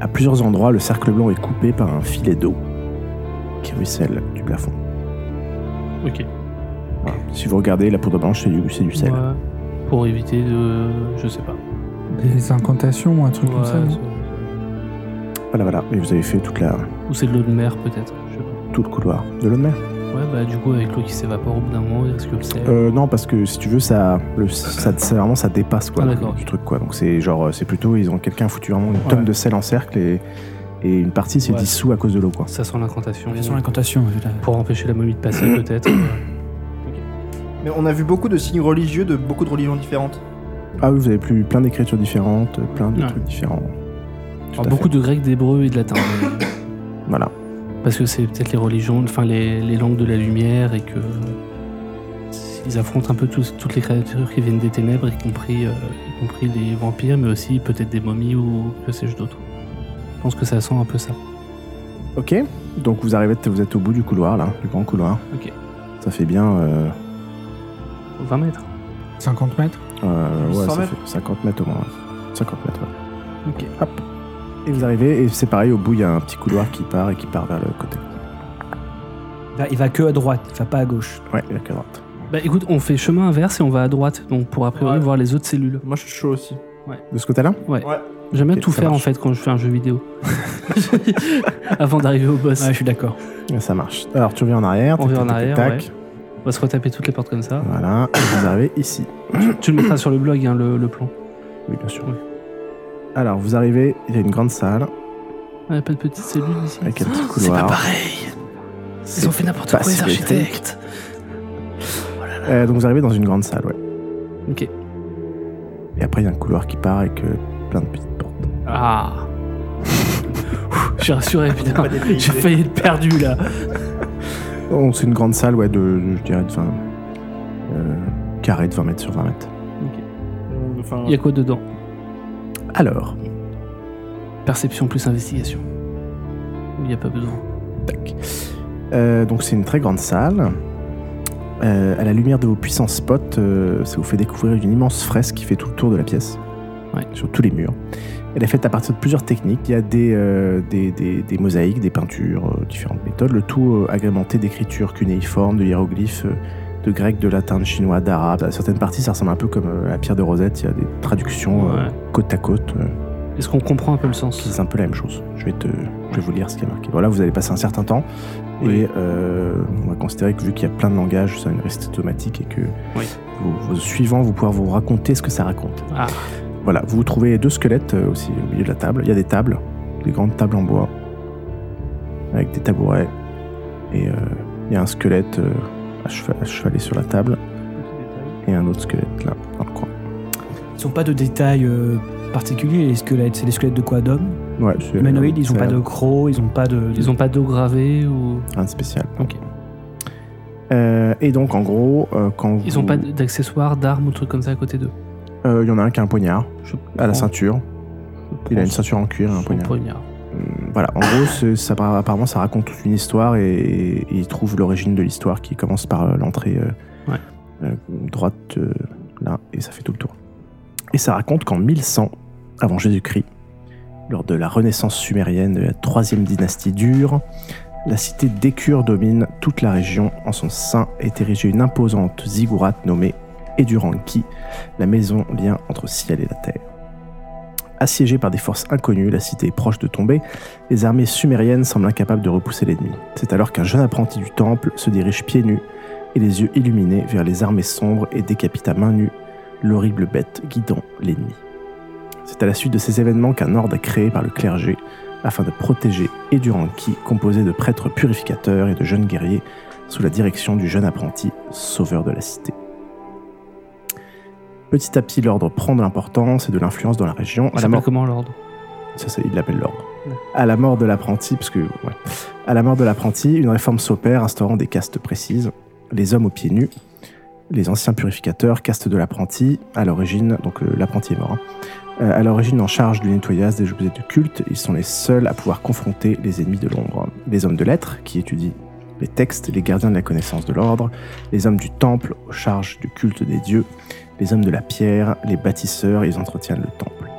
Speaker 1: À plusieurs endroits, le cercle blanc est coupé par un filet d'eau qui ruisselle du plafond.
Speaker 4: Ok.
Speaker 1: Voilà. Si vous regardez, la poudre blanche, c'est du, c'est du sel.
Speaker 4: Ouais. Pour éviter de. Je sais pas.
Speaker 2: Des incantations, un truc
Speaker 4: Ouais,
Speaker 2: comme ça. non
Speaker 4: c'est-
Speaker 1: Voilà, voilà. Et vous avez fait toute la,
Speaker 4: Ou c'est de l'eau de mer peut-être. Je sais pas.
Speaker 1: tout le couloir de l'eau de mer.
Speaker 4: Ouais, bah du coup, avec l'eau qui s'évapore au bout d'un moment, il risque que le sel.
Speaker 1: Euh, non, parce que si tu veux, ça, le, ça, ça- vraiment, ça dépasse quoi,
Speaker 4: Ah,
Speaker 1: le-
Speaker 4: d'accord.
Speaker 1: du truc quoi. Donc c'est genre, euh, c'est plutôt, ils ont quelqu'un foutu vraiment une tonne de sel en cercle et, et une partie s'est
Speaker 4: Ouais.
Speaker 1: dissous à cause de l'eau quoi.
Speaker 4: Ça sent l'incantation.
Speaker 3: Faisons l'incantation. je vais la-
Speaker 4: Pour empêcher la momie de passer peut-être.
Speaker 5: Mais on a vu beaucoup de signes religieux de beaucoup de religions différentes.
Speaker 1: Ah oui, vous avez plus plein d'écritures différentes, plein de
Speaker 4: Ouais.
Speaker 1: trucs différents. Tout
Speaker 4: Alors,
Speaker 1: à
Speaker 4: Ah, beaucoup de grec, d'hébreu et de latin. mais-
Speaker 1: fait. Voilà.
Speaker 4: parce que c'est peut-être les religions, enfin les, les langues de la lumière et que ils affrontent un peu tous- toutes les créatures qui viennent des ténèbres, y compris, euh, y compris les vampires, mais aussi peut-être des momies ou que sais-je d'autre. Je pense que ça sent un peu ça.
Speaker 1: Ok. Donc vous arrivez, vous êtes au bout du couloir là, du grand couloir.
Speaker 4: Ok.
Speaker 1: Ça fait bien. euh,
Speaker 4: 20 mètres.
Speaker 2: 50 mètres
Speaker 1: euh, ouais,
Speaker 5: 100
Speaker 1: ça
Speaker 5: mètres.
Speaker 1: fait 50 mètres au moins. ouais. 50 mètres. ouais.
Speaker 4: Ok.
Speaker 1: Et vous arrivez et c'est pareil. Au bout, il y a un petit couloir qui part et qui part vers le côté.
Speaker 3: Il va, il va que à droite, il va pas à gauche.
Speaker 1: Ouais, vers la droite.
Speaker 4: Bah écoute, on fait chemin inverse et on va à droite, donc pour a priori
Speaker 5: Ouais.
Speaker 4: voir les autres cellules.
Speaker 5: Moi, je suis chaud aussi.
Speaker 1: De ce côté-là.
Speaker 4: Ouais.
Speaker 5: Ouais.
Speaker 4: J'aime bien
Speaker 1: Ok,
Speaker 4: tout
Speaker 1: ça
Speaker 4: faire en
Speaker 1: marche.
Speaker 4: fait quand je fais un jeu vidéo. Avant d'arriver au boss.
Speaker 3: Ouais, je suis d'accord.
Speaker 1: Et Ça marche. Alors tu reviens en arrière. tac,
Speaker 4: On revient en
Speaker 1: tac, tac,
Speaker 4: arrière,
Speaker 1: tac.
Speaker 4: On va se retaper toutes les portes comme ça.
Speaker 1: Voilà. Et vous arrivez ici.
Speaker 4: Tu le mettras sur le blog, hein, le, le plan.
Speaker 1: Oui, bien sûr.
Speaker 4: Oui.
Speaker 1: Alors vous arrivez. Il y a une grande salle
Speaker 4: Ouais, pas de petites cellules ici. Oh,
Speaker 1: avec un petit couloir.
Speaker 4: pareil.
Speaker 1: C'est
Speaker 4: fait n'importe
Speaker 1: pas symétrique. Euh, donc vous arrivez dans une grande salle, ouais.
Speaker 4: Ok.
Speaker 1: Et après, il y a un couloir qui part avec euh, plein de petites portes.
Speaker 4: Ah. J'ai rassuré, putain.
Speaker 5: Pas des pays.
Speaker 4: J'ai failli être perdu là.
Speaker 1: Oh, c'est une grande salle, ouais, de, de- je dirais, de 20. euh, carré de 20 mètres sur 20 mètres.
Speaker 5: Enfin,
Speaker 4: Il y a quoi dedans
Speaker 1: Alors,
Speaker 4: Perception plus investigation. Il n'y a pas besoin.
Speaker 1: tac. Euh, donc, c'est une très grande salle. Euh, à la lumière de vos puissants spots, euh, ça vous fait découvrir une immense fresque qui fait tout le tour de la pièce,
Speaker 4: Ouais.
Speaker 1: sur tous les murs. Elle est faite à partir de plusieurs techniques. Il y a des, euh, des, des- des mosaïques, des peintures, euh, différentes méthodes, le tout euh, agrémenté d'écritures cunéiformes, de hiéroglyphes, euh, de grec, de latin, de chinois, d'arabe. À certaines parties, ça ressemble un peu comme euh, la pierre de Rosette. Il y a des traductions euh,
Speaker 4: Ouais.
Speaker 1: côte à côte. euh,
Speaker 4: Est-ce qu'on comprend un peu le
Speaker 1: qui
Speaker 4: sens
Speaker 1: c'est un peu la même chose. Je vais, te, je vais vous lire ce qui est marqué. Voilà, vous allez passer un certain temps et euh, on va considérer que vu qu'il y a plein de langages, ça a une reste automatique et que
Speaker 4: Oui.
Speaker 1: vos, vos suivants vont pouvoir vous raconter ce que ça raconte.
Speaker 4: Ah.
Speaker 1: Voilà, vous trouvez deux squelettes euh, aussi au milieu de la table. Il y a des tables, des grandes tables en bois avec des tabourets et euh, il y a un squelette euh, à cheva- à chevaler sur la table et un autre squelette là dans le coin.
Speaker 3: Ils n'ont pas de détails euh, particuliers. Est-ce que là, c'est des squelettes de quoi d'hommes
Speaker 1: Ouais, c'est-
Speaker 3: Humanoïdes, ils n'ont
Speaker 1: c'est
Speaker 3: pas de crocs, ils n'ont pas de.
Speaker 4: Ils ont pas d'eau gravée ou
Speaker 1: Rien de spécial.
Speaker 4: Ok.
Speaker 1: Euh, et donc, en gros, euh, quand vous...
Speaker 4: ils ont pas d'accessoires, d'armes ou de trucs comme ça à côté d'eux.
Speaker 1: Euh, Il y en a un qui a un poignard
Speaker 4: Je
Speaker 1: à la
Speaker 4: prends-
Speaker 1: ceinture. Il a une ceinture en cuir et un
Speaker 4: son
Speaker 1: poignard.
Speaker 4: poignard.
Speaker 1: Hum, Voilà, en gros, c'est- ça, par- apparemment, ça raconte toute une histoire et, et il trouve l'origine de l'histoire qui commence par euh, l'entrée euh,
Speaker 4: Ouais.
Speaker 1: euh, droite euh, là et ça fait tout le tour. Et ça raconte qu'en 1100 avant Jésus-Christ, lors de la Renaissance sumérienne de la troisième dynastie d'Ur, la cité d'Écure domine toute la région. En son sein est érigée une imposante ziggourate nommée Eduranki, la maison lien entre ciel et la terre. Assiégée par des forces inconnues, la cité est proche de tomber. Les armées sumériennes semblent incapables de repousser l'ennemi. C'est alors qu'un jeune apprenti du temple se dirige pieds nus et les yeux illuminés vers les armées sombres et décapite à main nue l'horrible bête guidant l'ennemi. C'est à la suite de ces événements qu'un ordre est créé par le clergé afin de protéger Eduranki, composé de prêtres purificateurs et de jeunes guerriers sous la direction du jeune apprenti sauveur de la cité. Petit à petit, l'ordre prend de l'importance et de l'influence dans la région.
Speaker 4: Il
Speaker 1: À la mort-
Speaker 4: s'appelle comment l'ordre
Speaker 1: ça, ça, il l'appelle l'ordre.
Speaker 4: Ouais.
Speaker 1: À la mort de l'apprenti, parce que ouais. à la mort de l'apprenti, une réforme s'opère instaurant des castes précises les hommes aux pieds nus, les anciens purificateurs, caste de l'apprenti, à l'origine, donc euh, l'apprenti est mort, hein. Euh, à l'origine en charge du nettoyage des objets de culte, ils sont les seuls à pouvoir confronter les ennemis de l'ombre. Les hommes de lettres, qui étudient les textes, les gardiens de la connaissance de l'ordre, les hommes du temple, aux charges du culte des dieux, les hommes de la pierre, les bâtisseurs, ils entretiennent le temple.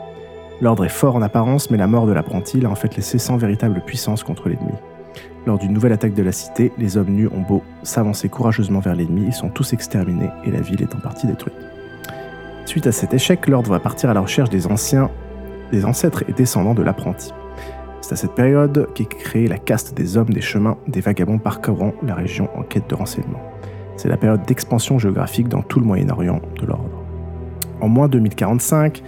Speaker 1: L'ordre est fort en apparence, mais la mort de l'apprenti l'a en fait laissé sans véritable puissance contre l'ennemi. Lors d'une nouvelle attaque de la cité, les hommes nus ont beau s'avancer courageusement vers l'ennemi, ils sont tous exterminés et la ville est en partie détruite. Suite à cet échec, l'ordre va partir à la recherche des anciens, des ancêtres et descendants de l'apprenti. C'est à cette période qu'est créée la caste des hommes des chemins, des vagabonds parcourant la région en quête de renseignements. C'est la période d'expansion géographique dans tout le Moyen-Orient de l'ordre. En moins 2045,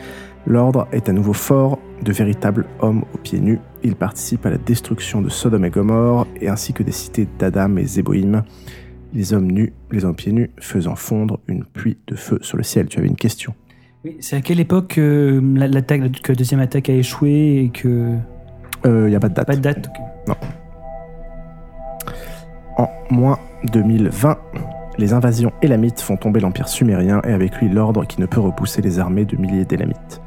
Speaker 1: L'ordre est à nouveau fort, de véritables hommes aux pieds nus. Il participe à la destruction de Sodome et Gomorre, et ainsi que des cités d'Adam et Zéboïm. les hommes nus, les hommes pieds nus, faisant fondre une pluie de feu sur le ciel. Tu avais une question.
Speaker 3: Oui, c'est à quelle époque euh, la- l'attaque, que la deuxième attaque a échoué et que.
Speaker 1: Il n'y Euh, a pas de date.
Speaker 3: Pas de date. ok.
Speaker 1: En moins 2020, les invasions élamites font tomber l'Empire sumérien et avec lui l'ordre qui ne peut repousser les armées de milliers d'élamites.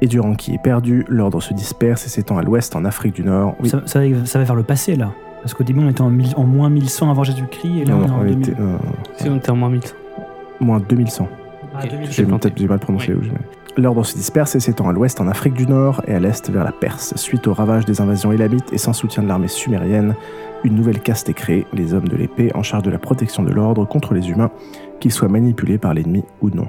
Speaker 1: Et durant qui est perdu, l'ordre se disperse et s'étend à l'ouest en Afrique du Nord. Oui,
Speaker 3: Ça, ça va- ça va vers le passé, là. Parce qu'au début, on était en, mille- en moins 1100 avant Jésus-Christ et là,
Speaker 1: non,
Speaker 3: on est en
Speaker 1: on
Speaker 3: 2000.
Speaker 1: était, euh,
Speaker 4: Si on était en moins 1000.
Speaker 1: moins 2100.
Speaker 3: Ah,
Speaker 4: Ok.
Speaker 3: 2000.
Speaker 1: J'ai
Speaker 4: J'ai planté.
Speaker 1: peut-être du mal prononcé.
Speaker 4: Ouais.
Speaker 1: oui, je- L'ordre se disperse et s'étend à l'ouest en Afrique du Nord et à l'est vers la Perse. Suite au ravage des invasions élamites et sans soutien de l'armée sumérienne, une nouvelle caste est créée, les hommes de l'épée, en charge de la protection de l'ordre contre les humains, qu'ils soient manipulés par l'ennemi ou non.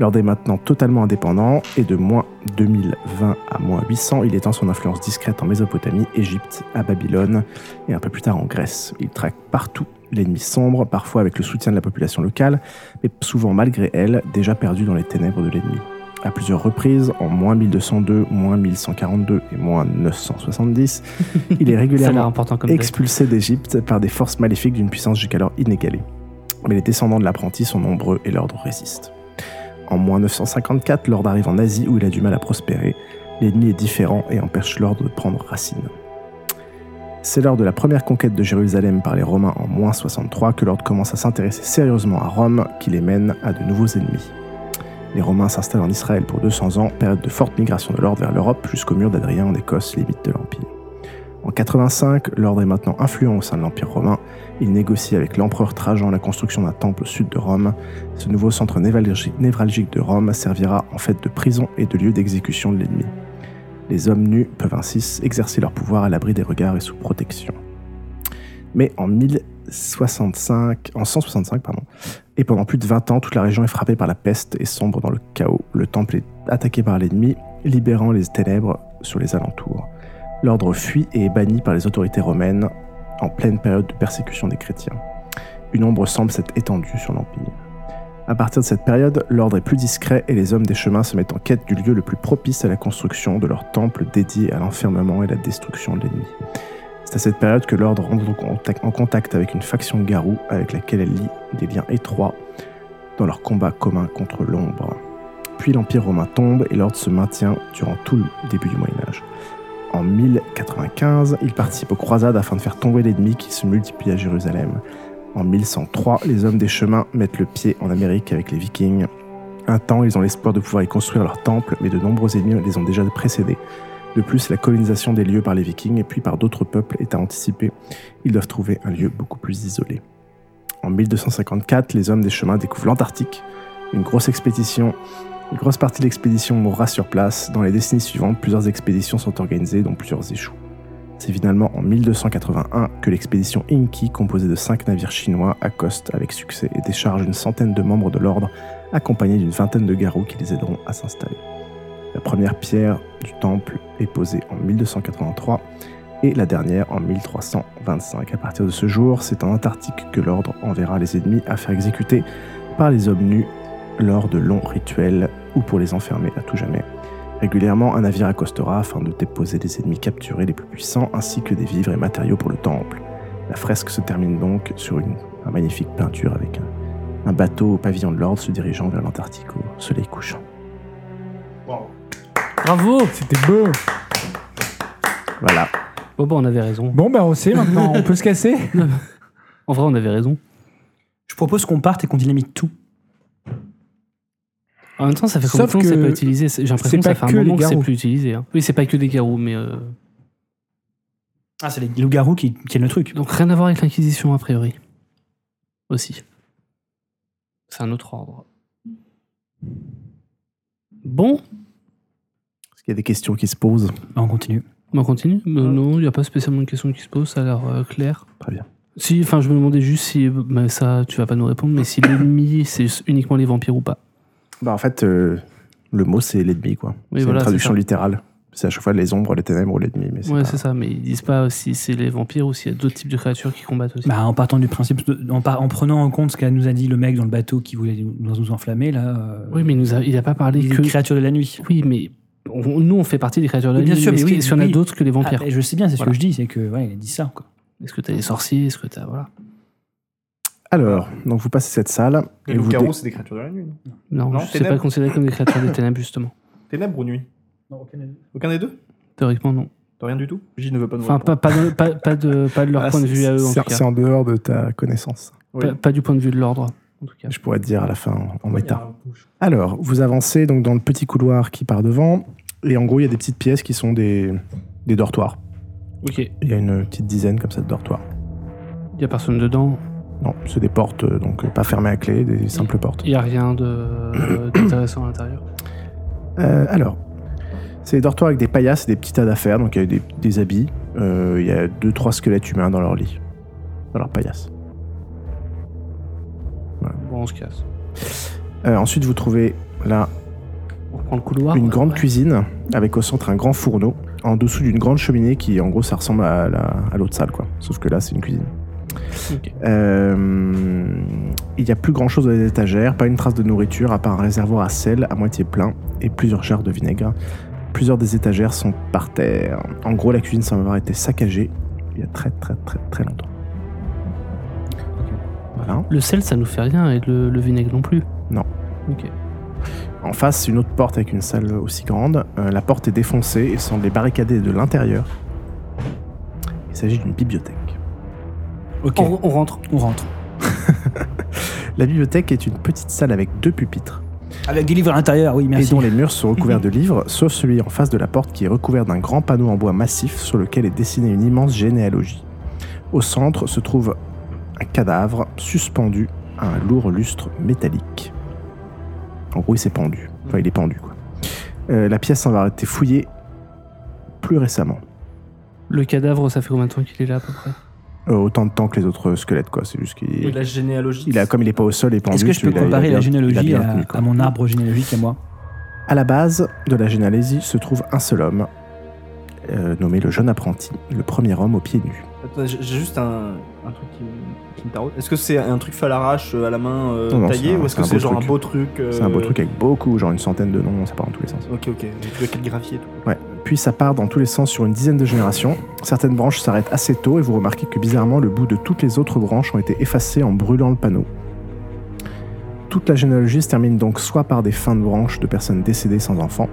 Speaker 1: L'ordre est maintenant totalement indépendant et de moins 2020 à moins 800, il étend son influence discrète en Mésopotamie, Égypte, à Babylone et un peu plus tard en Grèce. Il traque partout l'ennemi sombre, parfois avec le soutien de la population locale, mais souvent malgré elle, déjà perdue dans les ténèbres de l'ennemi. À plusieurs reprises, en moins 1202, moins 1142 et moins 970, il est
Speaker 4: Ça a l'air
Speaker 1: régulièrement
Speaker 4: important comme date.
Speaker 1: expulsé d'Égypte par des forces maléfiques d'une puissance jusqu'alors inégalée. Mais les descendants de l'apprenti sont nombreux et l'ordre résiste. En moins 954, l'ordre arrive en Asie où il a du mal à prospérer. L'ennemi est différent et empêche l'ordre de prendre racine. C'est lors de la première conquête de Jérusalem par les Romains en moins 63 que l'ordre commence à s'intéresser sérieusement à Rome qui les mène à de nouveaux ennemis. Les Romains s'installent en Israël pour 200 ans, période de forte migration de l'ordre vers l'Europe jusqu'au mur d'Adrien en Écosse, limite de l'Empire. En 85, l'ordre est maintenant influent au sein de l'Empire romain. Il négocie avec l'empereur Trajan la construction d'un temple au sud de Rome. Ce nouveau centre névralgi- névralgique de Rome servira en fait de prison et de lieu d'exécution de l'ennemi. Les hommes nus peuvent ainsi s- exercer leur pouvoir à l'abri des regards et sous protection. Mais en 1065, en 165, pardon, et pendant plus de 20 ans, toute la région est frappée par la peste et sombre dans le chaos. Le temple est attaqué par l'ennemi, libérant les ténèbres sur les alentours. L'ordre fuit et est banni par les autorités romaines en pleine période de persécution des chrétiens. Une ombre semble s'être étendue sur l'Empire. À partir de cette période, l'ordre est plus discret et les hommes des chemins se mettent en quête du lieu le plus propice à la construction de leur temple dédié à l'enfermement et la destruction de l'ennemi. C'est à cette période que l'ordre rentre en contact- en contact avec une faction de garous avec laquelle elle lie des liens étroits dans leur combat commun contre l'ombre. Puis l'Empire romain tombe et l'ordre se maintient durant tout le début du Moyen Âge. En 1095, il participe aux croisades afin de faire tomber l'ennemi qui se multiplie à Jérusalem. En 1103, les hommes des chemins mettent le pied en Amérique avec les vikings. Un temps, ils ont l'espoir de pouvoir y construire leur temple, mais de nombreux ennemis les ont déjà précédés. De plus, la colonisation des lieux par les vikings et puis par d'autres peuples est à anticiper. Ils doivent trouver un lieu beaucoup plus isolé. En 1254, les hommes des chemins découvrent l'Antarctique. Une grosse expédition une grosse partie de l'expédition mourra sur place. Dans les décennies suivantes, plusieurs expéditions sont organisées, dont plusieurs échouent. C'est finalement en 1281 que l'expédition Inki, composée de cinq navires chinois, accoste avec succès et décharge une centaine de membres de l'ordre, accompagnés d'une vingtaine de garous qui les aideront à s'installer. La première pierre du temple est posée en 1283 et la dernière en 1325. À partir de ce jour, c'est en Antarctique que l'ordre enverra les ennemis à faire exécuter par les hommes nus lors de longs rituels ou pour les enfermer à tout jamais. Régulièrement, un navire accostera afin de déposer des ennemis capturés les plus puissants ainsi que des vivres et matériaux pour le temple. La fresque se termine donc sur une, un magnifique peinture avec un, un bateau au pavillon de l'ordre se dirigeant vers l'Antarctique au soleil couchant.
Speaker 4: Bravo
Speaker 2: C'était beau.
Speaker 1: Voilà.
Speaker 4: Bon, bah, on avait raison.
Speaker 2: Bon, bah on sait maintenant, on peut se casser
Speaker 4: En vrai, on avait raison.
Speaker 3: Je propose qu'on parte et qu'on dynamite tout.
Speaker 4: En même temps, ça fait combien
Speaker 2: Sauf
Speaker 4: de temps que c'est
Speaker 2: que
Speaker 4: pas utilisé C'est- J'ai l'impression que ça
Speaker 2: c'est pas
Speaker 4: fait un
Speaker 2: que les
Speaker 4: moment que c'est
Speaker 2: garous.
Speaker 4: plus utilisé. hein. Oui, c'est pas que des garous, mais. euh,
Speaker 3: Ah, c'est les loups-garous qui tiennent le truc.
Speaker 4: Donc rien à voir avec l'Inquisition, a priori. Aussi. C'est un autre ordre. Bon,
Speaker 1: Est-ce qu'il y a des questions qui se posent
Speaker 3: Bah, on continue.
Speaker 4: bah, on continue. Mais Non, il n'y a pas spécialement de question qui se pose, ça a l'air euh, clair.
Speaker 1: Très bien.
Speaker 4: Si, enfin, je me demandais juste si. Mais ça, tu vas pas nous répondre, mais si l'ennemi, c'est uniquement les vampires ou pas.
Speaker 1: Bah, en fait, euh, le mot c'est l'ennemi, quoi.
Speaker 4: Oui,
Speaker 1: c'est
Speaker 4: voilà,
Speaker 1: une traduction
Speaker 4: c'est ça.
Speaker 1: littérale. C'est à chaque fois les ombres, les ténèbres ou l'ennemi. Mais c'est
Speaker 4: Ouais,
Speaker 1: pas-
Speaker 4: c'est ça, mais ils disent pas si c'est les vampires ou s'il y a d'autres types de créatures qui combattent aussi.
Speaker 3: Bah, en partant du principe, de- en, par- en prenant en compte ce qu'a nous a dit le mec dans le bateau qui voulait nous, nous enflammer, là. euh,
Speaker 4: oui, mais il, nous a, il a pas parlé
Speaker 3: il est
Speaker 4: que.
Speaker 3: créature de la nuit.
Speaker 4: Oui, mais on- nous, on fait partie des créatures de la
Speaker 3: Bien
Speaker 4: nuit,
Speaker 3: sûr,
Speaker 4: mais
Speaker 3: mais
Speaker 4: est-ce
Speaker 3: oui,
Speaker 4: qu'il y en a
Speaker 3: oui.
Speaker 4: d'autres que les vampires
Speaker 3: Ah, mais je sais bien, c'est ce
Speaker 4: Voilà.
Speaker 3: que je dis, c'est que, ouais, il a dit ça, quoi.
Speaker 4: Est-ce que t'as des sorciers Est-ce que t'as. Voilà.
Speaker 1: Alors, donc vous passez cette salle.
Speaker 5: Les
Speaker 1: et vous
Speaker 5: loups-garous,
Speaker 1: dé-
Speaker 5: c'est des créatures de la nuit. non
Speaker 4: Non,
Speaker 5: Non,
Speaker 4: je sais
Speaker 5: ténèbres.
Speaker 4: pas considéré comme des créatures des ténèbres, justement.
Speaker 5: Ténèbres ou nuit
Speaker 3: Non, aucun des deux.
Speaker 5: Aucun des deux
Speaker 4: Théoriquement, non.
Speaker 5: T'as rien du tout J ne veut pas nous
Speaker 4: Enfin, pas,
Speaker 5: répondre.
Speaker 4: pas, de, pas, pas de, pas de leur
Speaker 1: Ah,
Speaker 4: point de
Speaker 1: c'est-
Speaker 4: vue à eux, en
Speaker 1: c'est-
Speaker 4: tout cas.
Speaker 1: C'est en dehors de ta connaissance.
Speaker 5: Oui.
Speaker 4: Pas, pas du point de vue de l'ordre, en tout cas.
Speaker 1: Je pourrais te dire à la fin en- en
Speaker 5: Il y a
Speaker 1: méta.
Speaker 5: un bouche.
Speaker 1: Alors, vous avancez donc dans le petit couloir qui part devant, et en gros, il y a des petites pièces qui sont des, des dortoirs.
Speaker 4: Ok, il
Speaker 1: Il y a une petite dizaine comme ça de dortoirs.
Speaker 4: y a personne dedans.
Speaker 1: Non, c'est des portes, euh, donc euh, pas fermées à clé, des simples portes.
Speaker 4: Il y a rien de- d'intéressant à l'intérieur.
Speaker 1: Euh, alors, c'est des dortoirs avec des paillasses et des petits tas d'affaires, donc il y a des, des habits, euh, il y a deux, trois squelettes humains dans leur lit, dans leur paillasse.
Speaker 4: Bon, on se casse.
Speaker 1: Euh, ensuite, vous trouvez là
Speaker 4: On reprend le couloir.
Speaker 1: une grande
Speaker 4: Ouais.
Speaker 1: cuisine avec au centre un grand fourneau en dessous d'une grande cheminée qui en gros ça ressemble à, la- à l'autre salle quoi sauf que là c'est une cuisine
Speaker 4: Ok.
Speaker 1: Euh, il n'y a plus grand chose dans les étagères pas une trace de nourriture à part un réservoir à sel à moitié plein et plusieurs jarres de vinaigre plusieurs des étagères sont par terre en gros la cuisine semble avoir été saccagée il y a très très très très longtemps voilà
Speaker 4: Le sel, ça nous fait rien, et le, le vinaigre non plus.
Speaker 1: Non.
Speaker 4: Ok.
Speaker 1: En face, une autre porte avec une salle aussi grande. Euh, la porte est défoncée et semble barricadée de l'intérieur. Il s'agit d'une bibliothèque.
Speaker 3: Ok.
Speaker 4: On, on rentre.
Speaker 3: On rentre.
Speaker 1: La bibliothèque est une petite salle avec deux pupitres
Speaker 3: Avec des livres à l'intérieur, oui, merci.
Speaker 1: et dont les murs sont recouverts de livres, sauf celui en face de la porte qui est recouvert d'un grand panneau en bois massif sur lequel est dessinée une immense généalogie. Au centre se trouve un cadavre suspendu à un lourd lustre métallique. En gros, il s'est pendu. Enfin, il est pendu, quoi. Euh, la pièce en va été fouillée plus récemment.
Speaker 4: Le cadavre, ça fait combien de temps qu'il est là, à peu près
Speaker 1: Euh, autant de temps que les autres squelettes, quoi. C'est juste qu'il.
Speaker 5: Et la généalogie.
Speaker 1: Il a, comme il est pas au sol, il est pendu.
Speaker 3: Est-ce que je peux
Speaker 1: celui-là, il a
Speaker 3: comparer
Speaker 1: bien-
Speaker 3: la
Speaker 1: il a
Speaker 3: généalogie
Speaker 1: bien
Speaker 3: à,
Speaker 1: tenu, quoi.
Speaker 3: à mon arbre généalogique à moi
Speaker 1: À la base de la généalogie se trouve un seul homme, euh, nommé le jeune apprenti, le premier homme aux pieds nus.
Speaker 5: Attends, j'ai j'ai juste un, un truc qui, me- qui me taraude. Est-ce que c'est un truc fait à l'arrache euh, à la main euh,
Speaker 1: Non, non, c'est
Speaker 5: taillé
Speaker 1: un-
Speaker 5: ou est-ce
Speaker 1: c'est
Speaker 5: que
Speaker 1: un
Speaker 5: c'est
Speaker 1: beau
Speaker 5: genre
Speaker 1: truc.
Speaker 5: un beau truc euh,
Speaker 1: C'est un beau truc avec beaucoup, genre une centaine de noms, ça part dans tous les sens.
Speaker 5: Ok, ok. Donc, Tu dois qu'être graphié et tout.
Speaker 1: Ouais. Puis ça part dans tous les sens sur une dizaine de générations. Certaines branches s'arrêtent assez tôt et vous remarquez que bizarrement, le bout de toutes les autres branches ont été effacées en brûlant le panneau. Toute la généalogie se termine donc soit par des fins de branches de personnes décédées sans enfants,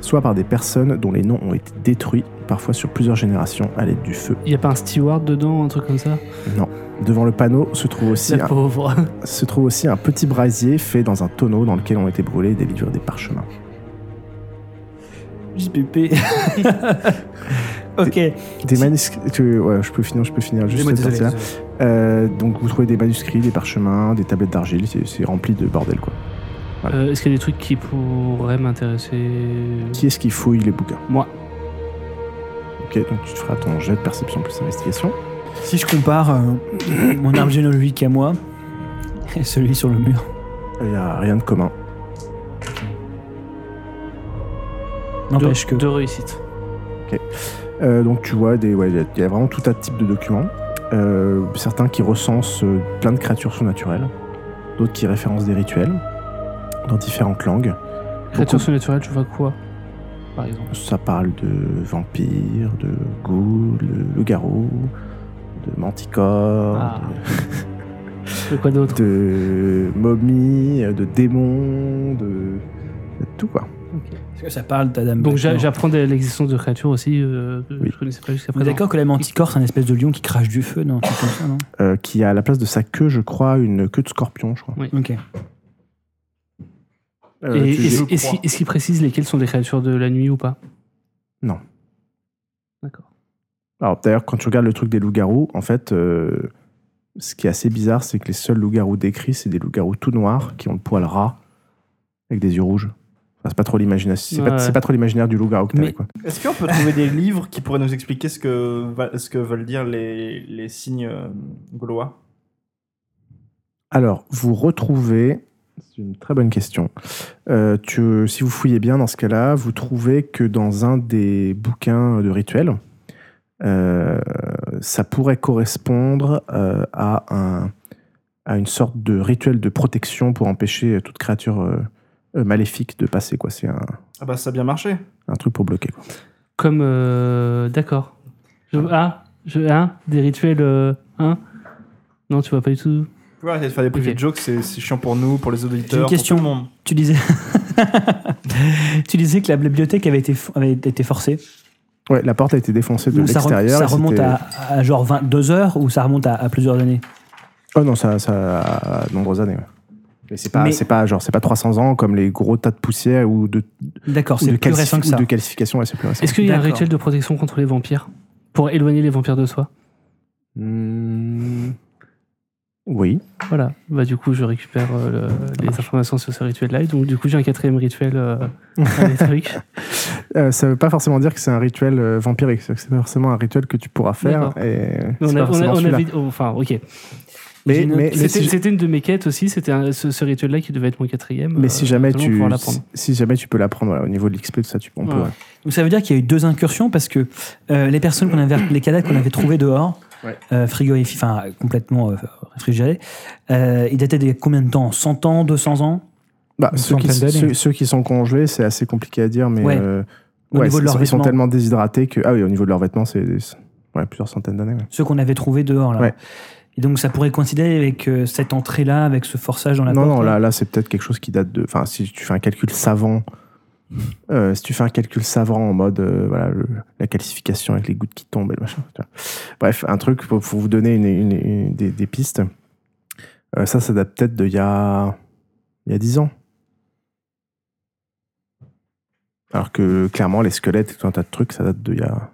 Speaker 1: soit par des personnes dont les noms ont été détruits, parfois sur plusieurs générations, à l'aide du feu.
Speaker 4: Il y a pas un steward dedans, un truc comme ça
Speaker 1: Non. Devant le panneau se trouve aussi
Speaker 4: La
Speaker 1: un,
Speaker 4: pauvre.
Speaker 1: se trouve aussi un petit brasier fait dans un tonneau dans lequel ont été brûlés des livres et des parchemins.
Speaker 3: JPP. ok.
Speaker 1: Des manuscrits. tu- ouais, je peux finir, je peux finir juste
Speaker 3: Désolé,
Speaker 1: cette partie-là.
Speaker 3: désolé.
Speaker 1: Euh, donc vous trouvez des manuscrits, des parchemins, des tablettes d'argile, c'est c'est rempli de bordel quoi.
Speaker 4: Euh, Est-ce qu'il y a des trucs qui pourraient m'intéresser
Speaker 1: Qui est-ce qui fouille les bouquins
Speaker 4: Moi.
Speaker 1: Ok, donc tu te feras ton jet de perception plus investigation.
Speaker 3: Si je compare euh, mon arbre généalogique à moi et celui sur le mur.
Speaker 1: Il n'y a rien de commun.
Speaker 3: N'empêche que.
Speaker 4: Deux réussites.
Speaker 1: Euh, donc tu vois, des- ouais, il y a- il y, a vraiment tout un type de documents. Euh, certains qui recensent euh, plein de créatures surnaturelles, d'autres qui référencent des rituels dans différentes langues.
Speaker 4: Créature surnaturelle, tu vois quoi Par exemple.
Speaker 1: Ça parle de vampires, de ghouls, de loups-garous, de manticores,
Speaker 4: Ah.
Speaker 1: de-
Speaker 4: De quoi d'autre
Speaker 1: de momies, de démons, de, de tout quoi.
Speaker 3: Est-ce que ça parle, ta dame
Speaker 4: Donc j'a-
Speaker 3: Bachelor
Speaker 4: j'apprends de- l'existence de créatures aussi, euh, que
Speaker 1: Oui.
Speaker 4: je connaissais pas jusqu'à
Speaker 3: On est
Speaker 4: présent.
Speaker 3: d'accord que la manticore, c'est un espèce de lion qui crache du feu, non un truc comme ça, non
Speaker 1: Euh, qui a à la place de sa queue, je crois, une queue de scorpion, je crois.
Speaker 3: Ok.
Speaker 1: Euh,
Speaker 4: Et
Speaker 1: tu-
Speaker 4: est-ce est-ce qu'il- est-ce qu'il précise lesquelles sont des créatures de la nuit ou pas
Speaker 1: Non.
Speaker 4: D'accord.
Speaker 1: Alors d'ailleurs, quand tu regardes le truc des loups-garous, en fait, euh, ce qui est assez bizarre, c'est que les seuls loups-garous décrits, c'est des loups-garous tout noirs qui ont le poil ras avec des yeux rouges. Enfin, c'est pas trop l'imagination, c'est
Speaker 4: Ouais,
Speaker 1: pas, c'est
Speaker 4: ouais.
Speaker 1: pas trop l'imaginaire du loup-garou que
Speaker 4: Mais-
Speaker 1: t'avais, quoi.
Speaker 5: Est-ce qu'on peut trouver des livres qui pourraient nous expliquer ce que, va- ce que veulent dire les, les signes euh, gaulois
Speaker 1: Alors, vous retrouvez. C'est une très bonne question. Euh, tu- si vous fouillez bien dans ce cas-là, vous trouvez que dans un des bouquins de rituels, euh, ça pourrait correspondre euh, à, un, à une sorte de rituel de protection pour empêcher toute créature euh, euh, maléfique de passer. quoi. C'est un,
Speaker 5: Ah bah ça a bien marché.
Speaker 1: un truc pour bloquer. quoi.
Speaker 4: Comme. euh, D'accord. Je- Ah je, Hein Des rituels. euh, hein Non, tu vois pas du tout
Speaker 5: Ouais, arrêtez de faire des privés
Speaker 4: Ok.
Speaker 5: de jokes, c'est c'est chiant pour nous, pour les auditeurs.
Speaker 3: J'ai une question.
Speaker 5: Pour tout le monde.
Speaker 3: Tu disais, tu disais que la bibliothèque avait été, fo- avait été forcée.
Speaker 1: Ouais, la porte a été défoncée de
Speaker 3: Donc, ça, rem-
Speaker 1: l'extérieur.
Speaker 3: ça
Speaker 1: et
Speaker 3: remonte
Speaker 1: c'était-
Speaker 3: à, à genre 22 heures ou ça remonte à, à plusieurs années
Speaker 1: Oh non, ça, ça a de nombreuses années. ouais. Mais c'est pas,
Speaker 3: Mais-
Speaker 1: c'est pas genre, c'est pas 300 ans comme les gros tas de poussière ou de,
Speaker 3: D'accord,
Speaker 1: ou
Speaker 3: c'est
Speaker 1: de,
Speaker 3: plus
Speaker 1: calci-
Speaker 3: récent que
Speaker 1: ou
Speaker 3: ça.
Speaker 1: de calcification, ouais, c'est plus récent.
Speaker 4: Est-ce qu'il y a un
Speaker 3: D'accord.
Speaker 4: rituel de protection contre les vampires Pour éloigner les vampires de soi
Speaker 1: Hmm. Oui.
Speaker 4: Voilà. Bah, du coup, je récupère euh, le- les informations sur ce rituel-là. Et Donc, du coup, j'ai un quatrième rituel euh, électrique.
Speaker 1: Euh, ça veut pas forcément dire que c'est un rituel euh, vampirique. C'est que c'est pas forcément un rituel que tu pourras faire.
Speaker 4: D'accord.
Speaker 1: Et
Speaker 4: Mais
Speaker 1: c'est
Speaker 4: on
Speaker 1: pas
Speaker 4: a- on a-
Speaker 1: forcément
Speaker 4: on
Speaker 1: celui-là.
Speaker 4: avait. oh, Enfin, ok.
Speaker 1: Mais,
Speaker 4: J'ai une-
Speaker 1: mais, mais
Speaker 4: c'était
Speaker 1: si-
Speaker 4: c'était une de mes quêtes aussi. C'était un- ce, ce rituel-là qui devait être mon quatrième.
Speaker 1: mais
Speaker 4: euh,
Speaker 1: si jamais
Speaker 4: tout le monde
Speaker 1: tu,
Speaker 4: pourra l'apprendre.
Speaker 1: si jamais tu peux l'apprendre voilà, au niveau de l'XP, tout ça, tu, on peut.
Speaker 4: Ouais.
Speaker 3: Donc ça veut dire qu'il y a eu deux incursions parce que euh, les personnes qu'on avait, les cadavres qu'on avait trouvés dehors,
Speaker 1: Ouais.
Speaker 3: euh, frigorifi- enfin complètement euh, réfrigérés, euh, ils dataient de combien de temps 100 ans, 200 ans
Speaker 1: Bah,
Speaker 2: Une
Speaker 1: ceux, qui,
Speaker 2: centaine d'années.
Speaker 1: ceux- ceux qui sont congelés, c'est assez compliqué à dire, mais
Speaker 3: Ouais.
Speaker 1: euh,
Speaker 3: Au
Speaker 1: ouais,
Speaker 3: niveau
Speaker 1: ils,
Speaker 3: de leurs
Speaker 1: sont, ils sont
Speaker 3: vêtements.
Speaker 1: tellement déshydratés que. Ah oui, au niveau de leurs vêtements, c'est c'est- ouais, plusieurs centaines d'années. ouais.
Speaker 3: Ceux qu'on avait trouvés dehors là.
Speaker 1: Ouais.
Speaker 3: Et donc ça pourrait coïncider avec euh, cette entrée-là, avec ce forçage dans la
Speaker 1: Non,
Speaker 3: porte.
Speaker 1: non, là, là c'est peut-être quelque chose qui date de. Enfin, si tu fais un calcul savant. euh, si tu fais un calcul savant en mode euh, voilà, le- la calcification avec les gouttes qui tombent et le machin. tu vois. Bref, un truc pour, pour vous donner une, une- une- des, des pistes. Euh, ça, ça date peut-être d'il y a, il y a 10 ans. Alors que clairement, les squelettes et tout un tas de trucs, ça date d'il y a.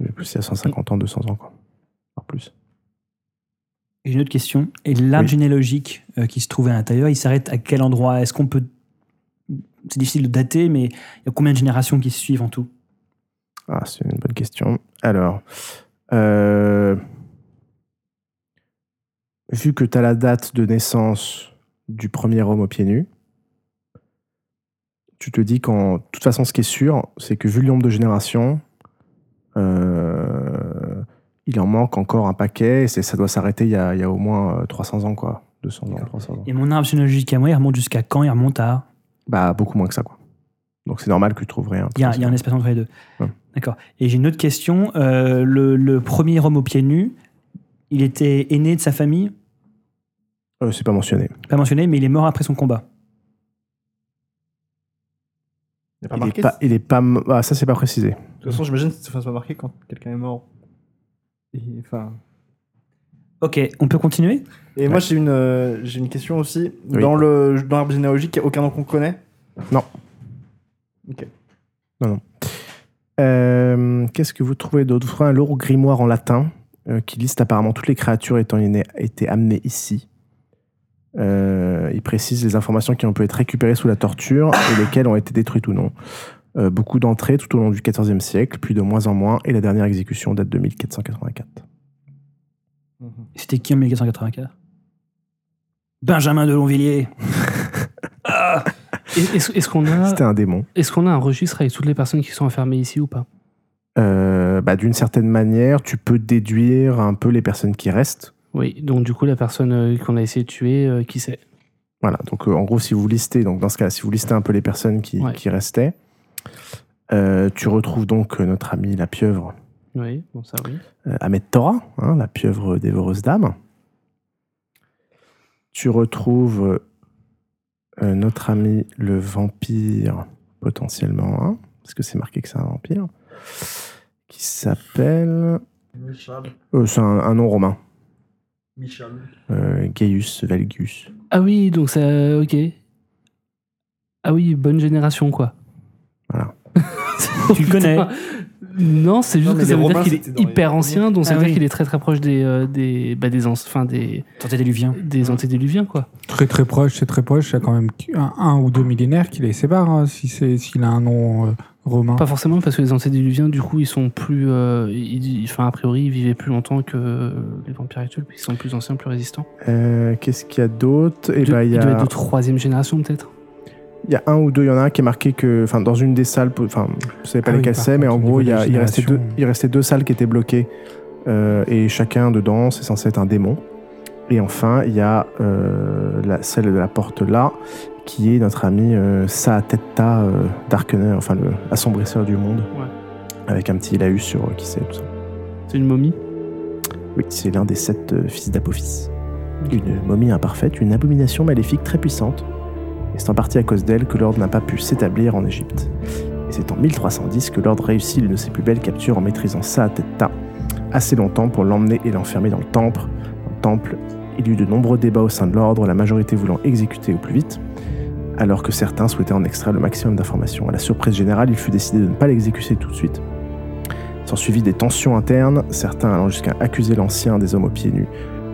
Speaker 1: il y a plus, il y a 150 ans, 200 ans, quoi. Voire plus.
Speaker 3: J'ai une autre question. Et l'arbre
Speaker 1: Oui.
Speaker 3: généalogique euh, qui se trouvait à l'intérieur, il s'arrête à quel endroit Est-ce qu'on peut. C'est difficile de dater, mais il y a combien de générations qui se suivent en tout
Speaker 1: Ah, c'est une bonne question. Alors, euh, vu que tu as la date de naissance du premier homme aux pieds nus, tu te dis qu'en. De toute façon, ce qui est sûr, c'est que vu le nombre de générations, euh, il en manque encore un paquet et c'est- ça doit s'arrêter il, y a- il y a au moins euh, 300 ans, quoi. 200 ans,
Speaker 3: D'accord.
Speaker 1: 300 ans.
Speaker 3: Et mon arbre généalogique à moi, il remonte jusqu'à quand Il remonte à.
Speaker 1: Bah, beaucoup moins que ça, quoi. Donc, c'est normal que tu trouves rien.
Speaker 3: Il y a, il y a un espace entre les deux.
Speaker 1: Ouais.
Speaker 3: D'accord. Et j'ai une autre question. Euh, le, le premier homme aux pieds nus, il était aîné de sa famille
Speaker 1: Euh, c'est pas mentionné.
Speaker 3: Pas mentionné, mais il est mort après son combat.
Speaker 5: Il y a pas
Speaker 1: Il
Speaker 5: marqué
Speaker 1: est pas, il est pas m- ah, ça, c'est pas précisé.
Speaker 5: De toute façon, j'imagine que ça se pas marquer quand quelqu'un est mort. Et, enfin...
Speaker 3: Ok, on peut continuer
Speaker 5: Et moi, j'ai une, euh, j'ai une question aussi.
Speaker 1: Oui.
Speaker 5: Dans le dans l'arbre généalogique, il n'y a aucun nom qu'on connaît
Speaker 1: Euh, qu'est-ce que vous trouvez d'autre Vous trouvez un lourd grimoire en latin euh, qui liste apparemment toutes les créatures étant né- été amenées ici. Euh, il précise les informations qui ont pu être récupérées sous la torture et lesquelles ont été détruites ou non. Euh, beaucoup d'entrées tout au long du XIVe siècle, puis de moins en moins, et la dernière exécution date de 1484.
Speaker 3: C'était qui en 1484 Benjamin de Longvilliers
Speaker 4: Et- Est-ce est-ce qu'on a,
Speaker 1: C'était un démon.
Speaker 4: est qu'on a un registre avec toutes les personnes qui sont enfermées ici ou pas
Speaker 1: Euh, bah, D'une certaine manière, tu peux déduire un peu les personnes qui restent.
Speaker 4: Oui, donc du coup, la personne euh, qu'on a essayé de tuer, euh, qui c'est
Speaker 1: Voilà, donc euh, en gros, si vous listez, donc dans ce cas, si vous listez un peu les personnes qui,
Speaker 4: Ouais.
Speaker 1: qui restaient, euh, tu retrouves donc euh, notre amie la pieuvre
Speaker 4: Oui, bon, ça oui.
Speaker 1: euh, Ahmed Torah, hein, la pieuvre dévoreuse d'âme. Tu retrouves euh, euh, notre ami le vampire, potentiellement, hein, parce que c'est marqué que c'est un vampire, qui s'appelle.
Speaker 5: Michel.
Speaker 1: euh, c'est un, un nom romain,
Speaker 5: Michel.
Speaker 1: euh, Gaius Valgus.
Speaker 4: Ah oui, donc ça. Ok. Ah oui, bonne génération, quoi. Oh,
Speaker 1: Voilà.
Speaker 3: Tu le connais
Speaker 4: Putain. Non, c'est juste
Speaker 5: Non, mais
Speaker 4: que ça
Speaker 5: les
Speaker 4: veut dire
Speaker 5: Romains,
Speaker 4: qu'il
Speaker 5: c'était
Speaker 4: est
Speaker 5: dans les
Speaker 4: hyper
Speaker 5: premiers.
Speaker 4: ancien, donc ça
Speaker 3: Ah
Speaker 4: veut
Speaker 3: oui.
Speaker 4: dire qu'il est très très proche des, euh, des, bah, des, ans- enfin, des,
Speaker 3: Antediluviens.
Speaker 4: des antédiluviens, quoi.
Speaker 2: Très très proche, c'est très proche. Il y a quand même un, un ou deux millénaires qui les séparent, hein, si c'est s'il a un nom euh, romain.
Speaker 4: Pas forcément, parce que les antédiluviens, du coup, ils sont plus. euh, ils- ils- Enfin, a priori, ils vivaient plus longtemps que euh, les vampires actuels, puisqu'ils sont plus anciens, plus résistants.
Speaker 1: Euh, Qu'est-ce qu'il y a d'autre Eh
Speaker 4: De-
Speaker 1: ben,
Speaker 4: Il doit être de troisième génération, peut-être.
Speaker 1: Il y a un ou deux, il y en a un qui est marqué que, enfin, dans une des salles, enfin, je savais pas
Speaker 2: Ah oui,
Speaker 1: lesquelles
Speaker 2: par
Speaker 1: c'est, mais
Speaker 2: contre,
Speaker 1: en
Speaker 2: au
Speaker 1: gros, il, y
Speaker 2: niveau
Speaker 1: a-
Speaker 2: des
Speaker 1: il restait deux,
Speaker 2: générations.
Speaker 1: il restait deux salles qui étaient bloquées, euh, et chacun dedans, c'est censé être un démon. Et enfin, il y a euh, la, celle de la porte là, qui est notre ami euh, Saatetta euh, Darkener, enfin, le assombrisseur du monde,
Speaker 4: Ouais.
Speaker 1: avec un petit laus sur euh, qui c'est, tout ça.
Speaker 4: C'est une momie.
Speaker 1: Oui, c'est l'un des sept euh, fils d'Apophis.
Speaker 4: Ah,
Speaker 1: une momie imparfaite, une abomination maléfique très puissante. Et c'est en partie à cause d'elle que l'ordre n'a pas pu s'établir en Égypte. Et c'est en 1310 que l'ordre réussit l'une de ses plus belles captures en maîtrisant Saatetta assez longtemps pour l'emmener et l'enfermer dans le temple. Dans le temple, il y eut de nombreux débats au sein de l'ordre, la majorité voulant exécuter au plus vite, alors que certains souhaitaient en extraire le maximum d'informations. À la surprise générale, il fut décidé de ne pas l'exécuter tout de suite. S'en suivit des tensions internes, certains allant jusqu'à accuser l'ancien des hommes aux pieds nus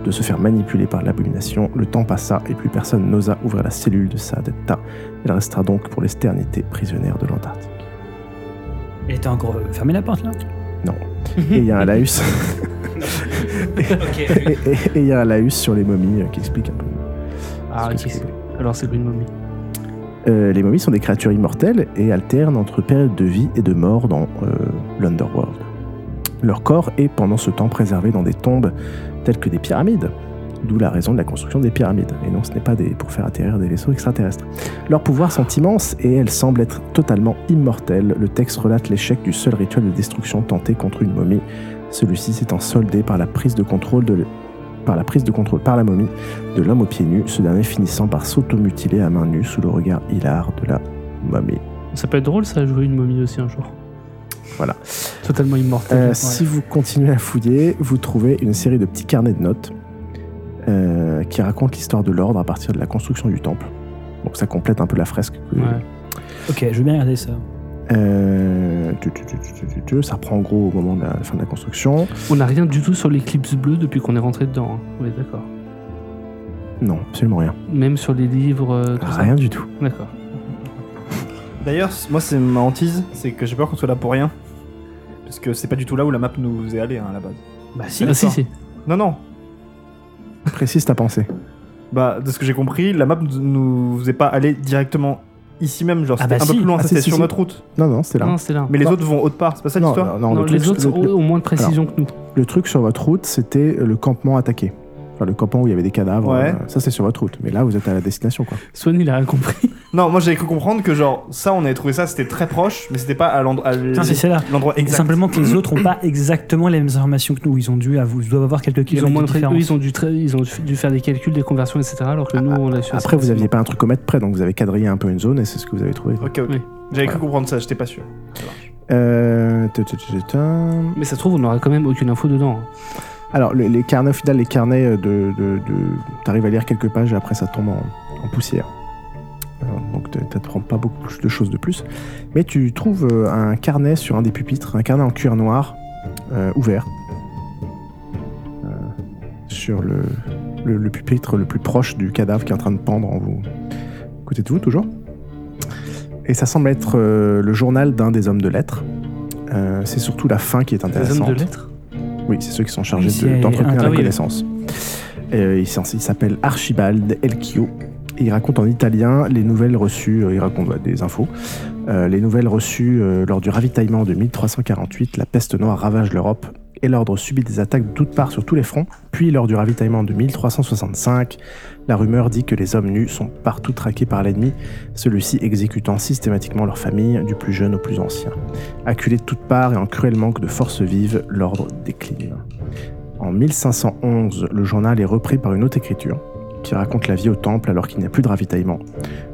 Speaker 1: de se faire manipuler par l'abomination. Le temps passa et plus personne n'osa ouvrir la cellule de Saadetta. Elle restera donc pour l'esternité prisonnière de l'Antarctique.
Speaker 3: Elle était encore euh, fermée la porte là
Speaker 1: Et il y a un laïus.
Speaker 3: Ok.
Speaker 1: et et- et il y a un laïus sur les momies euh, qui explique un peu.
Speaker 4: Ah,
Speaker 1: ce que
Speaker 4: ok.
Speaker 1: c'est.
Speaker 4: Alors c'est pas une momie.
Speaker 1: Euh, les momies sont des créatures immortelles et alternent entre périodes de vie et de mort dans euh, l'Underworld. Leur corps est pendant ce temps préservé dans des tombes telles que des pyramides, d'où la raison de la construction des pyramides. Et non, ce n'est pas des- pour faire atterrir des vaisseaux extraterrestres. Leurs pouvoirs sont immenses et elles semblent être totalement immortelles. Le texte relate l'échec du seul rituel de destruction tenté contre une momie. Celui-ci s'étant soldé par la prise de contrôle de l- par la prise de contrôle par la momie de l'homme aux pieds nus, ce dernier finissant par s'automutiler à main nue sous le regard hilar de la momie.
Speaker 4: Ça peut être drôle ça, jouer une momie aussi un jour.
Speaker 1: Voilà.
Speaker 4: Totalement immortel.
Speaker 1: Euh,
Speaker 4: Ouais.
Speaker 1: Si vous continuez à fouiller, vous trouvez une série de petits carnets de notes euh, qui racontent l'histoire de l'ordre à partir de la construction du temple. Donc ça complète un peu la fresque. que-
Speaker 4: Ouais.
Speaker 3: Ok, je veux bien regarder ça.
Speaker 1: Euh, tu, tu, tu, tu, tu, tu, tu, ça reprend en gros au moment de la, la fin de la construction.
Speaker 4: On n'a rien du tout sur l'éclipse bleue depuis qu'on est rentré dedans. hein. On est d'accord.
Speaker 1: Non, absolument rien.
Speaker 4: Même sur les livres, euh, tout
Speaker 1: Rien du tout.
Speaker 4: ça. D'accord.
Speaker 5: D'ailleurs, c- moi, c'est ma hantise, c'est que j'ai peur qu'on soit là pour rien. Parce que c'est pas du tout là où la map nous est allée hein, à la base.
Speaker 3: Bah si.
Speaker 4: Ah, si, si.
Speaker 5: Non, non.
Speaker 1: Précise ta pensée.
Speaker 5: Bah, de ce que j'ai compris, la map nous- nous faisait pas aller directement ici même. Genre,
Speaker 3: Ah
Speaker 5: c'était
Speaker 3: bah
Speaker 5: un peu
Speaker 3: si.
Speaker 5: plus loin,
Speaker 1: Ah si,
Speaker 5: ça, c'était
Speaker 1: si,
Speaker 5: sur
Speaker 1: si.
Speaker 5: notre route.
Speaker 1: Non, non, c'est là.
Speaker 4: Non, c'est là.
Speaker 5: Mais les
Speaker 1: Bah.
Speaker 5: autres vont autre part, c'est pas ça
Speaker 1: non,
Speaker 5: l'histoire
Speaker 1: non, non,
Speaker 4: Non,
Speaker 1: le truc-
Speaker 4: les autres
Speaker 1: le-
Speaker 4: ont
Speaker 1: le-
Speaker 4: ont moins de précision que nous.
Speaker 1: Le truc sur votre route, c'était le campement attaqué. Enfin, le campement où il y avait des cadavres.
Speaker 5: Ouais.
Speaker 1: euh, ça, c'est sur votre route. Mais là, vous êtes à la destination, quoi.
Speaker 4: Swan, il a rien compris.
Speaker 5: Non, moi j'avais cru comprendre que genre ça, on avait trouvé ça, c'était très proche, mais c'était pas à l'endroit à l-
Speaker 3: Putain, c'est celle-là.
Speaker 5: l'endroit exact.
Speaker 3: Simplement que les autres n'ont pas exactement les mêmes informations que nous. Ils ont dû avou- ils doivent avoir quelques
Speaker 4: Ils
Speaker 3: kilomètres
Speaker 4: ont moins de pré-
Speaker 3: différence.
Speaker 4: Eux, ils ont, dû tra- ils ont dû faire des calculs, des conversions, etc. Alors que nous, on a su. assez
Speaker 1: Après, vous
Speaker 4: facilement.
Speaker 1: aviez pas un truc au mètre près, donc vous avez quadrillé un peu une zone et c'est ce que vous avez trouvé.
Speaker 5: Ok, ok.
Speaker 4: Oui.
Speaker 5: J'avais cru comprendre ça, j'étais pas sûr.
Speaker 1: Euh, ta, ta, ta, ta, ta.
Speaker 4: Mais ça se trouve, on n'aura quand même aucune info dedans. hein.
Speaker 1: Alors, le- les, carnets, au final, les carnets euh, de. de, de- T'arrives à lire quelques pages et après, ça tombe en, en poussière. Alors, donc, t- t'apprends pas beaucoup plus de choses de plus. Mais tu trouves euh, un carnet sur un des pupitres, un carnet en cuir noir, euh, ouvert. Euh, sur le, le, le pupitre le plus proche du cadavre qui est en train de pendre en vous. Côté de vous, toujours. Et ça semble être euh, le journal d'un des hommes de lettres. Euh, c'est surtout la fin qui est
Speaker 4: Des hommes
Speaker 1: intéressante.
Speaker 4: de lettres
Speaker 1: Oui, c'est ceux qui sont chargés
Speaker 3: C'est
Speaker 1: de- d'entretenir
Speaker 3: un-
Speaker 1: la
Speaker 3: ah oui.
Speaker 1: connaissance. Euh, il s'en- il s'appelle Archibald Elchio. Et il raconte en italien les nouvelles reçues, euh, il raconte ouais, des infos, Euh, les nouvelles reçues euh, lors du ravitaillement de 1348, la peste noire ravage l'Europe et l'ordre subit des attaques de toutes parts sur tous les fronts, puis lors du ravitaillement de 1365, la rumeur dit que les hommes nus sont partout traqués par l'ennemi, celui-ci exécutant systématiquement leurs familles, du plus jeune au plus ancien. Acculé de toutes parts et en cruel manque de force vive, l'ordre décline. En 1511, le journal est repris par une autre écriture qui raconte la vie au temple alors qu'il n'y a plus de ravitaillement.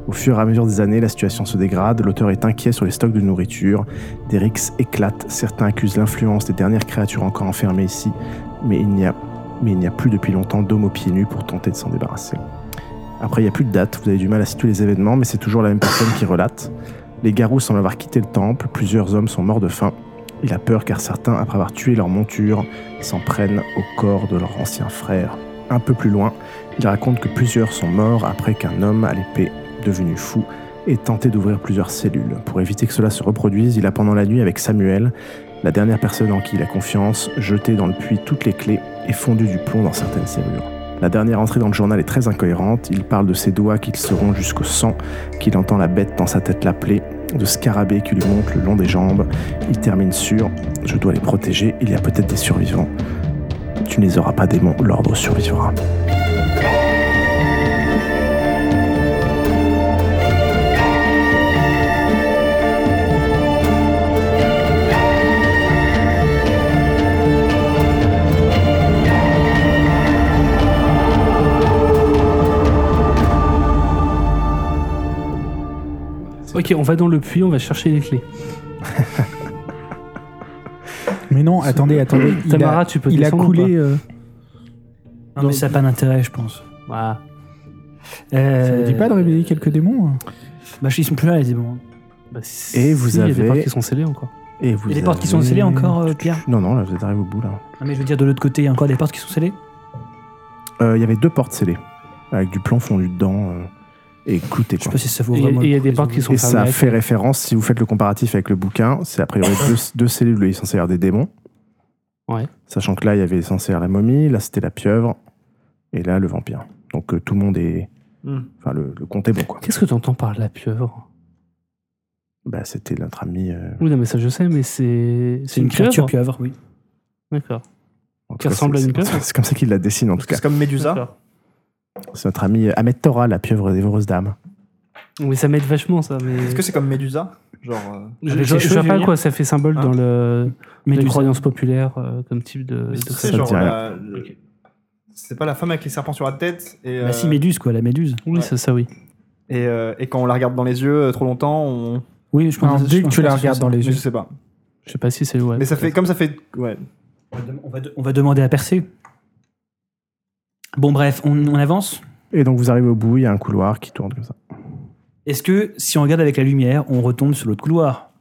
Speaker 1: Au fur et à mesure des années, la situation se dégrade, l'auteur est inquiet sur les stocks de nourriture, des rixes éclatent, certains accusent l'influence des dernières créatures encore enfermées ici, mais il n'y a, mais il n'y a plus depuis longtemps d'hommes aux pieds nus pour tenter de s'en débarrasser. Après, il n'y a plus de date, vous avez du mal à situer les événements, mais c'est toujours la même personne qui relate. Les garous semblent avoir quitté le temple, plusieurs hommes sont morts de faim. Il a peur car certains, après avoir tué leur monture, s'en prennent au corps de leur ancien frère. Un peu plus loin, il raconte que plusieurs sont morts après qu'un homme à l'épée, devenu fou, ait tenté d'ouvrir plusieurs cellules. Pour éviter que cela se reproduise, il a pendant la nuit avec Samuel, la dernière personne en qui il a confiance, jeté dans le puits toutes les clés et fondu du plomb dans certaines serrures. La dernière entrée dans le journal est très incohérente, il parle de ses doigts qu'il se rongent jusqu'au sang, qu'il entend la bête dans sa tête l'appeler, de scarabées qui lui montent le long des jambes. Il termine sur Je dois les protéger, il y a peut-être des survivants. Tu ne les auras pas, démon, l'ordre survivra.
Speaker 4: Ok, on va dans le puits, on va chercher les clés.
Speaker 2: Mais non, attendez, attendez. il a-
Speaker 4: Tamara, tu peux
Speaker 2: il a
Speaker 4: descendre ou
Speaker 2: coulé,
Speaker 4: pas
Speaker 2: euh,
Speaker 3: Non, mais ça n'a pas d'intérêt, je pense. Euh,
Speaker 4: Voilà.
Speaker 2: Ça vous dit pas de réveiller quelques démons hein
Speaker 3: Bah, ils sont plus là, les démons.
Speaker 4: Bah, si,
Speaker 1: Et vous
Speaker 4: il y a
Speaker 1: avez-
Speaker 4: des portes qui sont scellées encore.
Speaker 1: Et vous
Speaker 3: Il y a des portes qui sont
Speaker 1: avez-
Speaker 3: scellées encore, euh, Pierre
Speaker 1: Non, non, là, vous êtes arrivé au bout, là.
Speaker 3: Non, Ah, mais je veux dire, de l'autre côté, hein. il y a encore des portes qui sont scellées
Speaker 1: Euh, Il y avait deux portes scellées, avec du plan fondu dedans, euh, et cloutées,
Speaker 3: Je sais
Speaker 1: quoi.
Speaker 3: pas si ça vaut
Speaker 4: Et il y a-
Speaker 3: vraiment.
Speaker 4: et il y a
Speaker 3: le coup,
Speaker 4: des
Speaker 3: les
Speaker 4: portes qui
Speaker 3: ouvrir.
Speaker 4: sont
Speaker 1: Et ça
Speaker 4: fermées.
Speaker 1: fait référence, si vous faites le comparatif avec le bouquin, c'est a priori deux, deux cellules où il est censé y avoir des démons.
Speaker 4: Ouais.
Speaker 1: Sachant que là, il y avait censé y avoir la momie, là, c'était la pieuvre, et là, le vampire. Donc euh, tout le monde est.
Speaker 5: Hmm.
Speaker 1: Enfin, le, le compte est bon, quoi.
Speaker 4: Qu'est-ce que t'entends par la pieuvre
Speaker 1: Bah, c'était notre ami. euh,
Speaker 4: Oui, non, mais ça je sais, mais c'est.
Speaker 3: C'est une créature pieuvre, oui.
Speaker 4: D'accord.
Speaker 1: en tout
Speaker 4: Qui
Speaker 1: cas,
Speaker 4: ressemble
Speaker 1: c'est-
Speaker 4: à une
Speaker 1: c'est-
Speaker 4: pieuvre
Speaker 1: C'est comme ça qu'il la dessine, en tout cas.
Speaker 5: C'est comme Médusa.
Speaker 4: D'accord.
Speaker 1: C'est notre ami euh, Ahmed Torah, la pieuvre dévoreuse d'âme.
Speaker 4: Mais ça m'aide vachement ça. Mais...
Speaker 5: Est-ce que c'est comme Médusa Genre. euh,
Speaker 4: Je,
Speaker 3: Avec
Speaker 4: je-
Speaker 3: ses
Speaker 4: je
Speaker 3: cheveux,
Speaker 4: vois
Speaker 3: je
Speaker 4: pas
Speaker 3: veux
Speaker 4: à quoi ça fait symbole
Speaker 5: Hein
Speaker 4: dans le, les
Speaker 3: Méduse.
Speaker 4: croyances populaires euh, comme type de.
Speaker 5: mais
Speaker 4: de-
Speaker 5: c'est
Speaker 1: me
Speaker 5: genre.
Speaker 1: dit rien.
Speaker 5: la- le- C'est pas la femme avec les serpents sur la tête et, euh,
Speaker 3: Bah, si, Méduse, quoi, la Méduse.
Speaker 4: Oui,
Speaker 5: Ouais.
Speaker 4: c'est ça, oui.
Speaker 5: et, euh, et quand on la regarde dans les yeux euh, trop longtemps, on.
Speaker 3: Oui, je
Speaker 2: Alors,
Speaker 3: pense
Speaker 2: dès
Speaker 3: je
Speaker 2: que
Speaker 3: pense
Speaker 2: tu la
Speaker 3: c'est
Speaker 2: regardes
Speaker 3: ça.
Speaker 2: dans
Speaker 5: Mais
Speaker 2: les
Speaker 5: je
Speaker 2: yeux.
Speaker 5: sais pas.
Speaker 4: Je sais pas si c'est. Ouais,
Speaker 5: Mais ça fait
Speaker 4: peut-être.
Speaker 5: comme ça fait. Ouais.
Speaker 3: On va dem- On va, de- on va demander à percer. Bon, bref, on, on avance.
Speaker 1: Et donc, vous arrivez au bout, il y a un couloir qui tourne comme ça.
Speaker 3: Est-ce que si on regarde avec la lumière, on retombe sur l'autre couloir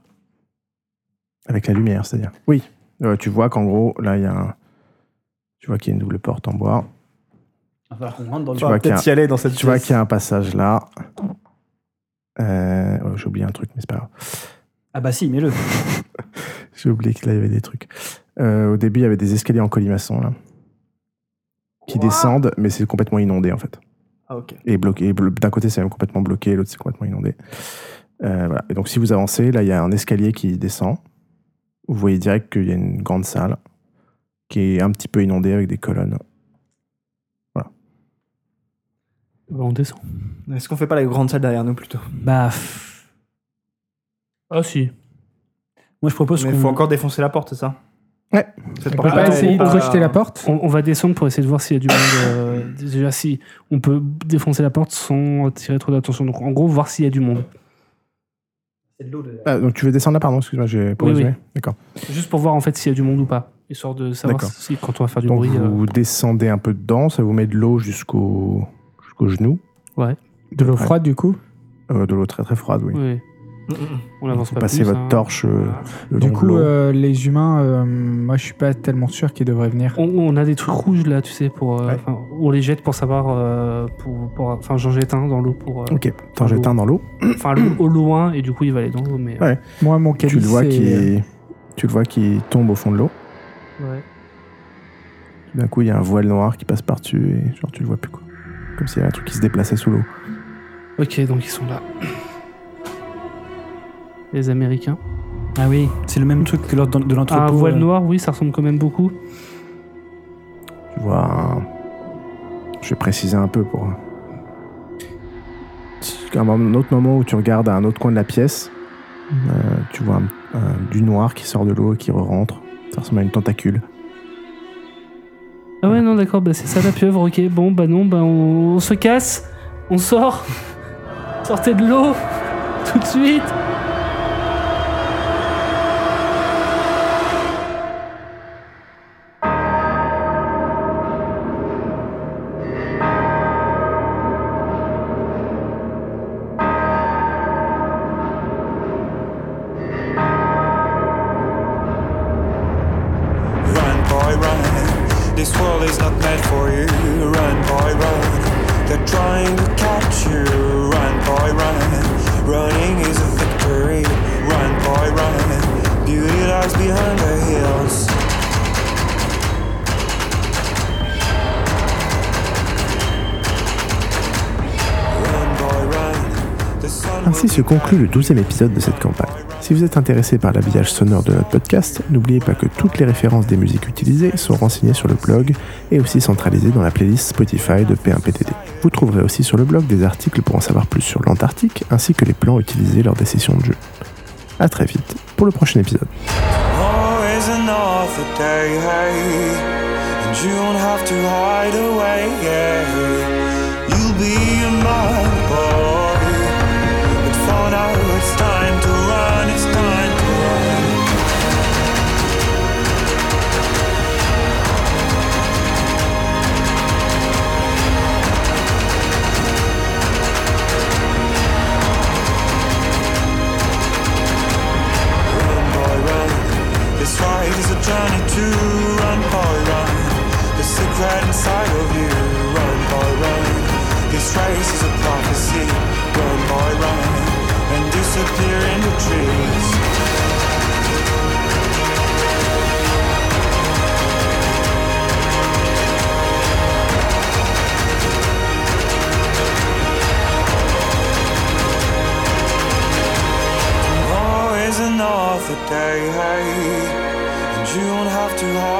Speaker 1: Avec la lumière, c'est-à-dire. Oui. Euh, tu vois qu'en gros, là, il y a un. Tu vois qu'il y a une double porte en bois.
Speaker 3: Il va falloir qu'on rentre dans le
Speaker 1: Tu
Speaker 5: On va
Speaker 1: vois qu'il y a-
Speaker 5: peut-être y aller dans cette
Speaker 1: Tu vois
Speaker 5: pièce.
Speaker 1: qu'il y a un passage là. Euh, ouais, j'ai oublié un truc, mais c'est pas grave.
Speaker 3: Ah, bah si, mets-le.
Speaker 1: J'ai oublié que là, il y avait des trucs. Euh, au début, il y avait des escaliers en colimaçon, là. Qui descendent, mais c'est complètement inondé, en fait.
Speaker 5: Ah, ok.
Speaker 1: Et bloqué. et blo- D'un côté, c'est même complètement bloqué, l'autre, c'est complètement inondé. Euh, voilà. Et donc, si vous avancez, là, il y a un escalier qui descend. Vous voyez direct qu'il y a une grande salle qui est un petit peu inondée avec des colonnes.
Speaker 4: Bah, on descend.
Speaker 5: Est-ce qu'on fait pas la grande salle derrière nous plutôt
Speaker 3: Bah. pff.
Speaker 4: Ah si.
Speaker 3: Moi, je propose
Speaker 5: Mais
Speaker 3: qu'on.
Speaker 5: faut encore défoncer la porte, c'est ça
Speaker 1: Ouais.
Speaker 5: Cette
Speaker 2: On
Speaker 5: porte
Speaker 2: peut pas
Speaker 4: Attends,
Speaker 2: essayer de
Speaker 4: on va-
Speaker 2: rejeter la porte
Speaker 4: On, on va descendre pour essayer de voir s'il y a du monde. euh, déjà, si on peut défoncer la porte sans attirer trop d'attention. Donc, en gros, voir s'il y a du monde.
Speaker 3: C'est de l'eau, le-
Speaker 1: Ah, donc, tu veux descendre là, pardon, excuse-moi, j'ai pas
Speaker 4: Oui,
Speaker 1: résumé.
Speaker 4: oui.
Speaker 1: D'accord.
Speaker 4: Juste pour voir en fait s'il y a du monde ou pas. Histoire de savoir
Speaker 1: D'accord.
Speaker 4: si, quand on va faire du
Speaker 1: Donc
Speaker 4: bruit. euh,
Speaker 1: vous descendez un peu dedans, ça vous met de l'eau jusqu'au jusqu'au genou.
Speaker 2: de l'eau
Speaker 1: Ouais.
Speaker 2: froide du coup.
Speaker 1: Euh, de l'eau très très froide, oui.
Speaker 4: oui. On avance
Speaker 1: vous
Speaker 4: pas
Speaker 1: passez
Speaker 4: plus,
Speaker 1: votre
Speaker 4: hein.
Speaker 1: torche euh,
Speaker 4: Voilà.
Speaker 1: le
Speaker 2: Du
Speaker 1: long de
Speaker 2: coup,
Speaker 1: l'eau.
Speaker 2: euh, les humains, euh, moi je suis pas tellement sûr qu'ils devraient venir.
Speaker 4: On, on a des trucs rouges là, tu sais, pour. euh,
Speaker 1: Ouais.
Speaker 4: enfin, On les jette pour savoir. euh, pour, pour- enfin, j'en jette un dans l'eau pour. euh,
Speaker 1: Ok, t'en jettes un dans l'eau.
Speaker 4: Enfin, l'eau au loin, et du coup, il va aller dans l'eau, mais.
Speaker 1: Ouais.
Speaker 2: Moi, mon
Speaker 1: Tu
Speaker 2: calice,
Speaker 1: le vois
Speaker 2: c'est-
Speaker 1: qui tu le vois qui tombe au fond de l'eau.
Speaker 4: Ouais.
Speaker 1: Tout D'un coup, il y a un voile noir qui passe par-dessus et genre tu le vois plus quoi. Comme s'il y avait un truc qui se déplaçait sous l'eau.
Speaker 4: Ok, donc ils sont là. Les Américains.
Speaker 3: Ah oui, c'est le même truc que lors de de l'entrepôt.
Speaker 4: Un Ah, voile
Speaker 3: euh,
Speaker 4: noir, oui, ça ressemble quand même beaucoup.
Speaker 1: Tu vois un... Je vais préciser un peu pour... À un autre moment où tu regardes à un autre coin de la pièce, euh, tu vois un- un- du noir qui sort de l'eau et qui rentre. Ça ressemble à une tentacule.
Speaker 4: Ah ouais, non, d'accord, bah c'est ça la pieuvre, ok. Bon, bah non, bah on, on se casse, on sort. Sortez de l'eau, tout de suite.
Speaker 6: Run, boy, run. This world is not meant for you. Run, boy, run. They're trying to catch you. Run, boy, run. Running is a victory. Run, boy, run. Beauty lies behind the hills. Run, boy, run. The sun will
Speaker 1: Ainsi se conclut le 12e épisode de cette campagne. Si vous êtes intéressé par l'habillage sonore de notre podcast, n'oubliez pas que toutes les références des musiques utilisées sont renseignées sur le blog et aussi centralisées dans la playlist Spotify de P1PTD. Vous trouverez aussi sur le blog des articles pour en savoir plus sur l'Antarctique ainsi que les plans utilisés lors des sessions de jeu. A très vite pour le prochain épisode.
Speaker 6: Tomorrow is another day, and you don't have to hide away. You'll be a my boy, but for now it's trees. Tomorrow is another day, hey, and you don't have to hide.